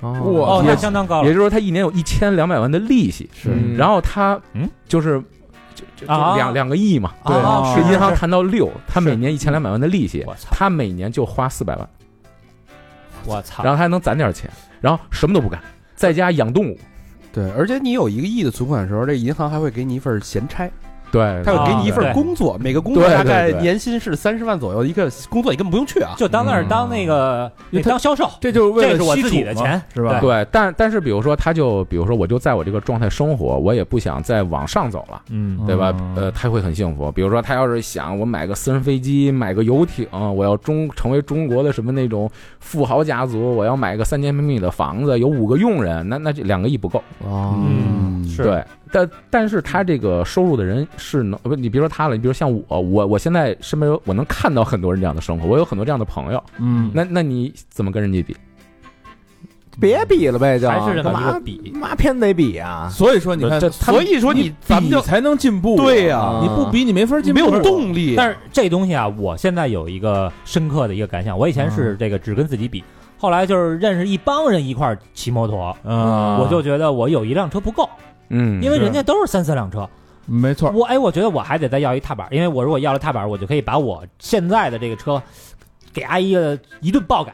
Speaker 5: 哦，
Speaker 6: 也
Speaker 5: 那相当高
Speaker 6: 也就
Speaker 5: 了
Speaker 6: 是说他一年有一千两百万的利息，
Speaker 4: 是
Speaker 6: 嗯然后他
Speaker 5: 嗯
Speaker 6: 就是就就就
Speaker 5: 啊
Speaker 6: 两两个亿嘛，
Speaker 5: 对啊
Speaker 6: 跟
Speaker 5: 是
Speaker 6: 银行
Speaker 5: 是
Speaker 6: 谈到六，他每年一千两百万的利息
Speaker 5: 我，操
Speaker 6: 他每年就花四百万，
Speaker 5: 我操
Speaker 6: 然！后他还能攒点钱，然后什么都不干，在家养动物，
Speaker 4: 对，而且你有一个亿的存款的时候，这银行还会给你一份闲差，
Speaker 6: 对，啊
Speaker 4: 他会给你一份
Speaker 5: 对
Speaker 4: 工作，每个工作
Speaker 6: 对对
Speaker 4: 大概
Speaker 6: 对
Speaker 4: 年薪是三十万左右，一个工作你根本不用去啊。
Speaker 5: 就当那儿当那个
Speaker 3: 因为他
Speaker 5: 当销售，
Speaker 3: 这就是为
Speaker 5: 这
Speaker 3: 了
Speaker 5: 是我
Speaker 3: 吸
Speaker 5: 自己的
Speaker 3: 土嘛
Speaker 5: 钱，
Speaker 3: 是吧？
Speaker 6: 对，但但是比如说，他就比如说，我就在我这个状态生活，我也不想再往上走了，
Speaker 5: 嗯，
Speaker 6: 对吧？呃，他会很幸福。比如说，他要是想我买个私人飞机，买个游艇，我要中成为中国的什么那种富豪家族，我要买个三千平米的房子，有五个佣人，那那这两个亿不够。
Speaker 4: 啊
Speaker 5: 嗯，是，
Speaker 6: 对，但但是他这个收入的人是能不？你别说他了，你比如像我，我我现在身边有我能看到很多人这样的生活，我有很多这样的朋友。
Speaker 1: 嗯，
Speaker 6: 那那你怎么跟人家比？
Speaker 3: 别比了呗，就
Speaker 5: 还是这
Speaker 3: 干
Speaker 5: 么一
Speaker 3: 嘛
Speaker 5: 个比，
Speaker 3: 妈偏得比啊！
Speaker 1: 所以说你看
Speaker 6: 这，
Speaker 1: 他们
Speaker 4: 所以说你咱们
Speaker 1: 比
Speaker 4: 就
Speaker 1: 才能进步，啊
Speaker 4: 对呀
Speaker 3: 啊
Speaker 4: 啊
Speaker 1: 你不比你没法进
Speaker 4: 没
Speaker 1: 步，
Speaker 4: 有动力。
Speaker 5: 但是这东西啊，我现在有一个深刻的一个感想，我以前是这个只跟自己比，后来就是认识一帮人一块儿骑摩托，
Speaker 1: 啊，
Speaker 5: 我就觉得我有一辆车不够，
Speaker 6: 嗯，
Speaker 5: 因为人家都是三四辆车，
Speaker 1: 没错，
Speaker 5: 我哎，我觉得我还得再要一踏板，因为我如果要了踏板，我就可以把我现在的这个车给阿姨的一顿爆改。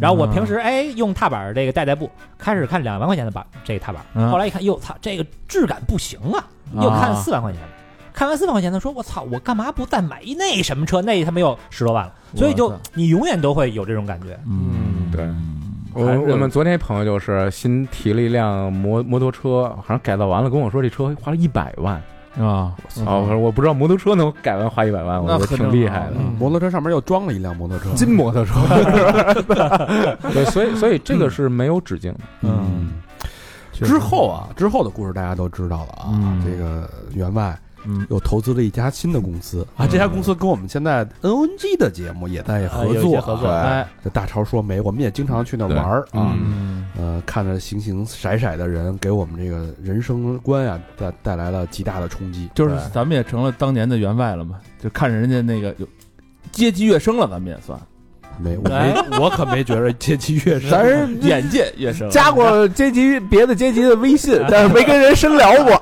Speaker 5: 然后我平时哎用踏板这个代代步，开始看两万块钱的板这个踏板，
Speaker 1: 嗯
Speaker 5: 后来一看，哟操，这个质感不行啊，又看四万块钱的，看完四万块钱的说，我操，我干嘛不再买一那什么车？那他妈又十多万了，所以就你永远都会有这种感觉，
Speaker 1: 嗯，
Speaker 6: 对。我我们昨天一朋友就是新提了一辆摩摩托车，好像改造完了，跟我说这车花了一百万
Speaker 1: 啊，
Speaker 5: 嗯
Speaker 6: 啊！我说我不知道摩托车能改完花一百万，我
Speaker 1: 那
Speaker 6: 觉得
Speaker 1: 很
Speaker 6: 挺
Speaker 1: 正
Speaker 6: 哦厉
Speaker 1: 常
Speaker 6: 害的。
Speaker 4: 嗯摩托车上面又装了一辆摩托车，
Speaker 3: 金摩托车，
Speaker 5: 啊
Speaker 6: 对，所以所以这个是没有止境的。
Speaker 1: 嗯，
Speaker 4: 之后啊，之后的故事大家都知道了啊。
Speaker 1: 嗯
Speaker 4: 这个员外
Speaker 1: 嗯
Speaker 4: 又投资了一家新的公司啊，这家公司跟我们现在 NNG 的节目也在合
Speaker 5: 呃有一
Speaker 4: 作
Speaker 5: 些
Speaker 4: 啊。
Speaker 5: 合作，
Speaker 4: 哎，这大潮说媒，我们也经常去那玩儿啊。
Speaker 1: 嗯
Speaker 4: 呃，看着形形色色的人，给我们这个人生观啊带带来了极大的冲击。
Speaker 1: 就是
Speaker 4: 对
Speaker 1: 咱们也成了当年的员外了嘛，就看着人家那个有阶级跃升了，咱们也算
Speaker 4: 没我没哎我可没觉着阶级跃 升，
Speaker 3: 咱是
Speaker 1: 眼界跃升了，
Speaker 3: 加过阶级别的阶级的微 信，但是没跟人深聊过。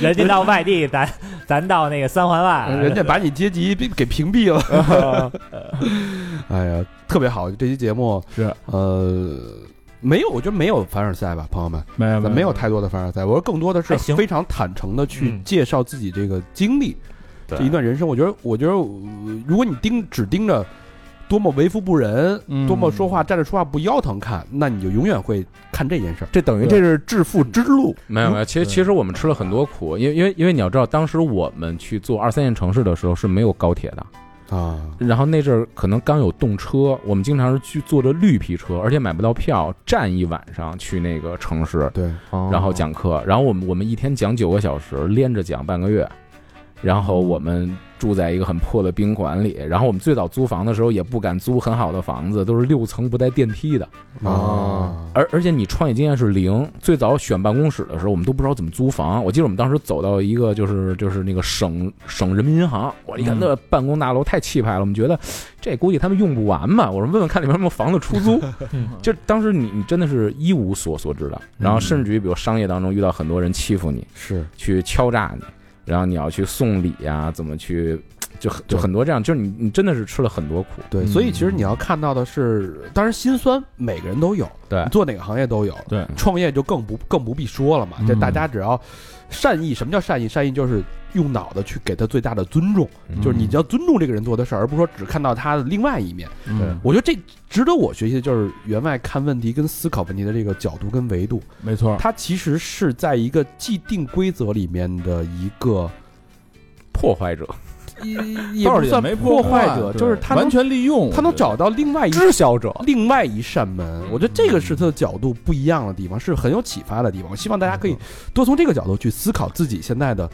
Speaker 5: 人家到外地，咱 咱到那个三环外，
Speaker 4: 哎人 家把你阶级给给屏蔽了。 哎呀，特别好，这期节目
Speaker 1: 是
Speaker 4: 呃没有，我觉得没有凡尔赛吧，朋友们，
Speaker 1: 没有
Speaker 4: 咱没有太多的凡尔赛，我说更多的是
Speaker 5: 还行
Speaker 4: 非常坦诚的去
Speaker 5: 嗯
Speaker 4: 介绍自己这个经历，
Speaker 6: 对
Speaker 4: 这一段人生。我觉得，我觉得，呃如果你盯只盯着多么为富不仁，
Speaker 1: 嗯
Speaker 4: 多么说话站着说话不腰疼看，那你就永远会看这件事儿。
Speaker 3: 这等于这是致富之路，
Speaker 6: 没有没有，其实其实我们吃了很多苦，因为因为因为你要知道，当时我们去做二三线城市的时候是没有高铁的，
Speaker 4: 啊，
Speaker 6: 然后那阵儿可能刚有动车，我们经常是去坐着绿皮车，而且买不到票，站一晚上去那个城市，
Speaker 4: 对，
Speaker 3: 哦
Speaker 6: 然后讲课，然后我们我们一天讲九个小时，连着讲半个月，然后我们住在一个很破的宾馆里。然后我们最早租房的时候也不敢租很好的房子，都是六层不带电梯的。
Speaker 3: 哦
Speaker 4: 啊，
Speaker 6: 而而且你创业经验是零，最早选办公室的时候，我们都不知道怎么租房。我记得我们当时走到一个就是就是那个省省人民银行，我一看那办公大楼太气派了，我们觉得这估计他们用不完吧。我说问问看里面有没有房子出 租，就当时你你真的是一无所所知的。然后甚至于比如商业当中遇到很多人欺负你，
Speaker 4: 是
Speaker 6: 去敲诈你，然后你要去送礼呀、怎么去就很就很多这样，就是你你真的是吃了很多苦。
Speaker 4: 对，所以其实你要看到的是，当然心酸每个人都有，
Speaker 6: 对
Speaker 4: 你做哪个行业都有，
Speaker 1: 哎对
Speaker 4: 创业就更不更不必说了嘛，这
Speaker 1: 嗯
Speaker 4: 大家只要善意，什么叫善意？善意就是用脑子去给他最大的尊重，
Speaker 6: 嗯
Speaker 4: 就是你要尊重这个人做的事儿，而不是说只看到他的另外一面。
Speaker 1: 嗯，
Speaker 4: 我觉得这值得我学习的就是员外看问题跟思考问题的这个角度跟维度，
Speaker 1: 没错，
Speaker 4: 它其实是在一个既定规则里面的一个。
Speaker 6: 破坏者，
Speaker 4: 也也
Speaker 1: 倒
Speaker 4: 不
Speaker 1: 是也
Speaker 4: 算
Speaker 1: 没
Speaker 4: 破坏
Speaker 1: 坏
Speaker 4: 者，
Speaker 1: 对
Speaker 4: 就是他能
Speaker 1: 完全利用，
Speaker 4: 他能找到另外一
Speaker 3: 知晓者，
Speaker 4: 另外一扇门。我觉得这个是
Speaker 6: 嗯
Speaker 4: 他的角度不一样的地方，是很有启发的地方。我希望大家可以多从这个角度去思考自己现在的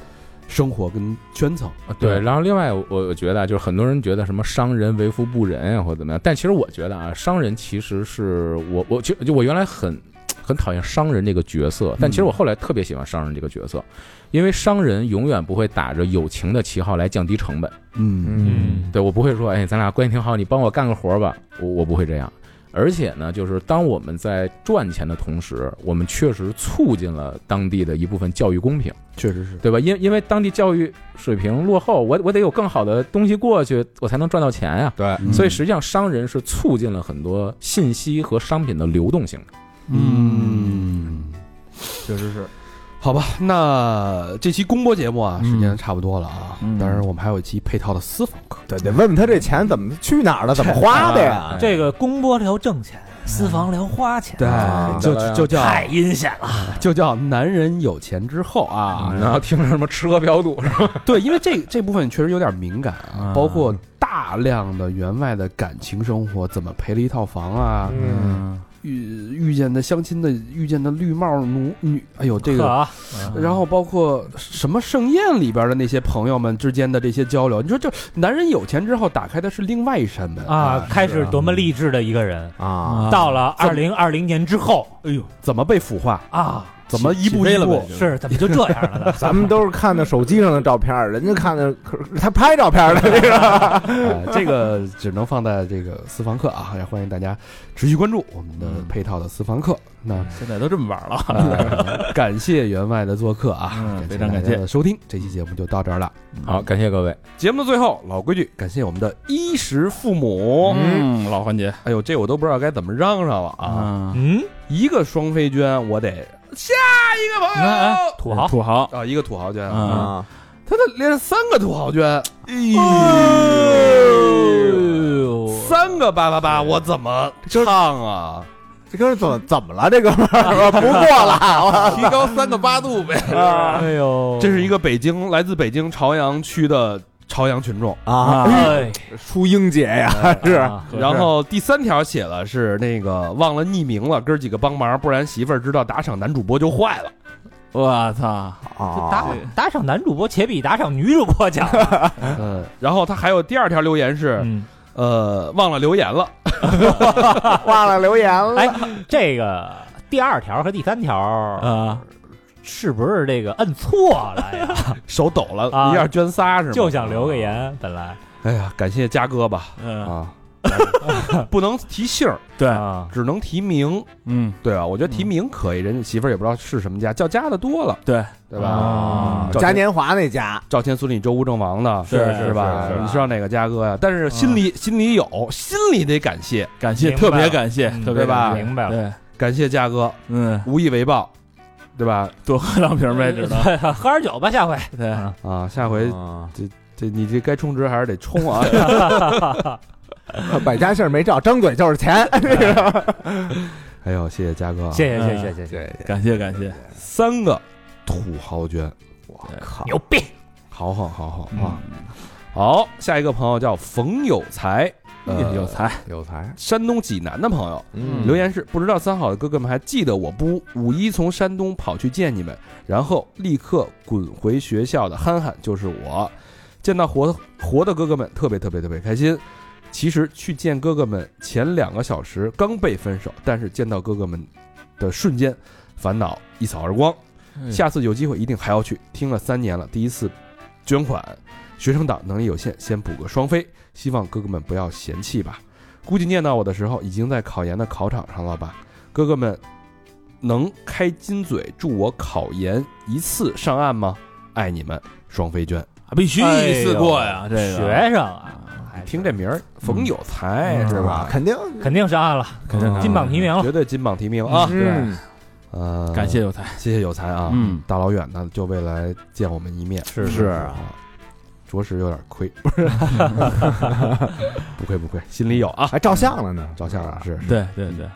Speaker 4: 生活跟圈层。
Speaker 6: 对，然后另外我我觉得啊，就是很多人觉得什么商人为富不仁啊呀，或者怎么样，但其实我觉得啊，商人其实是我我就就我原来很很讨厌商人这个角色，但其实我后来特别喜欢商人这个角色，因为商人永远不会打着友情的旗号来降低成本。
Speaker 4: 嗯
Speaker 1: 嗯，
Speaker 6: 对我不会说，哎，咱俩关系挺好，你帮我干个活儿吧，我我不会这样。而且呢，就是当我们在赚钱的同时，我们确实促进了当地的一部分教育公平。
Speaker 4: 确实是。
Speaker 6: 对吧？因因为当地教育水平落后，我我得有更好的东西过去，我才能赚到钱呀、
Speaker 7: 对，
Speaker 3: 嗯
Speaker 6: 嗯所以实际上，商人是促进了很多信息和商品的流动性的。
Speaker 4: 嗯，
Speaker 3: 确实是。
Speaker 4: 好吧，那这期公播节目啊，
Speaker 1: 嗯
Speaker 4: 时间差不多了啊。
Speaker 1: 嗯
Speaker 4: 当然，我们还有一期配套的私房课。
Speaker 3: 对，得问问他这钱怎么去哪儿了，怎么花的
Speaker 6: 哎
Speaker 3: 呀？
Speaker 5: 这个公播聊挣钱，私房聊花钱，
Speaker 3: 啊
Speaker 4: 就
Speaker 6: 对
Speaker 4: 就叫
Speaker 5: 太阴险了。
Speaker 4: 就叫男人有钱之后啊，
Speaker 6: 然后听着什么吃喝嫖赌，
Speaker 4: 对，因为这这部分确实有点敏感
Speaker 1: 啊，
Speaker 4: 啊包括大量的员外的感情生活，怎么赔了一套房啊，
Speaker 1: 嗯，
Speaker 4: 遇遇见的相亲的，遇见的绿帽奴女，哎呦这
Speaker 5: 呵
Speaker 4: 个，
Speaker 5: 啊，
Speaker 4: 然后包括什么盛宴里边的那些朋友们之间的这些交流，你说这男人有钱之后打开的是另外一扇门
Speaker 5: 啊，开始多么励志的一个人，
Speaker 3: 啊，
Speaker 5: 到了二零二零年之后
Speaker 4: 怎么被腐化，
Speaker 5: 啊，
Speaker 4: 哎怎么一步
Speaker 7: 起飞
Speaker 4: 一
Speaker 7: 了
Speaker 4: 步
Speaker 7: 呗，
Speaker 5: 是怎么就这样了呢？
Speaker 3: 咱们都是看的手机上的照片儿，人家看的可是他拍照片儿的这个。
Speaker 4: 哎这个只能放在这个私房课啊，也欢迎大家持续关注我们的配套的私房课。那
Speaker 1: 现在都这么玩了，
Speaker 4: 呃感谢员外的做客啊，
Speaker 1: 嗯非常
Speaker 4: 大
Speaker 1: 感
Speaker 4: 家
Speaker 1: 谢
Speaker 4: 的收听，这期节目就到这儿了。
Speaker 6: 好，感谢各位。
Speaker 4: 节目的最后，老规矩，感谢我们的衣食父母。
Speaker 1: 嗯，老环节
Speaker 4: 哎呦，这我都不知道该怎么嚷嚷了啊！
Speaker 1: 啊，
Speaker 5: 嗯，
Speaker 4: 一个双飞娟，我得下一个朋友
Speaker 5: 哎嗯哎土豪，
Speaker 1: 土豪，
Speaker 4: 啊，一个土豪娟，
Speaker 1: 啊，
Speaker 4: 他这连三个土豪娟，
Speaker 5: 哎
Speaker 4: 三个八八八，我怎么唱 啊？
Speaker 3: 这哥们儿怎么怎么了？这哥们儿 不过了，
Speaker 7: 提高三个八度呗。
Speaker 5: 哎呦，
Speaker 4: 这是一个北京，来自北京朝阳区的朝阳群众。
Speaker 3: 我啊，
Speaker 5: 哎，
Speaker 3: 出英杰呀，是
Speaker 5: 啊
Speaker 4: 然后第三条写了是那个忘了匿名了，哥儿几个帮忙，不然媳妇儿知道打赏男主播就坏了。
Speaker 1: 我操，
Speaker 5: 打
Speaker 3: 啊，
Speaker 5: 打赏男主播且比打赏女主播强。
Speaker 4: 嗯，然后他还有第二条留言是，
Speaker 5: 哎嗯，
Speaker 4: 呃，忘了留言了。
Speaker 3: 忘了留言了。
Speaker 5: 哎，这个第二条和第三条
Speaker 1: 啊，
Speaker 5: 是不是这个摁错了 呀？
Speaker 4: 手抖了，
Speaker 5: 啊
Speaker 4: 一下捐仨是吗？
Speaker 5: 就想留个。言，本来
Speaker 4: 哎呀，感谢嘉哥吧，
Speaker 1: 嗯，
Speaker 4: 啊，
Speaker 5: 嗯
Speaker 4: 不能提姓儿，
Speaker 1: 对，
Speaker 5: 啊，
Speaker 4: 只能提名。
Speaker 1: 嗯，
Speaker 4: 对啊，我觉得提名可以，人家媳妇儿也不知道是什么家，叫家的多了，
Speaker 1: 对，
Speaker 4: 对吧？
Speaker 5: 啊
Speaker 4: 赵
Speaker 3: 嘉
Speaker 4: 天
Speaker 3: 年华那家
Speaker 4: 赵天、孙俪、周吴郑王的，
Speaker 5: 是是啊
Speaker 4: 是吧
Speaker 3: 是？是
Speaker 4: 你知道哪个嘉哥呀？但是心里心里有，心里得感谢，
Speaker 1: 感谢，
Speaker 5: 明白
Speaker 1: 特
Speaker 5: 了
Speaker 1: 别感谢，
Speaker 5: 嗯
Speaker 1: 特别
Speaker 4: 对吧
Speaker 1: 感谢
Speaker 5: 明白了
Speaker 1: 对，
Speaker 4: 感谢嘉哥，
Speaker 1: 嗯，
Speaker 4: 无以为报，对吧？
Speaker 1: 多喝两瓶
Speaker 5: 嗯
Speaker 1: 呗，知道，
Speaker 5: 喝点酒吧，下回。
Speaker 1: 对，
Speaker 4: 啊，下回这你这该充值还是得充 啊。
Speaker 3: 百家姓儿没照，张嘴就是 钱。
Speaker 4: 哎呦，谢谢嘉哥啊，
Speaker 5: 谢谢谢谢谢谢，
Speaker 3: 对，
Speaker 1: 感谢感谢，
Speaker 4: 三个土豪捐，
Speaker 3: 我靠，
Speaker 5: 牛逼！
Speaker 4: 好好好好
Speaker 1: 嗯
Speaker 4: 啊！好，下一个朋友叫冯有才，呃
Speaker 1: 哎有才，
Speaker 3: 有才，
Speaker 4: 山东济南的朋友
Speaker 3: 嗯
Speaker 4: 留言是：不知道三好的哥哥们还记得我不？五一从山东跑去见你们，然后立刻滚回学校的憨憨就是我。见到活活的哥哥们，特别特别特别开心。其实去见哥哥们前两个小时刚被分手，但是见到哥哥们的瞬间，烦恼一扫而光。
Speaker 1: 嗯
Speaker 4: 下次有机会一定还要去。听了三年了，第一次捐款，学生党能力有限，先补个双飞，希望哥哥们不要嫌弃吧。估计念到我的时候，已经在考研的考场上了吧？哥哥们，能开金嘴祝我考研一次上岸吗？爱你们，双飞娟。
Speaker 7: 必须一次过呀，这个
Speaker 5: 哎学生啊，还是
Speaker 4: 听这名
Speaker 1: 嗯
Speaker 4: 儿，冯有才、是吧？
Speaker 3: 肯定
Speaker 5: 肯定上岸了，
Speaker 1: 肯定上岸了啊
Speaker 5: 金榜题名了。
Speaker 4: 绝对金榜题名啊！
Speaker 1: 嗯，
Speaker 4: 呃，
Speaker 1: 感谢有才，
Speaker 4: 谢谢有才啊！
Speaker 1: 嗯
Speaker 4: 大老远的就为来见我们一面，
Speaker 5: 是
Speaker 3: 是
Speaker 4: 啊
Speaker 3: 啊，
Speaker 4: 着实有点 亏，不愧不愧，心里有啊，
Speaker 3: 还照相了呢，
Speaker 4: 照相啊，是是。
Speaker 1: 对对对，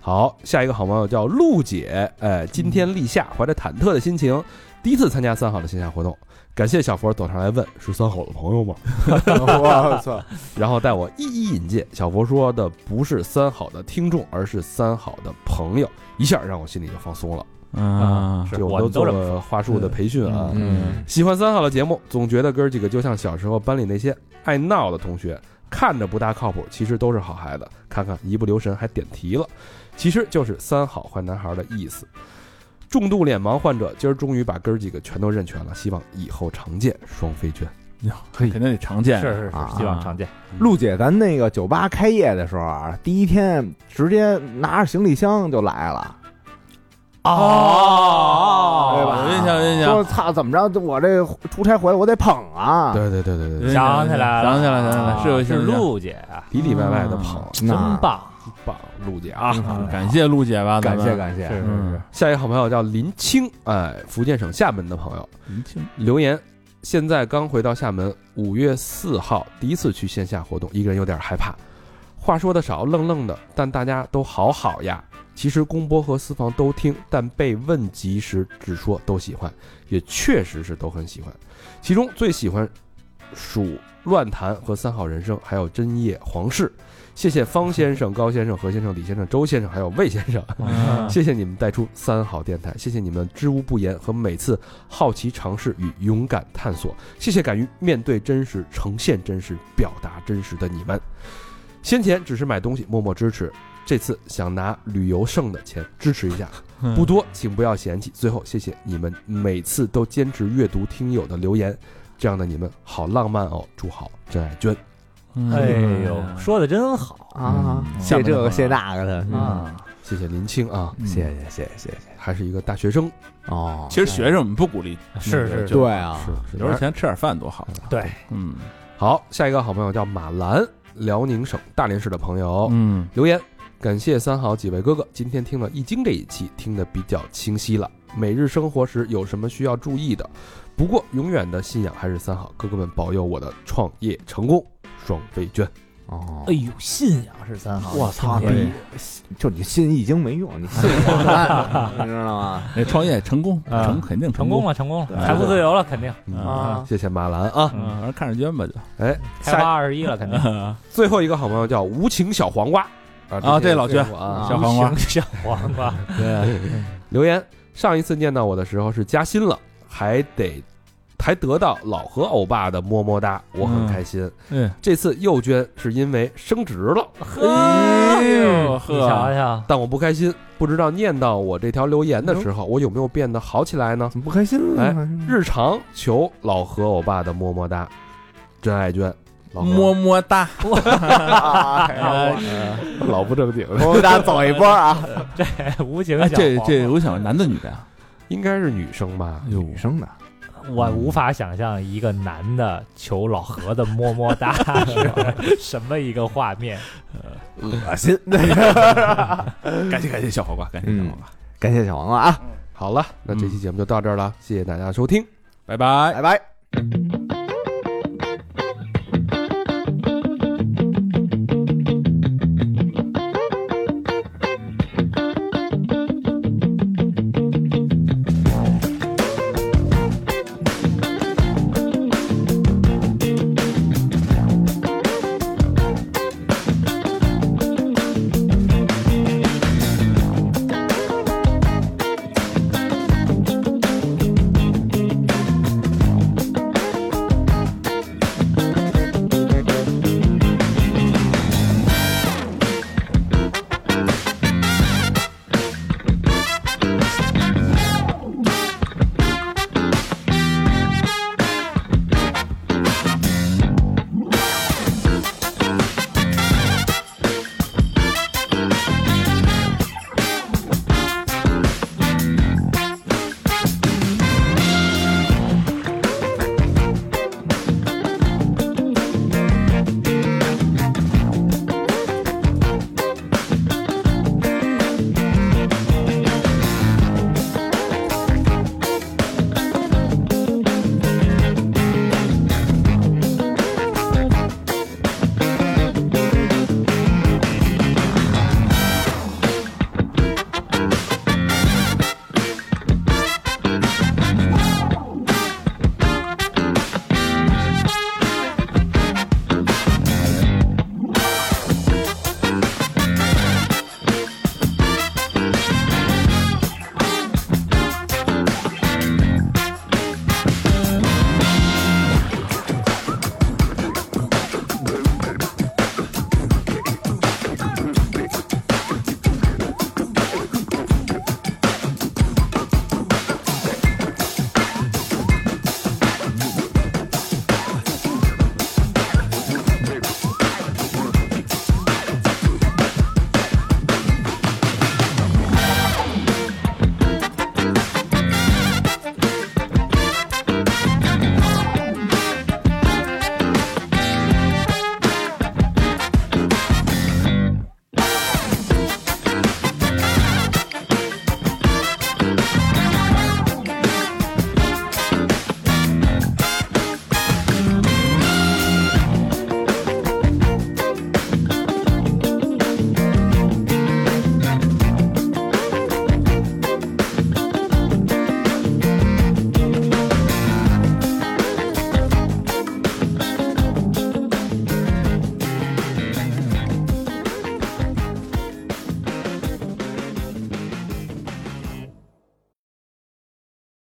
Speaker 4: 好，下一个好朋友叫陆姐，呃，今天立夏，怀着忐忑的心情，第一次参加三好的线下活动，感谢小佛走上来问是三好的朋友吗？
Speaker 3: 我操，
Speaker 4: 然后带我一一引荐。小佛说的不是三好的听众，而是三好的朋友，一下让我心里就放松了。
Speaker 5: 嗯
Speaker 1: 啊，
Speaker 5: 是
Speaker 4: 就
Speaker 5: 我
Speaker 4: 都
Speaker 5: 们
Speaker 4: 做
Speaker 5: 都这么
Speaker 4: 了话术的培训啊。
Speaker 1: 嗯，
Speaker 4: 喜欢三好的节目，总觉得哥儿几个就像小时候班里那些爱闹的同学，看着不大靠谱，其实都是好孩子。看看一不留神还点题了，其实就是三好坏男孩的意思。重度脸盲患者，今儿终于把哥儿几个全都认全了，希望以后常见双飞卷。
Speaker 1: 肯定得常见，
Speaker 5: 是是是，希望常见。
Speaker 3: 陆姐，咱那个酒吧开业的时候啊，第一天直接拿着行李箱就来了，
Speaker 5: 哦
Speaker 3: 对吧？
Speaker 1: 有印象有印象
Speaker 3: 说操，怎么着？我这出差回来，我得捧啊！
Speaker 4: 对对对对对对，
Speaker 5: 想起来了，啊
Speaker 1: 想起来了想起来了是有
Speaker 5: 是
Speaker 1: 印象
Speaker 5: 陆姐啊，
Speaker 4: 里里外外的捧，
Speaker 5: 真
Speaker 3: 那
Speaker 5: 棒，
Speaker 4: 棒，陆姐啊！
Speaker 1: 嗯感谢陆姐吧，
Speaker 3: 啊感
Speaker 1: 咱
Speaker 3: 谢
Speaker 1: 们
Speaker 3: 感谢，
Speaker 5: 是
Speaker 1: 嗯，
Speaker 4: 下一个好朋友叫林青，哎，福建省厦门的朋友
Speaker 1: 林青，
Speaker 4: 留言，现在刚回到厦门，五月四号第一次去线下活动，一个人有点害怕。话说的少，愣愣的，但大家都好好呀。其实公播和私房都听，但被问及时只说都喜欢，也确实是都很喜欢。其中最喜欢属《乱谈》和《三好人生》，还有《真夜皇室》。谢谢方先生、高先生、何先生、李先生、周先生，还有魏先生。
Speaker 5: 嗯
Speaker 4: 谢谢你们带出三好电台，谢谢你们知无不言和每次好奇尝试与勇敢探索，谢谢敢于面对真实、呈现真实、表达真实的你们。先前只是买东西默默支持，这次想拿旅游剩的钱支持一下，
Speaker 1: 嗯
Speaker 4: 不多，请不要嫌弃。最后，谢谢你们每次都坚持阅读听友的留言，这样的你们好浪漫哦！祝好真爱娟，
Speaker 1: 嗯
Speaker 5: 哎呦，说的真好
Speaker 3: 啊，
Speaker 1: 厦
Speaker 3: 谢
Speaker 1: 门
Speaker 3: 这
Speaker 1: 的
Speaker 3: 个
Speaker 1: 朋友
Speaker 3: 谢那个的，嗯
Speaker 5: 啊！
Speaker 4: 谢谢林青啊，
Speaker 1: 嗯
Speaker 3: 谢谢谢谢谢谢
Speaker 4: 还是一个大学生，
Speaker 3: 哦，
Speaker 1: 其实学生我们不鼓励，
Speaker 5: 是是
Speaker 3: 对啊，
Speaker 4: 是
Speaker 1: 留着钱吃点饭多好，
Speaker 5: 对，
Speaker 1: 嗯
Speaker 4: 好，下一个好朋友叫马兰，辽宁省大连市的朋友、
Speaker 1: 嗯，
Speaker 4: 留言，感谢三好几位哥哥，今天听了《易经》这一期，听得比较清晰了。每日生活时有什么需要注意的？不过永远的信仰还是三好，哥哥们保佑我的创业成功，双飞娟。
Speaker 3: 哦
Speaker 5: 哎，呦，信仰是三好，
Speaker 3: 我操，
Speaker 5: 天
Speaker 3: 你
Speaker 5: 天
Speaker 3: 就你信易经没用，你信我烂，你知道吗？
Speaker 1: 那创业成功，
Speaker 5: 啊
Speaker 1: 成肯定
Speaker 5: 成
Speaker 1: 功
Speaker 5: 功了，成功了，财富自由了，肯定
Speaker 3: 啊
Speaker 4: 谢谢马兰啊！
Speaker 1: 嗯，反正看着捐嗯吧就。
Speaker 4: 哎，
Speaker 5: 开
Speaker 4: 下
Speaker 5: 发二十一了，肯定
Speaker 4: 最后一个好朋友叫无情小黄瓜啊
Speaker 1: 啊这老娟
Speaker 4: 啊，
Speaker 1: 小 黄瓜，
Speaker 5: 小黄瓜，
Speaker 1: 对，
Speaker 4: 留言，上一次念到我的时候是加薪了，还得还得到老何欧巴的么么哒，我很开心。
Speaker 1: 嗯，
Speaker 4: 这次又捐是因为升职了，
Speaker 1: 哎呦
Speaker 5: 你瞧
Speaker 1: 呵，
Speaker 5: 瞧，
Speaker 4: 但我不开心，不知道念到我这条留言的时候，
Speaker 1: 嗯
Speaker 4: 我有没有变得好起来呢？
Speaker 3: 怎么不开心了？
Speaker 4: 哎日常求老何欧巴的么么哒，真爱娟，老何
Speaker 1: 么么哒，
Speaker 3: 哎
Speaker 4: 老不正经，
Speaker 3: 我们俩走一波啊！
Speaker 5: 这无情
Speaker 1: 哎
Speaker 5: 的小
Speaker 1: 这
Speaker 5: 黄
Speaker 1: 这，我想问男的女的啊呀？
Speaker 4: 应该是女生吧？
Speaker 1: 哎呦，
Speaker 3: 女生的，
Speaker 5: 我无法想象一个男的求老何的么 么哒是什么一个画面。
Speaker 3: 恶 心。
Speaker 1: 感谢感谢小黄瓜，感谢小黄瓜，
Speaker 3: 感谢小王了啊，
Speaker 4: 好了，那这期节目就到这儿了，谢谢大家收听。
Speaker 1: 拜拜。
Speaker 3: 拜拜。
Speaker 5: 拜拜。